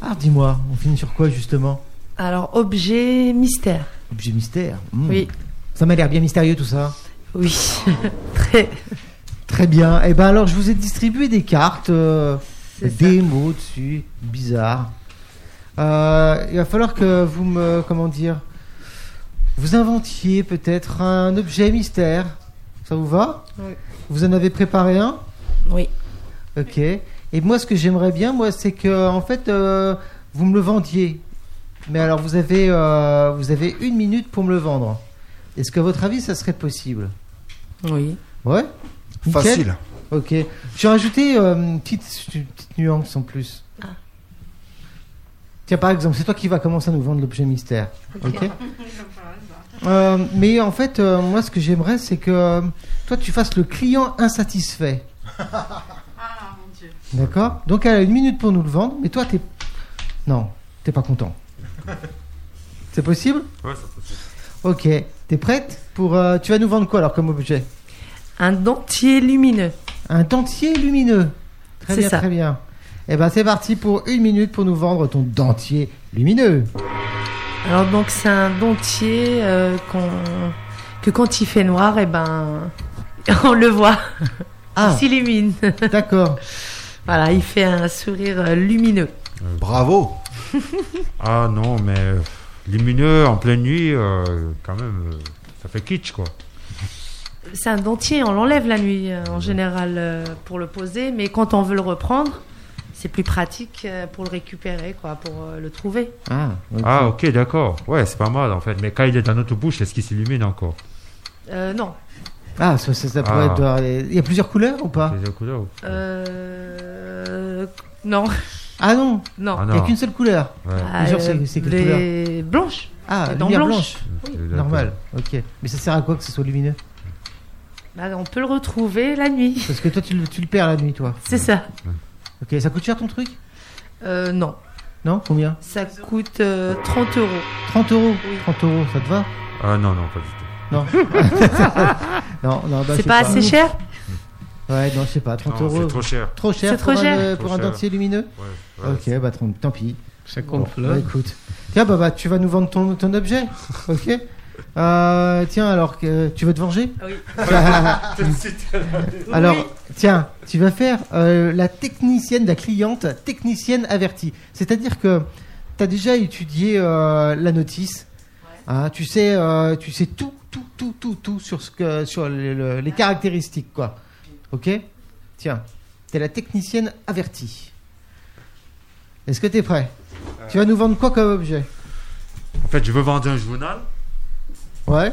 [SPEAKER 2] Ah, dis-moi, on finit sur quoi justement
[SPEAKER 1] Alors, objet mystère.
[SPEAKER 2] Objet mystère. hmm.
[SPEAKER 1] Oui.
[SPEAKER 2] Ça m'a l'air bien mystérieux tout ça.
[SPEAKER 1] Oui, très.
[SPEAKER 2] Très bien. Et eh ben alors, je vous ai distribué des cartes, euh,
[SPEAKER 1] C'est
[SPEAKER 2] des mots dessus, bizarre. Euh, il va falloir que vous me, comment dire, vous inventiez peut-être un objet mystère. Ça vous va
[SPEAKER 7] Oui.
[SPEAKER 2] Vous en avez préparé un
[SPEAKER 1] Oui.
[SPEAKER 2] Ok. Et moi, ce que j'aimerais bien, moi, c'est que, en fait, euh, vous me le vendiez. Mais alors, vous avez, euh, vous avez une minute pour me le vendre. Est-ce qu'à votre avis, ça serait possible
[SPEAKER 1] Oui.
[SPEAKER 2] Ouais Nickel
[SPEAKER 13] Facile.
[SPEAKER 2] Ok. J'ai rajouté euh, une, petite, une petite nuance en plus. Tiens, par exemple, c'est toi qui vas commencer à nous vendre l'objet mystère. Ok Euh, mais en fait, euh, moi, ce que j'aimerais, c'est que euh, toi, tu fasses le client insatisfait. D'accord Donc, elle a une minute pour nous le vendre, mais toi, t'es. Non, t'es pas content. C'est possible
[SPEAKER 3] Ouais, ça peut faire.
[SPEAKER 2] Ok. T'es prête pour. euh, tu vas nous vendre quoi alors comme objet
[SPEAKER 1] Un dentier lumineux.
[SPEAKER 2] Un dentier lumineux. Très
[SPEAKER 1] C'est
[SPEAKER 2] bien,
[SPEAKER 1] ça.
[SPEAKER 2] très bien. Eh ben, c'est parti pour une minute pour nous vendre ton dentier lumineux.
[SPEAKER 1] Alors donc c'est un dentier euh, qu'on que quand il fait noir, et ben on le voit.
[SPEAKER 2] Ah.
[SPEAKER 1] Il s'illumine.
[SPEAKER 2] D'accord.
[SPEAKER 1] voilà, il fait un sourire euh, lumineux.
[SPEAKER 3] Bravo Ah non, mais euh, lumineux en pleine nuit, euh, quand même, euh, ça fait kitsch, quoi.
[SPEAKER 1] C'est un dentier, on l'enlève la nuit euh, en général euh, pour le poser, mais quand on veut le reprendre, c'est plus pratique euh, pour le récupérer, quoi, pour euh, le trouver.
[SPEAKER 2] Ah, ok,
[SPEAKER 3] d'accord. Ouais, c'est pas mal, en fait. Mais quand il est dans notre bouche, est-ce qu'il s'illumine encore
[SPEAKER 1] Euh, non.
[SPEAKER 2] Ah, ça, ça, ça pourrait
[SPEAKER 3] Ah.
[SPEAKER 2] être. Il y a plusieurs couleurs ou pas
[SPEAKER 3] Plusieurs couleurs ou-
[SPEAKER 1] Euh, non.
[SPEAKER 2] Ah non
[SPEAKER 1] Non.
[SPEAKER 3] Ah
[SPEAKER 2] Il n'y a qu'une seule couleur.
[SPEAKER 3] Ouais.
[SPEAKER 1] Ah,
[SPEAKER 2] Plusieurs,
[SPEAKER 1] euh,
[SPEAKER 2] c'est c'est quelle couleur
[SPEAKER 1] les blanches.
[SPEAKER 2] Ah,
[SPEAKER 1] Les dents
[SPEAKER 2] lumière
[SPEAKER 1] blanches.
[SPEAKER 2] blanche.
[SPEAKER 1] Oui.
[SPEAKER 3] Exactement.
[SPEAKER 2] Normal, ok. Mais ça sert à quoi que ce soit lumineux
[SPEAKER 1] Bah, on peut le retrouver la nuit.
[SPEAKER 2] Parce que toi, tu le, tu le perds la nuit, toi.
[SPEAKER 1] C'est ça.
[SPEAKER 2] Ok, ça coûte cher ton truc
[SPEAKER 1] Euh, non.
[SPEAKER 2] Non Combien
[SPEAKER 1] Ça coûte euh, 30 euros.
[SPEAKER 2] 30 euros
[SPEAKER 1] Oui.
[SPEAKER 2] 30 euros, ça te va
[SPEAKER 3] Ah non, non, pas du tout.
[SPEAKER 2] Non. non, non, bah, je
[SPEAKER 1] c'est
[SPEAKER 2] sais
[SPEAKER 1] pas assez cher
[SPEAKER 2] Ouais, non, je sais pas, 30
[SPEAKER 3] Non,
[SPEAKER 2] euros.
[SPEAKER 3] c'est trop cher.
[SPEAKER 2] Trop cher
[SPEAKER 1] C'est
[SPEAKER 2] pour,
[SPEAKER 1] trop
[SPEAKER 2] un,
[SPEAKER 1] cher.
[SPEAKER 2] euh,
[SPEAKER 3] Trop
[SPEAKER 2] pour un
[SPEAKER 3] cher.
[SPEAKER 2] dentier lumineux
[SPEAKER 3] Ouais, ouais.
[SPEAKER 2] Ok, bah tant, tant pis.
[SPEAKER 5] C'est
[SPEAKER 2] Bon,
[SPEAKER 5] comme fleur.
[SPEAKER 2] bah, écoute. Tiens, bah, bah, tu vas nous vendre ton, ton objet, ok Euh, Tiens, alors, que tu veux te venger
[SPEAKER 1] Oui.
[SPEAKER 2] Alors, tiens, tu vas faire euh, la technicienne, la cliente, technicienne avertie. C'est-à-dire que tu as déjà étudié euh, la notice. Hein, tu sais, euh, tu sais tout, tout, tout, tout, tout sur ce que, sur le- le- les caractéristiques, quoi. Ok Tiens, t'es la technicienne avertie. Est-ce que t'es prêt Tu vas nous vendre quoi comme objet
[SPEAKER 3] En fait, je veux vendre un journal.
[SPEAKER 2] Ouais.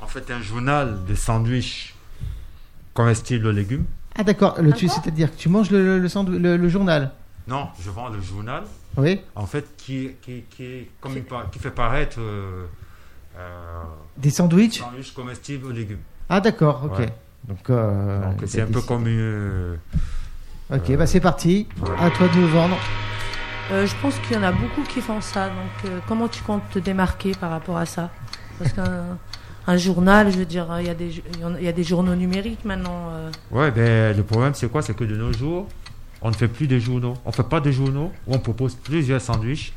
[SPEAKER 3] En fait, un journal de sandwich comestible aux légumes.
[SPEAKER 2] Ah d'accord, le- tu- c'est-à-dire que tu manges le, le- le sandwich- le- le journal.
[SPEAKER 3] Non, je vends le journal.
[SPEAKER 2] Oui.
[SPEAKER 3] En fait, qui, qui, qui, est comme une pa- qui fait paraître. euh, euh,
[SPEAKER 2] Des sandwichs
[SPEAKER 3] Sandwichs comestibles aux légumes.
[SPEAKER 2] Ah d'accord, ok.
[SPEAKER 3] Ouais.
[SPEAKER 2] Donc, euh,
[SPEAKER 3] Donc, c'est
[SPEAKER 2] t'as
[SPEAKER 3] un peu
[SPEAKER 2] décidé.
[SPEAKER 3] comme. euh,
[SPEAKER 2] Ok, bah c'est parti. À toi de nous vendre.
[SPEAKER 1] Euh, je pense qu'il y en a beaucoup qui font ça. Donc, euh, comment tu comptes te démarquer par rapport à ça Parce qu'un un journal, je veux dire, hein, il y, a des ju- il y en a- il y a des journaux numériques maintenant. euh,
[SPEAKER 3] Ouais, ben, le problème, c'est quoi C'est que de nos jours, on ne fait plus de journaux. On ne fait pas de journaux où on propose plusieurs sandwichs.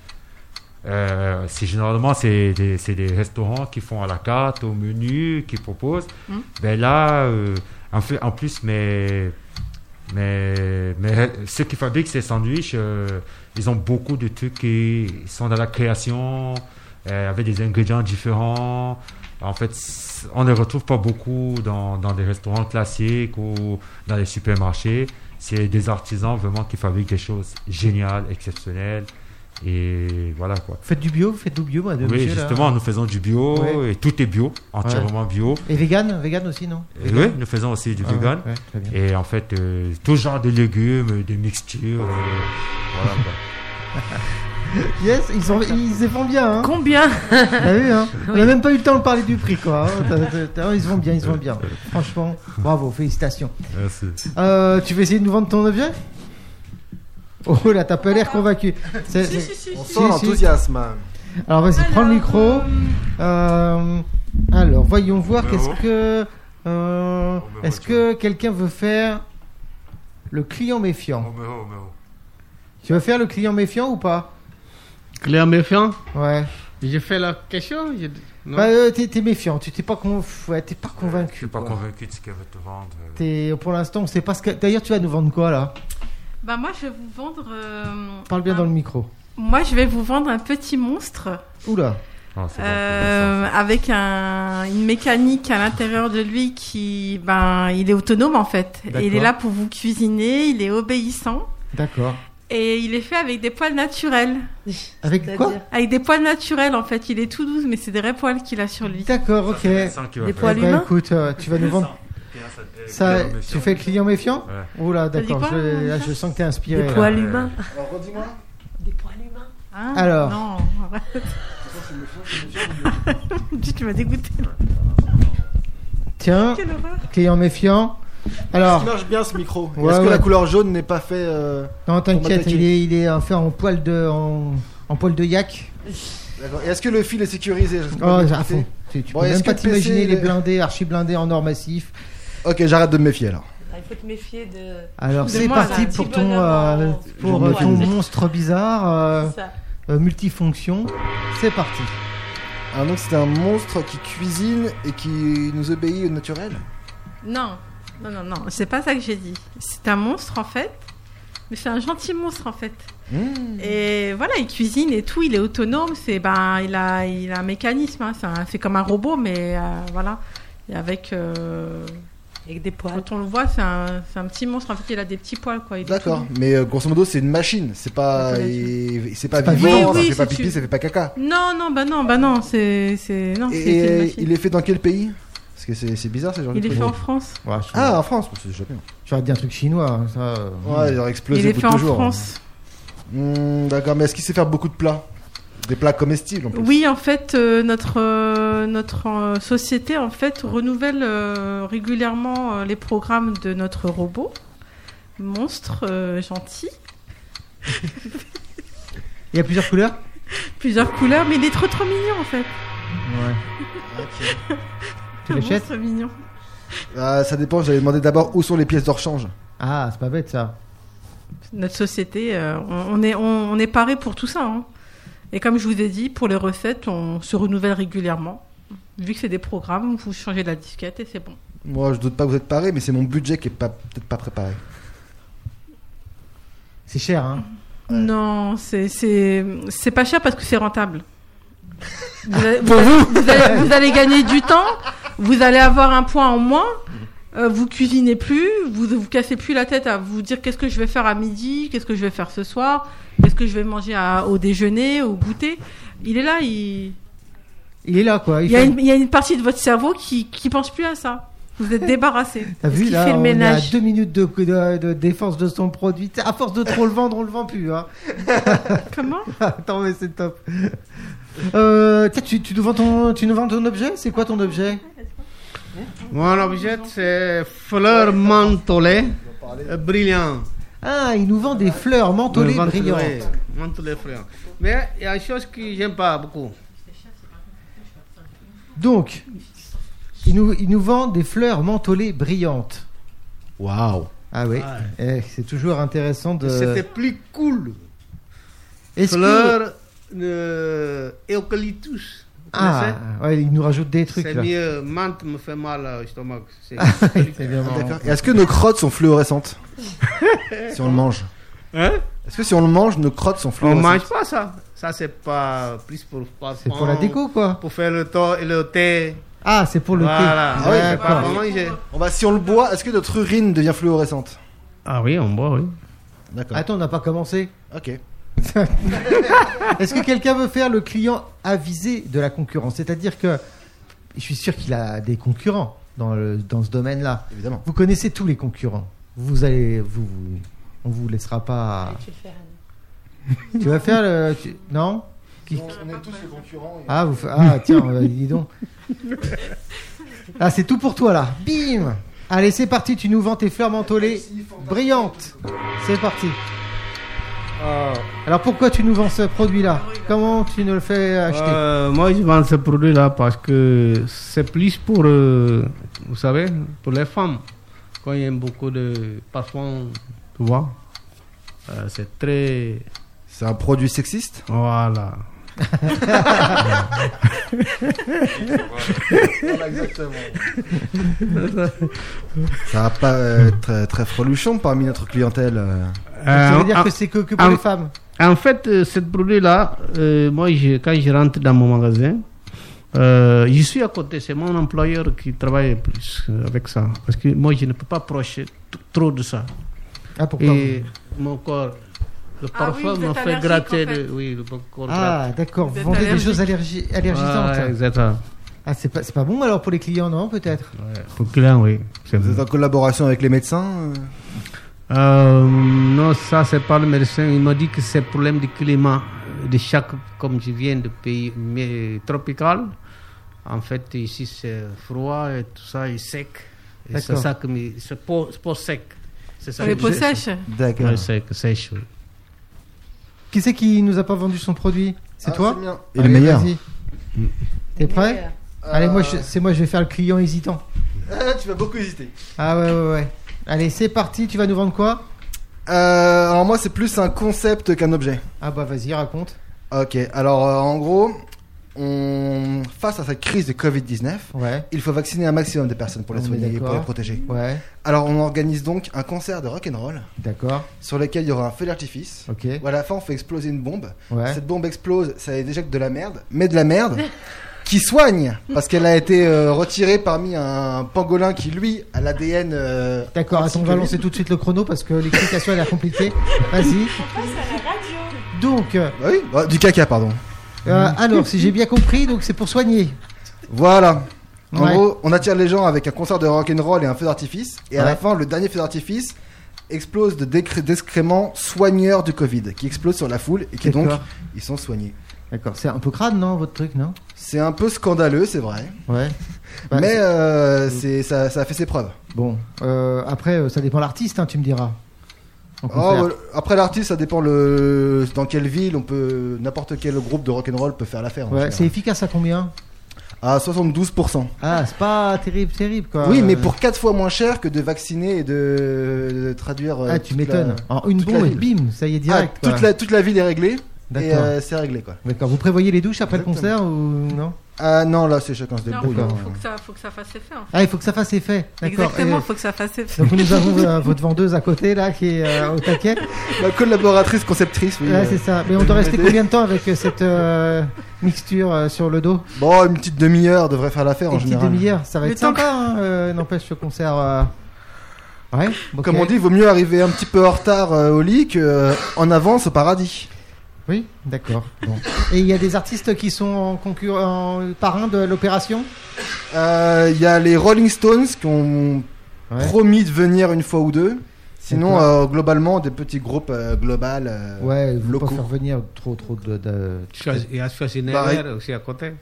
[SPEAKER 3] Euh, c'est généralement, c'est des, c'est des restaurants qui font à la carte, au menu, qui proposent.
[SPEAKER 14] Mm.
[SPEAKER 3] Ben là, euh, en, fait, en plus, mes, mes, mes- ceux qui fabriquent ces sandwichs, euh, ils ont beaucoup de trucs qui sont dans la création, euh, avec des ingrédients différents. En fait, c- on ne les retrouve pas beaucoup dans, dans des restaurants classiques ou dans les supermarchés. C'est des artisans vraiment qui fabriquent des choses géniales, exceptionnelles. Et voilà quoi.
[SPEAKER 2] Faites du bio, faites du bio, madame.
[SPEAKER 3] Oui,
[SPEAKER 2] monsieur, là.
[SPEAKER 3] justement, nous faisons du bio
[SPEAKER 2] hein. Ouais.
[SPEAKER 3] et tout est bio, entièrement bio.
[SPEAKER 2] Et vegan, vegan aussi, non
[SPEAKER 3] Et
[SPEAKER 2] Vegan.
[SPEAKER 3] Oui, nous faisons aussi du
[SPEAKER 2] Ah ouais,
[SPEAKER 3] vegan.
[SPEAKER 2] ouais, très bien.
[SPEAKER 3] et en fait, euh, tout genre de légumes, de mixtures. euh, voilà quoi.
[SPEAKER 2] Yes, ils, sont, ils se font bien. Hein.
[SPEAKER 1] Combien
[SPEAKER 2] T'as vu, hein On n'a même pas eu le temps de parler du prix, quoi. hein. T'as- t'as- t'as- Ils se vendent bien, ils se vendent bien. Franchement, bravo, félicitations.
[SPEAKER 3] Merci.
[SPEAKER 2] Euh, tu veux essayer de nous vendre ton objet Oh là, t'as pas l'air convaincu. C'est-
[SPEAKER 6] Si,
[SPEAKER 2] c'est-
[SPEAKER 6] si, si, On si.
[SPEAKER 2] si,
[SPEAKER 6] sent
[SPEAKER 2] si.
[SPEAKER 6] l'enthousiasme.
[SPEAKER 3] hein.
[SPEAKER 2] Alors vas-y, prends le micro. Euh, alors, voyons voir
[SPEAKER 6] Numéro.
[SPEAKER 2] qu'est-ce que. euh, Est-ce que quelqu'un veut faire le client méfiant Tu veux faire le client méfiant ou pas
[SPEAKER 5] Client méfiant
[SPEAKER 2] Ouais.
[SPEAKER 5] J'ai fait la question. j'ai- non.
[SPEAKER 2] Bah, euh, t'es t'es méfiant, tu t'es pas, conf- ouais, t'es pas convaincu.
[SPEAKER 3] Je suis pas
[SPEAKER 2] quoi.
[SPEAKER 3] convaincu de ce qu'elle veut te vendre. euh.
[SPEAKER 2] T'es- Pour l'instant, on sait pas ce que. D'ailleurs, tu vas nous vendre quoi là
[SPEAKER 7] Bah moi je vais vous vendre. euh,
[SPEAKER 2] Parle
[SPEAKER 6] Ah.
[SPEAKER 2] bien dans le micro.
[SPEAKER 7] Moi je vais vous vendre un petit monstre.
[SPEAKER 2] Oula. Ah.
[SPEAKER 7] Euh, avec un- une mécanique à l'intérieur de lui qui, ben, il est autonome en fait. Et il est
[SPEAKER 2] D'accord.
[SPEAKER 7] là pour vous cuisiner, il est obéissant
[SPEAKER 2] D'accord.
[SPEAKER 7] et il est fait avec des poils naturels.
[SPEAKER 2] Avec quoi
[SPEAKER 7] Avec des poils naturels en fait. Il est tout doux, mais c'est des vrais poils qu'il a sur lui.
[SPEAKER 2] D'accord, ok.
[SPEAKER 7] qu'il va Des faire. poils
[SPEAKER 2] Eh ben,
[SPEAKER 7] humains
[SPEAKER 2] Écoute, euh, tu vas nous vendre. Ça,
[SPEAKER 3] client méfiant.
[SPEAKER 2] tu fais client méfiant
[SPEAKER 3] Ouais.
[SPEAKER 2] Oula,
[SPEAKER 7] T'as dit
[SPEAKER 2] d'accord.
[SPEAKER 7] quoi,
[SPEAKER 2] Je, là,
[SPEAKER 7] Moussa
[SPEAKER 2] je sens que t'es inspiré. là.
[SPEAKER 6] Alors, redis-moi.
[SPEAKER 1] Des poils humains.
[SPEAKER 7] Hein
[SPEAKER 2] Ah, Alors.
[SPEAKER 7] Non, arrête. Tu- tu m'as dégoûté.
[SPEAKER 2] Tiens,
[SPEAKER 7] Quelle horreur.
[SPEAKER 2] client méfiant.
[SPEAKER 6] Alors.
[SPEAKER 2] Alors,
[SPEAKER 6] Il marche bien ce micro.
[SPEAKER 2] Ouais,
[SPEAKER 6] Est-ce que
[SPEAKER 2] ouais.
[SPEAKER 6] la couleur jaune n'est pas fait. euh,
[SPEAKER 2] non, t'inquiète,
[SPEAKER 6] formaté
[SPEAKER 2] il est, il est euh, fait en poil de, en, en poil de yak.
[SPEAKER 6] D'accord. Et Est-ce que le fil est sécurisé Est-ce
[SPEAKER 2] Oh,
[SPEAKER 6] qu'on peut
[SPEAKER 2] à
[SPEAKER 6] l'écouter
[SPEAKER 2] fond. Tu, tu
[SPEAKER 6] Bon,
[SPEAKER 2] peux
[SPEAKER 6] est-ce
[SPEAKER 2] même
[SPEAKER 6] que
[SPEAKER 2] pas
[SPEAKER 6] le PC,
[SPEAKER 2] t'imaginer
[SPEAKER 6] il
[SPEAKER 2] les
[SPEAKER 6] est-
[SPEAKER 2] blindés, archi blindés en or massif.
[SPEAKER 6] Ok, j'arrête de me méfier alors.
[SPEAKER 1] Ah, Il faut te méfier de.
[SPEAKER 2] Alors,
[SPEAKER 1] de
[SPEAKER 2] c'est
[SPEAKER 1] moi,
[SPEAKER 2] parti
[SPEAKER 1] là, un
[SPEAKER 2] pour
[SPEAKER 1] petit
[SPEAKER 2] ton,
[SPEAKER 1] bonhomme
[SPEAKER 2] euh,
[SPEAKER 1] en-
[SPEAKER 2] pour
[SPEAKER 1] en
[SPEAKER 2] euh, ton
[SPEAKER 1] poil.
[SPEAKER 2] monstre bizarre euh,
[SPEAKER 1] C'est ça.
[SPEAKER 2] euh, multifonction. C'est parti.
[SPEAKER 6] Alors, Ah, donc, c'est un monstre qui cuisine et qui nous obéit au naturel
[SPEAKER 7] Non, non, non, non, c'est pas ça que j'ai dit. C'est un monstre en fait, mais c'est un gentil monstre en fait.
[SPEAKER 2] Hmm.
[SPEAKER 7] Et voilà, il cuisine et tout, il est autonome, c'est ben, il a, il a un mécanisme, hein, c'est un- c'est comme un robot, mais euh, voilà, et avec. euh,
[SPEAKER 1] Avec des poils.
[SPEAKER 7] Quand on le voit, c'est un, c'est un petit monstre. En fait, il a des petits poils, quoi. il est
[SPEAKER 6] D'accord,
[SPEAKER 7] tout
[SPEAKER 6] mais euh, grosso modo, c'est une machine. C'est pas, et- c'est pas
[SPEAKER 7] pas
[SPEAKER 6] vivant,
[SPEAKER 7] vivant.
[SPEAKER 6] ça
[SPEAKER 7] Oui, oui,
[SPEAKER 6] fait pas
[SPEAKER 7] c'est
[SPEAKER 6] pipi,
[SPEAKER 7] une-
[SPEAKER 6] ça fait pas caca.
[SPEAKER 7] doux. Non, non, bah non, bah non, c'est, c'est, non, c'est-
[SPEAKER 6] Et,
[SPEAKER 7] c'est une
[SPEAKER 6] et
[SPEAKER 7] machine.
[SPEAKER 6] il est fait dans quel pays Parce que c'est c'est bizarre, ce genre
[SPEAKER 7] Il
[SPEAKER 6] de
[SPEAKER 7] est
[SPEAKER 6] truc.
[SPEAKER 7] fait en France.
[SPEAKER 2] Ouais, je-
[SPEAKER 6] Ah, en France, c'est japonais.
[SPEAKER 2] J'aurais dit un truc chinois, hein, ça. euh,
[SPEAKER 6] Ouais, il aurait explosé
[SPEAKER 7] Il est
[SPEAKER 6] au bout
[SPEAKER 7] fait
[SPEAKER 6] de
[SPEAKER 7] en
[SPEAKER 6] deux jours. hein.
[SPEAKER 7] France.
[SPEAKER 6] Hmm, D'accord, mais est-ce qu'il sait faire beaucoup de plats Des plats comestibles en plus
[SPEAKER 7] Oui, en fait, euh, notre, euh, notre euh, société en fait renouvelle euh, régulièrement euh, les programmes de notre robot, monstre euh, gentil,
[SPEAKER 2] Il y a plusieurs couleurs
[SPEAKER 7] plusieurs couleurs, mais il est trop trop mignon en fait.
[SPEAKER 2] Ouais. Tu
[SPEAKER 7] Un
[SPEAKER 2] l'achètes
[SPEAKER 7] monstre mignon.
[SPEAKER 6] Ah, ça dépend, j'avais demandé d'abord où sont les pièces de rechange.
[SPEAKER 2] Ah, c'est pas bête ça.
[SPEAKER 7] Notre société, euh, on, on est on, on est paré pour tout ça. hein. Et comme je vous ai dit, pour les recettes, on se renouvelle régulièrement. Vu que c'est des programmes, vous changez la disquette et c'est bon.
[SPEAKER 6] Moi, je doute pas que vous êtes paré, mais c'est mon budget qui est pas- peut-être pas préparé.
[SPEAKER 2] C'est cher, hein
[SPEAKER 7] Non, c'est- c'est c'est pas cher parce que c'est rentable. Vous allez,
[SPEAKER 2] Pour vous Mhm.
[SPEAKER 7] vous allez- vous allez gagner du temps, vous allez avoir un point en moins, euh, vous cuisinez plus, vous vous cassez plus la tête à vous dire qu'est-ce que je vais faire à midi, qu'est-ce que je vais faire ce soir, qu'est-ce que je vais manger à- au déjeuner, au goûter. Il est là, il,
[SPEAKER 2] Ah, Il est là, quoi.
[SPEAKER 7] il y, a une, il y a une partie de votre cerveau qui qui pense plus à ça. Vous êtes débarrassé.
[SPEAKER 2] T'as
[SPEAKER 7] Parce
[SPEAKER 2] vu,
[SPEAKER 7] qu'il
[SPEAKER 2] là,
[SPEAKER 7] fait le
[SPEAKER 2] on est à
[SPEAKER 7] ménage.
[SPEAKER 2] deux minutes de, de, de défense de son produit. À force de trop le vendre, on le vend plus. Hein.
[SPEAKER 7] Comment
[SPEAKER 2] Attends, mais c'est top. Euh, tiens, tu, tu, nous vends ton, tu nous vends ton objet C'est quoi ton objet
[SPEAKER 5] Mon objet, c'est fleurs mentholées euh, brillantes.
[SPEAKER 2] Ah, il nous vend des fleurs mentholées brillantes.
[SPEAKER 5] Mentholées brillantes. Mais il y a une chose que j'aime pas beaucoup.
[SPEAKER 2] Donc, il nous, il nous vend des fleurs mentholées brillantes. Waouh Ah oui, Eh, c'est toujours intéressant de...
[SPEAKER 5] C'était plus cool.
[SPEAKER 2] Est-ce que-
[SPEAKER 5] Fleurs euh, eucalyptus. Vous
[SPEAKER 2] Ah,
[SPEAKER 5] connaissez
[SPEAKER 2] ouais, il nous rajoute des trucs.
[SPEAKER 5] C'est
[SPEAKER 2] là. Ah,
[SPEAKER 5] mieux. Menthe me fait mal à l'estomac. C'est-
[SPEAKER 2] C'est bien marrant.
[SPEAKER 6] Ah, Et est-ce que nos crottes sont fluorescentes Si on le mange.
[SPEAKER 5] Hein
[SPEAKER 6] Est-ce que si on le mange, nos crottes sont
[SPEAKER 5] On
[SPEAKER 6] fluorescentes
[SPEAKER 5] mange pas ça. Ça, c'est pas plus pour C'est
[SPEAKER 6] pour la déco,
[SPEAKER 2] quoi.
[SPEAKER 5] Pour faire le, to- le thé.
[SPEAKER 2] Ah, c'est pour
[SPEAKER 5] le thé. Voilà.
[SPEAKER 6] Ah oui,
[SPEAKER 5] Ouais,
[SPEAKER 6] d'accord.
[SPEAKER 5] pas pour manger.
[SPEAKER 6] On va, bah, si on le boit, est-ce que notre urine devient fluorescente
[SPEAKER 5] Ah oui, on boit, oui.
[SPEAKER 6] D'accord.
[SPEAKER 2] Attends, on n'a pas commencé.
[SPEAKER 6] Ok.
[SPEAKER 2] Est-ce que quelqu'un veut faire le client avisé de la concurrence C'est-à-dire que je suis sûr qu'il a des concurrents dans, le- dans ce domaine-là.
[SPEAKER 6] Évidemment.
[SPEAKER 2] Vous connaissez tous les concurrents. Vous allez, vous, vous- on vous laissera pas.
[SPEAKER 1] Tu le fais, Anne.
[SPEAKER 2] Tu vas faire le, tu- non Qui-
[SPEAKER 6] On est tous les concurrents.
[SPEAKER 2] Ah, vous, fa- ah tiens, euh, dis donc. Ah, c'est tout pour toi là. Bim. Allez, c'est parti. Tu nous vends tes fleurs mentholées brillantes. C'est parti. Alors pourquoi tu nous vends ce produit-là Comment tu nous le fais acheter
[SPEAKER 5] Euh, moi, je vends ce produit-là parce que c'est plus pour, euh, vous savez, pour les femmes. Quand il y a beaucoup de parfums, tu vois, euh, c'est très.
[SPEAKER 6] C'est un produit sexiste
[SPEAKER 5] Voilà.
[SPEAKER 6] Voilà, exactement. Ça va pas être très freluchon parmi notre clientèle. euh.
[SPEAKER 5] Euh, en- en-
[SPEAKER 2] femmes.
[SPEAKER 5] En fait, euh, ce produit-là, euh, moi, je- quand je rentre dans mon magasin, euh, je suis à côté. C'est mon employeur qui travaille plus euh, avec ça. Parce que moi, je ne peux pas approcher t- trop de ça.
[SPEAKER 2] Ah, pourquoi
[SPEAKER 5] Et mon corps, le
[SPEAKER 2] Ah oui,
[SPEAKER 5] parfum
[SPEAKER 2] vous
[SPEAKER 5] me
[SPEAKER 2] êtes
[SPEAKER 5] fait
[SPEAKER 2] allergique,
[SPEAKER 5] gratter.
[SPEAKER 2] en fait.
[SPEAKER 5] le- oui, le corps
[SPEAKER 2] Ah,
[SPEAKER 5] gratte.
[SPEAKER 2] d'accord. Vous vendez des choses allergi- allergisantes.
[SPEAKER 5] Ouais, exactement.
[SPEAKER 2] Ah, c'est pas, c'est pas bon alors pour les clients, non Peut-être.
[SPEAKER 5] Pour client, oui.
[SPEAKER 6] Vous êtes en collaboration avec les médecins
[SPEAKER 5] Euh, non, ça, c'est pas le médecin. Il m'a dit que c'est problème du climat. De chaque, comme je viens de pays mais, tropical, en fait, ici, c'est froid et tout ça, et sec. Et C'est
[SPEAKER 2] D'accord.
[SPEAKER 5] ça que mes. C'est peau, c'est peau sec. C'est ça
[SPEAKER 7] Les
[SPEAKER 5] que
[SPEAKER 7] peaux
[SPEAKER 5] je-
[SPEAKER 7] sèches
[SPEAKER 2] D'accord.
[SPEAKER 5] Ouais, sec, sèche, oui.
[SPEAKER 2] Qui c'est qui nous a pas vendu son produit C'est
[SPEAKER 6] Ah,
[SPEAKER 2] toi
[SPEAKER 6] c'est le mien.
[SPEAKER 2] Et
[SPEAKER 6] Et le meilleur.
[SPEAKER 2] T'es prêt Allez, moi, je- c'est moi, je vais faire le client hésitant.
[SPEAKER 6] Euh, tu vas beaucoup hésiter.
[SPEAKER 2] Ah ouais, ouais, ouais. Allez, c'est parti. Tu vas nous vendre quoi
[SPEAKER 6] Euh, alors moi, c'est plus un concept qu'un objet.
[SPEAKER 2] Ah bah vas-y, raconte.
[SPEAKER 6] Ok, alors euh, en gros, on... face à cette crise de Covid-19,
[SPEAKER 2] Ouais.
[SPEAKER 6] il faut vacciner un maximum de personnes pour les
[SPEAKER 2] On est
[SPEAKER 6] soigner et pour
[SPEAKER 2] d'accord.
[SPEAKER 6] les protéger.
[SPEAKER 2] Ouais.
[SPEAKER 6] Alors on organise donc un concert de rock'n'roll
[SPEAKER 2] D'accord.
[SPEAKER 6] sur lequel il y aura un feu d'artifice.
[SPEAKER 2] Ok.
[SPEAKER 6] Où à la fin, on fait exploser une bombe.
[SPEAKER 2] Ouais.
[SPEAKER 6] Cette bombe explose, ça éjecte de la merde, mais de la merde qui soigne parce qu'elle a été euh, retirée parmi un pangolin qui, lui, a l'ADN.
[SPEAKER 2] D'accord, attends, on va lancer tout de suite le chrono parce que l'explication elle est compliquée. Vas-y. Donc, euh,
[SPEAKER 6] oui, bah, du caca, pardon.
[SPEAKER 2] euh, alors, si j'ai bien compris, donc c'est pour soigner.
[SPEAKER 6] Voilà. En
[SPEAKER 2] Ouais.
[SPEAKER 6] gros, on attire les gens avec un concert de rock'n'roll et un feu d'artifice. Et à
[SPEAKER 2] Ouais.
[SPEAKER 6] la fin, le dernier feu d'artifice explose de décré- d'excréments soigneurs du Covid qui explose sur la foule et qui donc
[SPEAKER 2] D'accord.
[SPEAKER 6] ils sont soignés.
[SPEAKER 2] D'accord, c'est un peu crade, non, votre truc, non
[SPEAKER 6] C'est un peu scandaleux, c'est vrai.
[SPEAKER 2] Ouais. Bah,
[SPEAKER 6] mais
[SPEAKER 2] c'est-
[SPEAKER 6] euh, c'est ça, ça a fait ses preuves.
[SPEAKER 2] Bon, euh, après, euh, ça dépend de l'artiste, hein, tu me diras.
[SPEAKER 6] Oh,
[SPEAKER 2] En concert.
[SPEAKER 6] euh, après l'artiste, ça dépend le dans quelle ville on peut n'importe quel groupe de rock'n'roll peut faire l'affaire. en
[SPEAKER 2] ouais,
[SPEAKER 6] général.
[SPEAKER 2] c'est efficace à combien
[SPEAKER 6] à 72%.
[SPEAKER 2] Ah, c'est pas terrible, terrible, quoi.
[SPEAKER 6] oui, mais
[SPEAKER 2] Euh,
[SPEAKER 6] pour 4 fois moins cher que de vacciner et de, de traduire. euh,
[SPEAKER 2] Ah, tu
[SPEAKER 6] toute
[SPEAKER 2] m'étonnes.
[SPEAKER 6] la-
[SPEAKER 2] En une
[SPEAKER 6] toute la
[SPEAKER 2] bombe et
[SPEAKER 6] ville.
[SPEAKER 2] bim, ça y est direct.
[SPEAKER 6] Ah,
[SPEAKER 2] quoi.
[SPEAKER 6] toute, la, toute la ville est réglée. Et
[SPEAKER 2] D'accord.
[SPEAKER 6] euh, c'est réglé quoi.
[SPEAKER 2] D'accord, vous prévoyez les douches après le concert ou non
[SPEAKER 6] Ah non, là c'est chacun se
[SPEAKER 7] Non,
[SPEAKER 6] débrouille.
[SPEAKER 7] faut-
[SPEAKER 6] hein.
[SPEAKER 7] faut que ça- Ah, faut que ça fasse effet, en fait.
[SPEAKER 2] Ah, il faut que ça fasse effet. D'accord.
[SPEAKER 7] Exactement,
[SPEAKER 2] Et-
[SPEAKER 7] faut que ça fasse effet.
[SPEAKER 2] Donc nous avons euh, votre vendeuse à côté là qui est euh, au taquet.
[SPEAKER 6] La collaboratrice conceptrice, oui.
[SPEAKER 2] Ouais,
[SPEAKER 6] euh,
[SPEAKER 2] c'est ça. Mais on doit rester combien de temps avec euh, cette euh, mixture euh, sur le dos
[SPEAKER 6] Bon, une petite demi-heure devrait faire l'affaire en
[SPEAKER 2] Une petite
[SPEAKER 6] général.
[SPEAKER 2] demi-heure, ça va
[SPEAKER 6] Le
[SPEAKER 2] être
[SPEAKER 6] temps
[SPEAKER 2] sympa. hein, euh, N'empêche ce concert. euh, Ouais. ok.
[SPEAKER 6] Comme on dit, il vaut mieux arriver un petit peu en retard euh, au lit que euh, en avance au paradis.
[SPEAKER 2] Oui, d'accord. Et il y a des artistes qui sont en, concur... en parrain de l'opération
[SPEAKER 6] Euh, Il y a les Rolling Stones qui ont promis de venir une fois ou deux. Sinon,
[SPEAKER 2] D'accord.
[SPEAKER 6] euh, globalement, des petits groupes euh, global euh,
[SPEAKER 2] Ouais, il faut pas
[SPEAKER 6] locaux. Bah,
[SPEAKER 2] faire venir trop trop de. de-
[SPEAKER 5] Schwarz- Il y a Schwarzenegger
[SPEAKER 6] Pareil.
[SPEAKER 5] aussi à côté.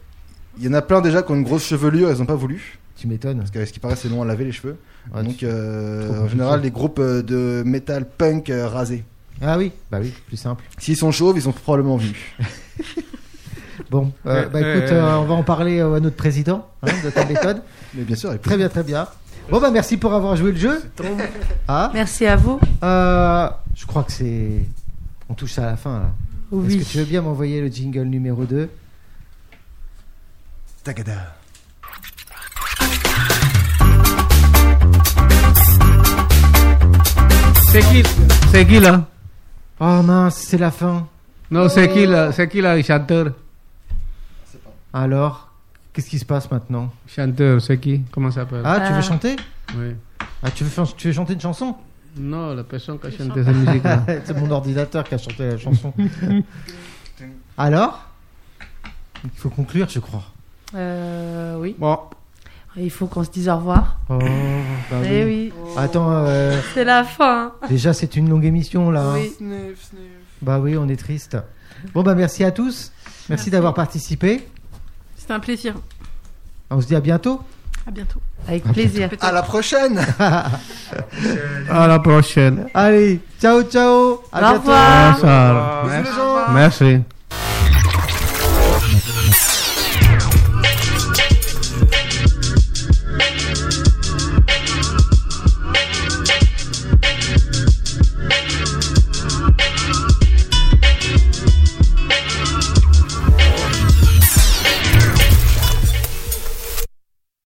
[SPEAKER 6] Il y en a plein déjà qui ont une grosse chevelure, elles n'ont pas voulu.
[SPEAKER 2] Tu m'étonnes.
[SPEAKER 6] Parce que ce qui paraît, c'est long à laver les cheveux. Donc, euh,
[SPEAKER 2] Trop
[SPEAKER 6] en
[SPEAKER 2] compliqué.
[SPEAKER 6] général, les groupes euh, de metal punk euh, rasés.
[SPEAKER 2] Ah oui, bah oui, plus simple.
[SPEAKER 6] S'ils sont chauves, ils sont probablement venus.
[SPEAKER 2] Bon, euh, bah écoute, euh, on va en parler euh, à notre président hein, de ta méthode.
[SPEAKER 6] Mais bien sûr, avec
[SPEAKER 2] Très bien, très bien. Bon, bah merci pour avoir joué le jeu. Ah. Euh,
[SPEAKER 1] Merci à vous.
[SPEAKER 2] je crois que c'est. On touche à la fin là.
[SPEAKER 1] Oui.
[SPEAKER 2] Est-ce que tu veux bien m'envoyer le jingle numéro 2
[SPEAKER 6] Tagada.
[SPEAKER 5] C'est qui, c'est qui là
[SPEAKER 2] Oh mince, c'est la fin.
[SPEAKER 5] Non,
[SPEAKER 7] Oh.
[SPEAKER 5] c'est qui là C'est qui là, le chanteur
[SPEAKER 2] Alors, qu'est-ce qui se passe maintenant
[SPEAKER 5] Chanteur, c'est qui Comment ça s'appelle
[SPEAKER 2] Ah, tu
[SPEAKER 7] Euh,
[SPEAKER 2] veux chanter
[SPEAKER 5] Oui.
[SPEAKER 2] Ah, tu veux, faire- tu veux chanter une chanson
[SPEAKER 5] Non, la personne qui a chanté sa musique là.
[SPEAKER 2] C'est mon ordinateur qui a chanté la chanson. Alors Il faut conclure, je crois.
[SPEAKER 1] Euh, oui.
[SPEAKER 5] Bon.
[SPEAKER 1] Il faut qu'on se dise au revoir.
[SPEAKER 2] Oh, bah
[SPEAKER 1] Eh
[SPEAKER 2] oui.
[SPEAKER 1] oui.
[SPEAKER 2] Attends, euh,
[SPEAKER 1] C'est la fin. hein.
[SPEAKER 2] déjà c'est une longue émission là. hein.
[SPEAKER 1] Oui.
[SPEAKER 2] Bah oui, on est triste. Bon bah merci à tous. Merci, d'avoir participé.
[SPEAKER 7] C'était un plaisir.
[SPEAKER 2] On se dit à bientôt.
[SPEAKER 7] À bientôt.
[SPEAKER 1] Avec
[SPEAKER 2] plaisir.
[SPEAKER 6] À la prochaine
[SPEAKER 5] À la prochaine.
[SPEAKER 2] Allez, ciao ciao. À
[SPEAKER 5] Bonsoir.
[SPEAKER 2] bientôt.
[SPEAKER 5] Merci.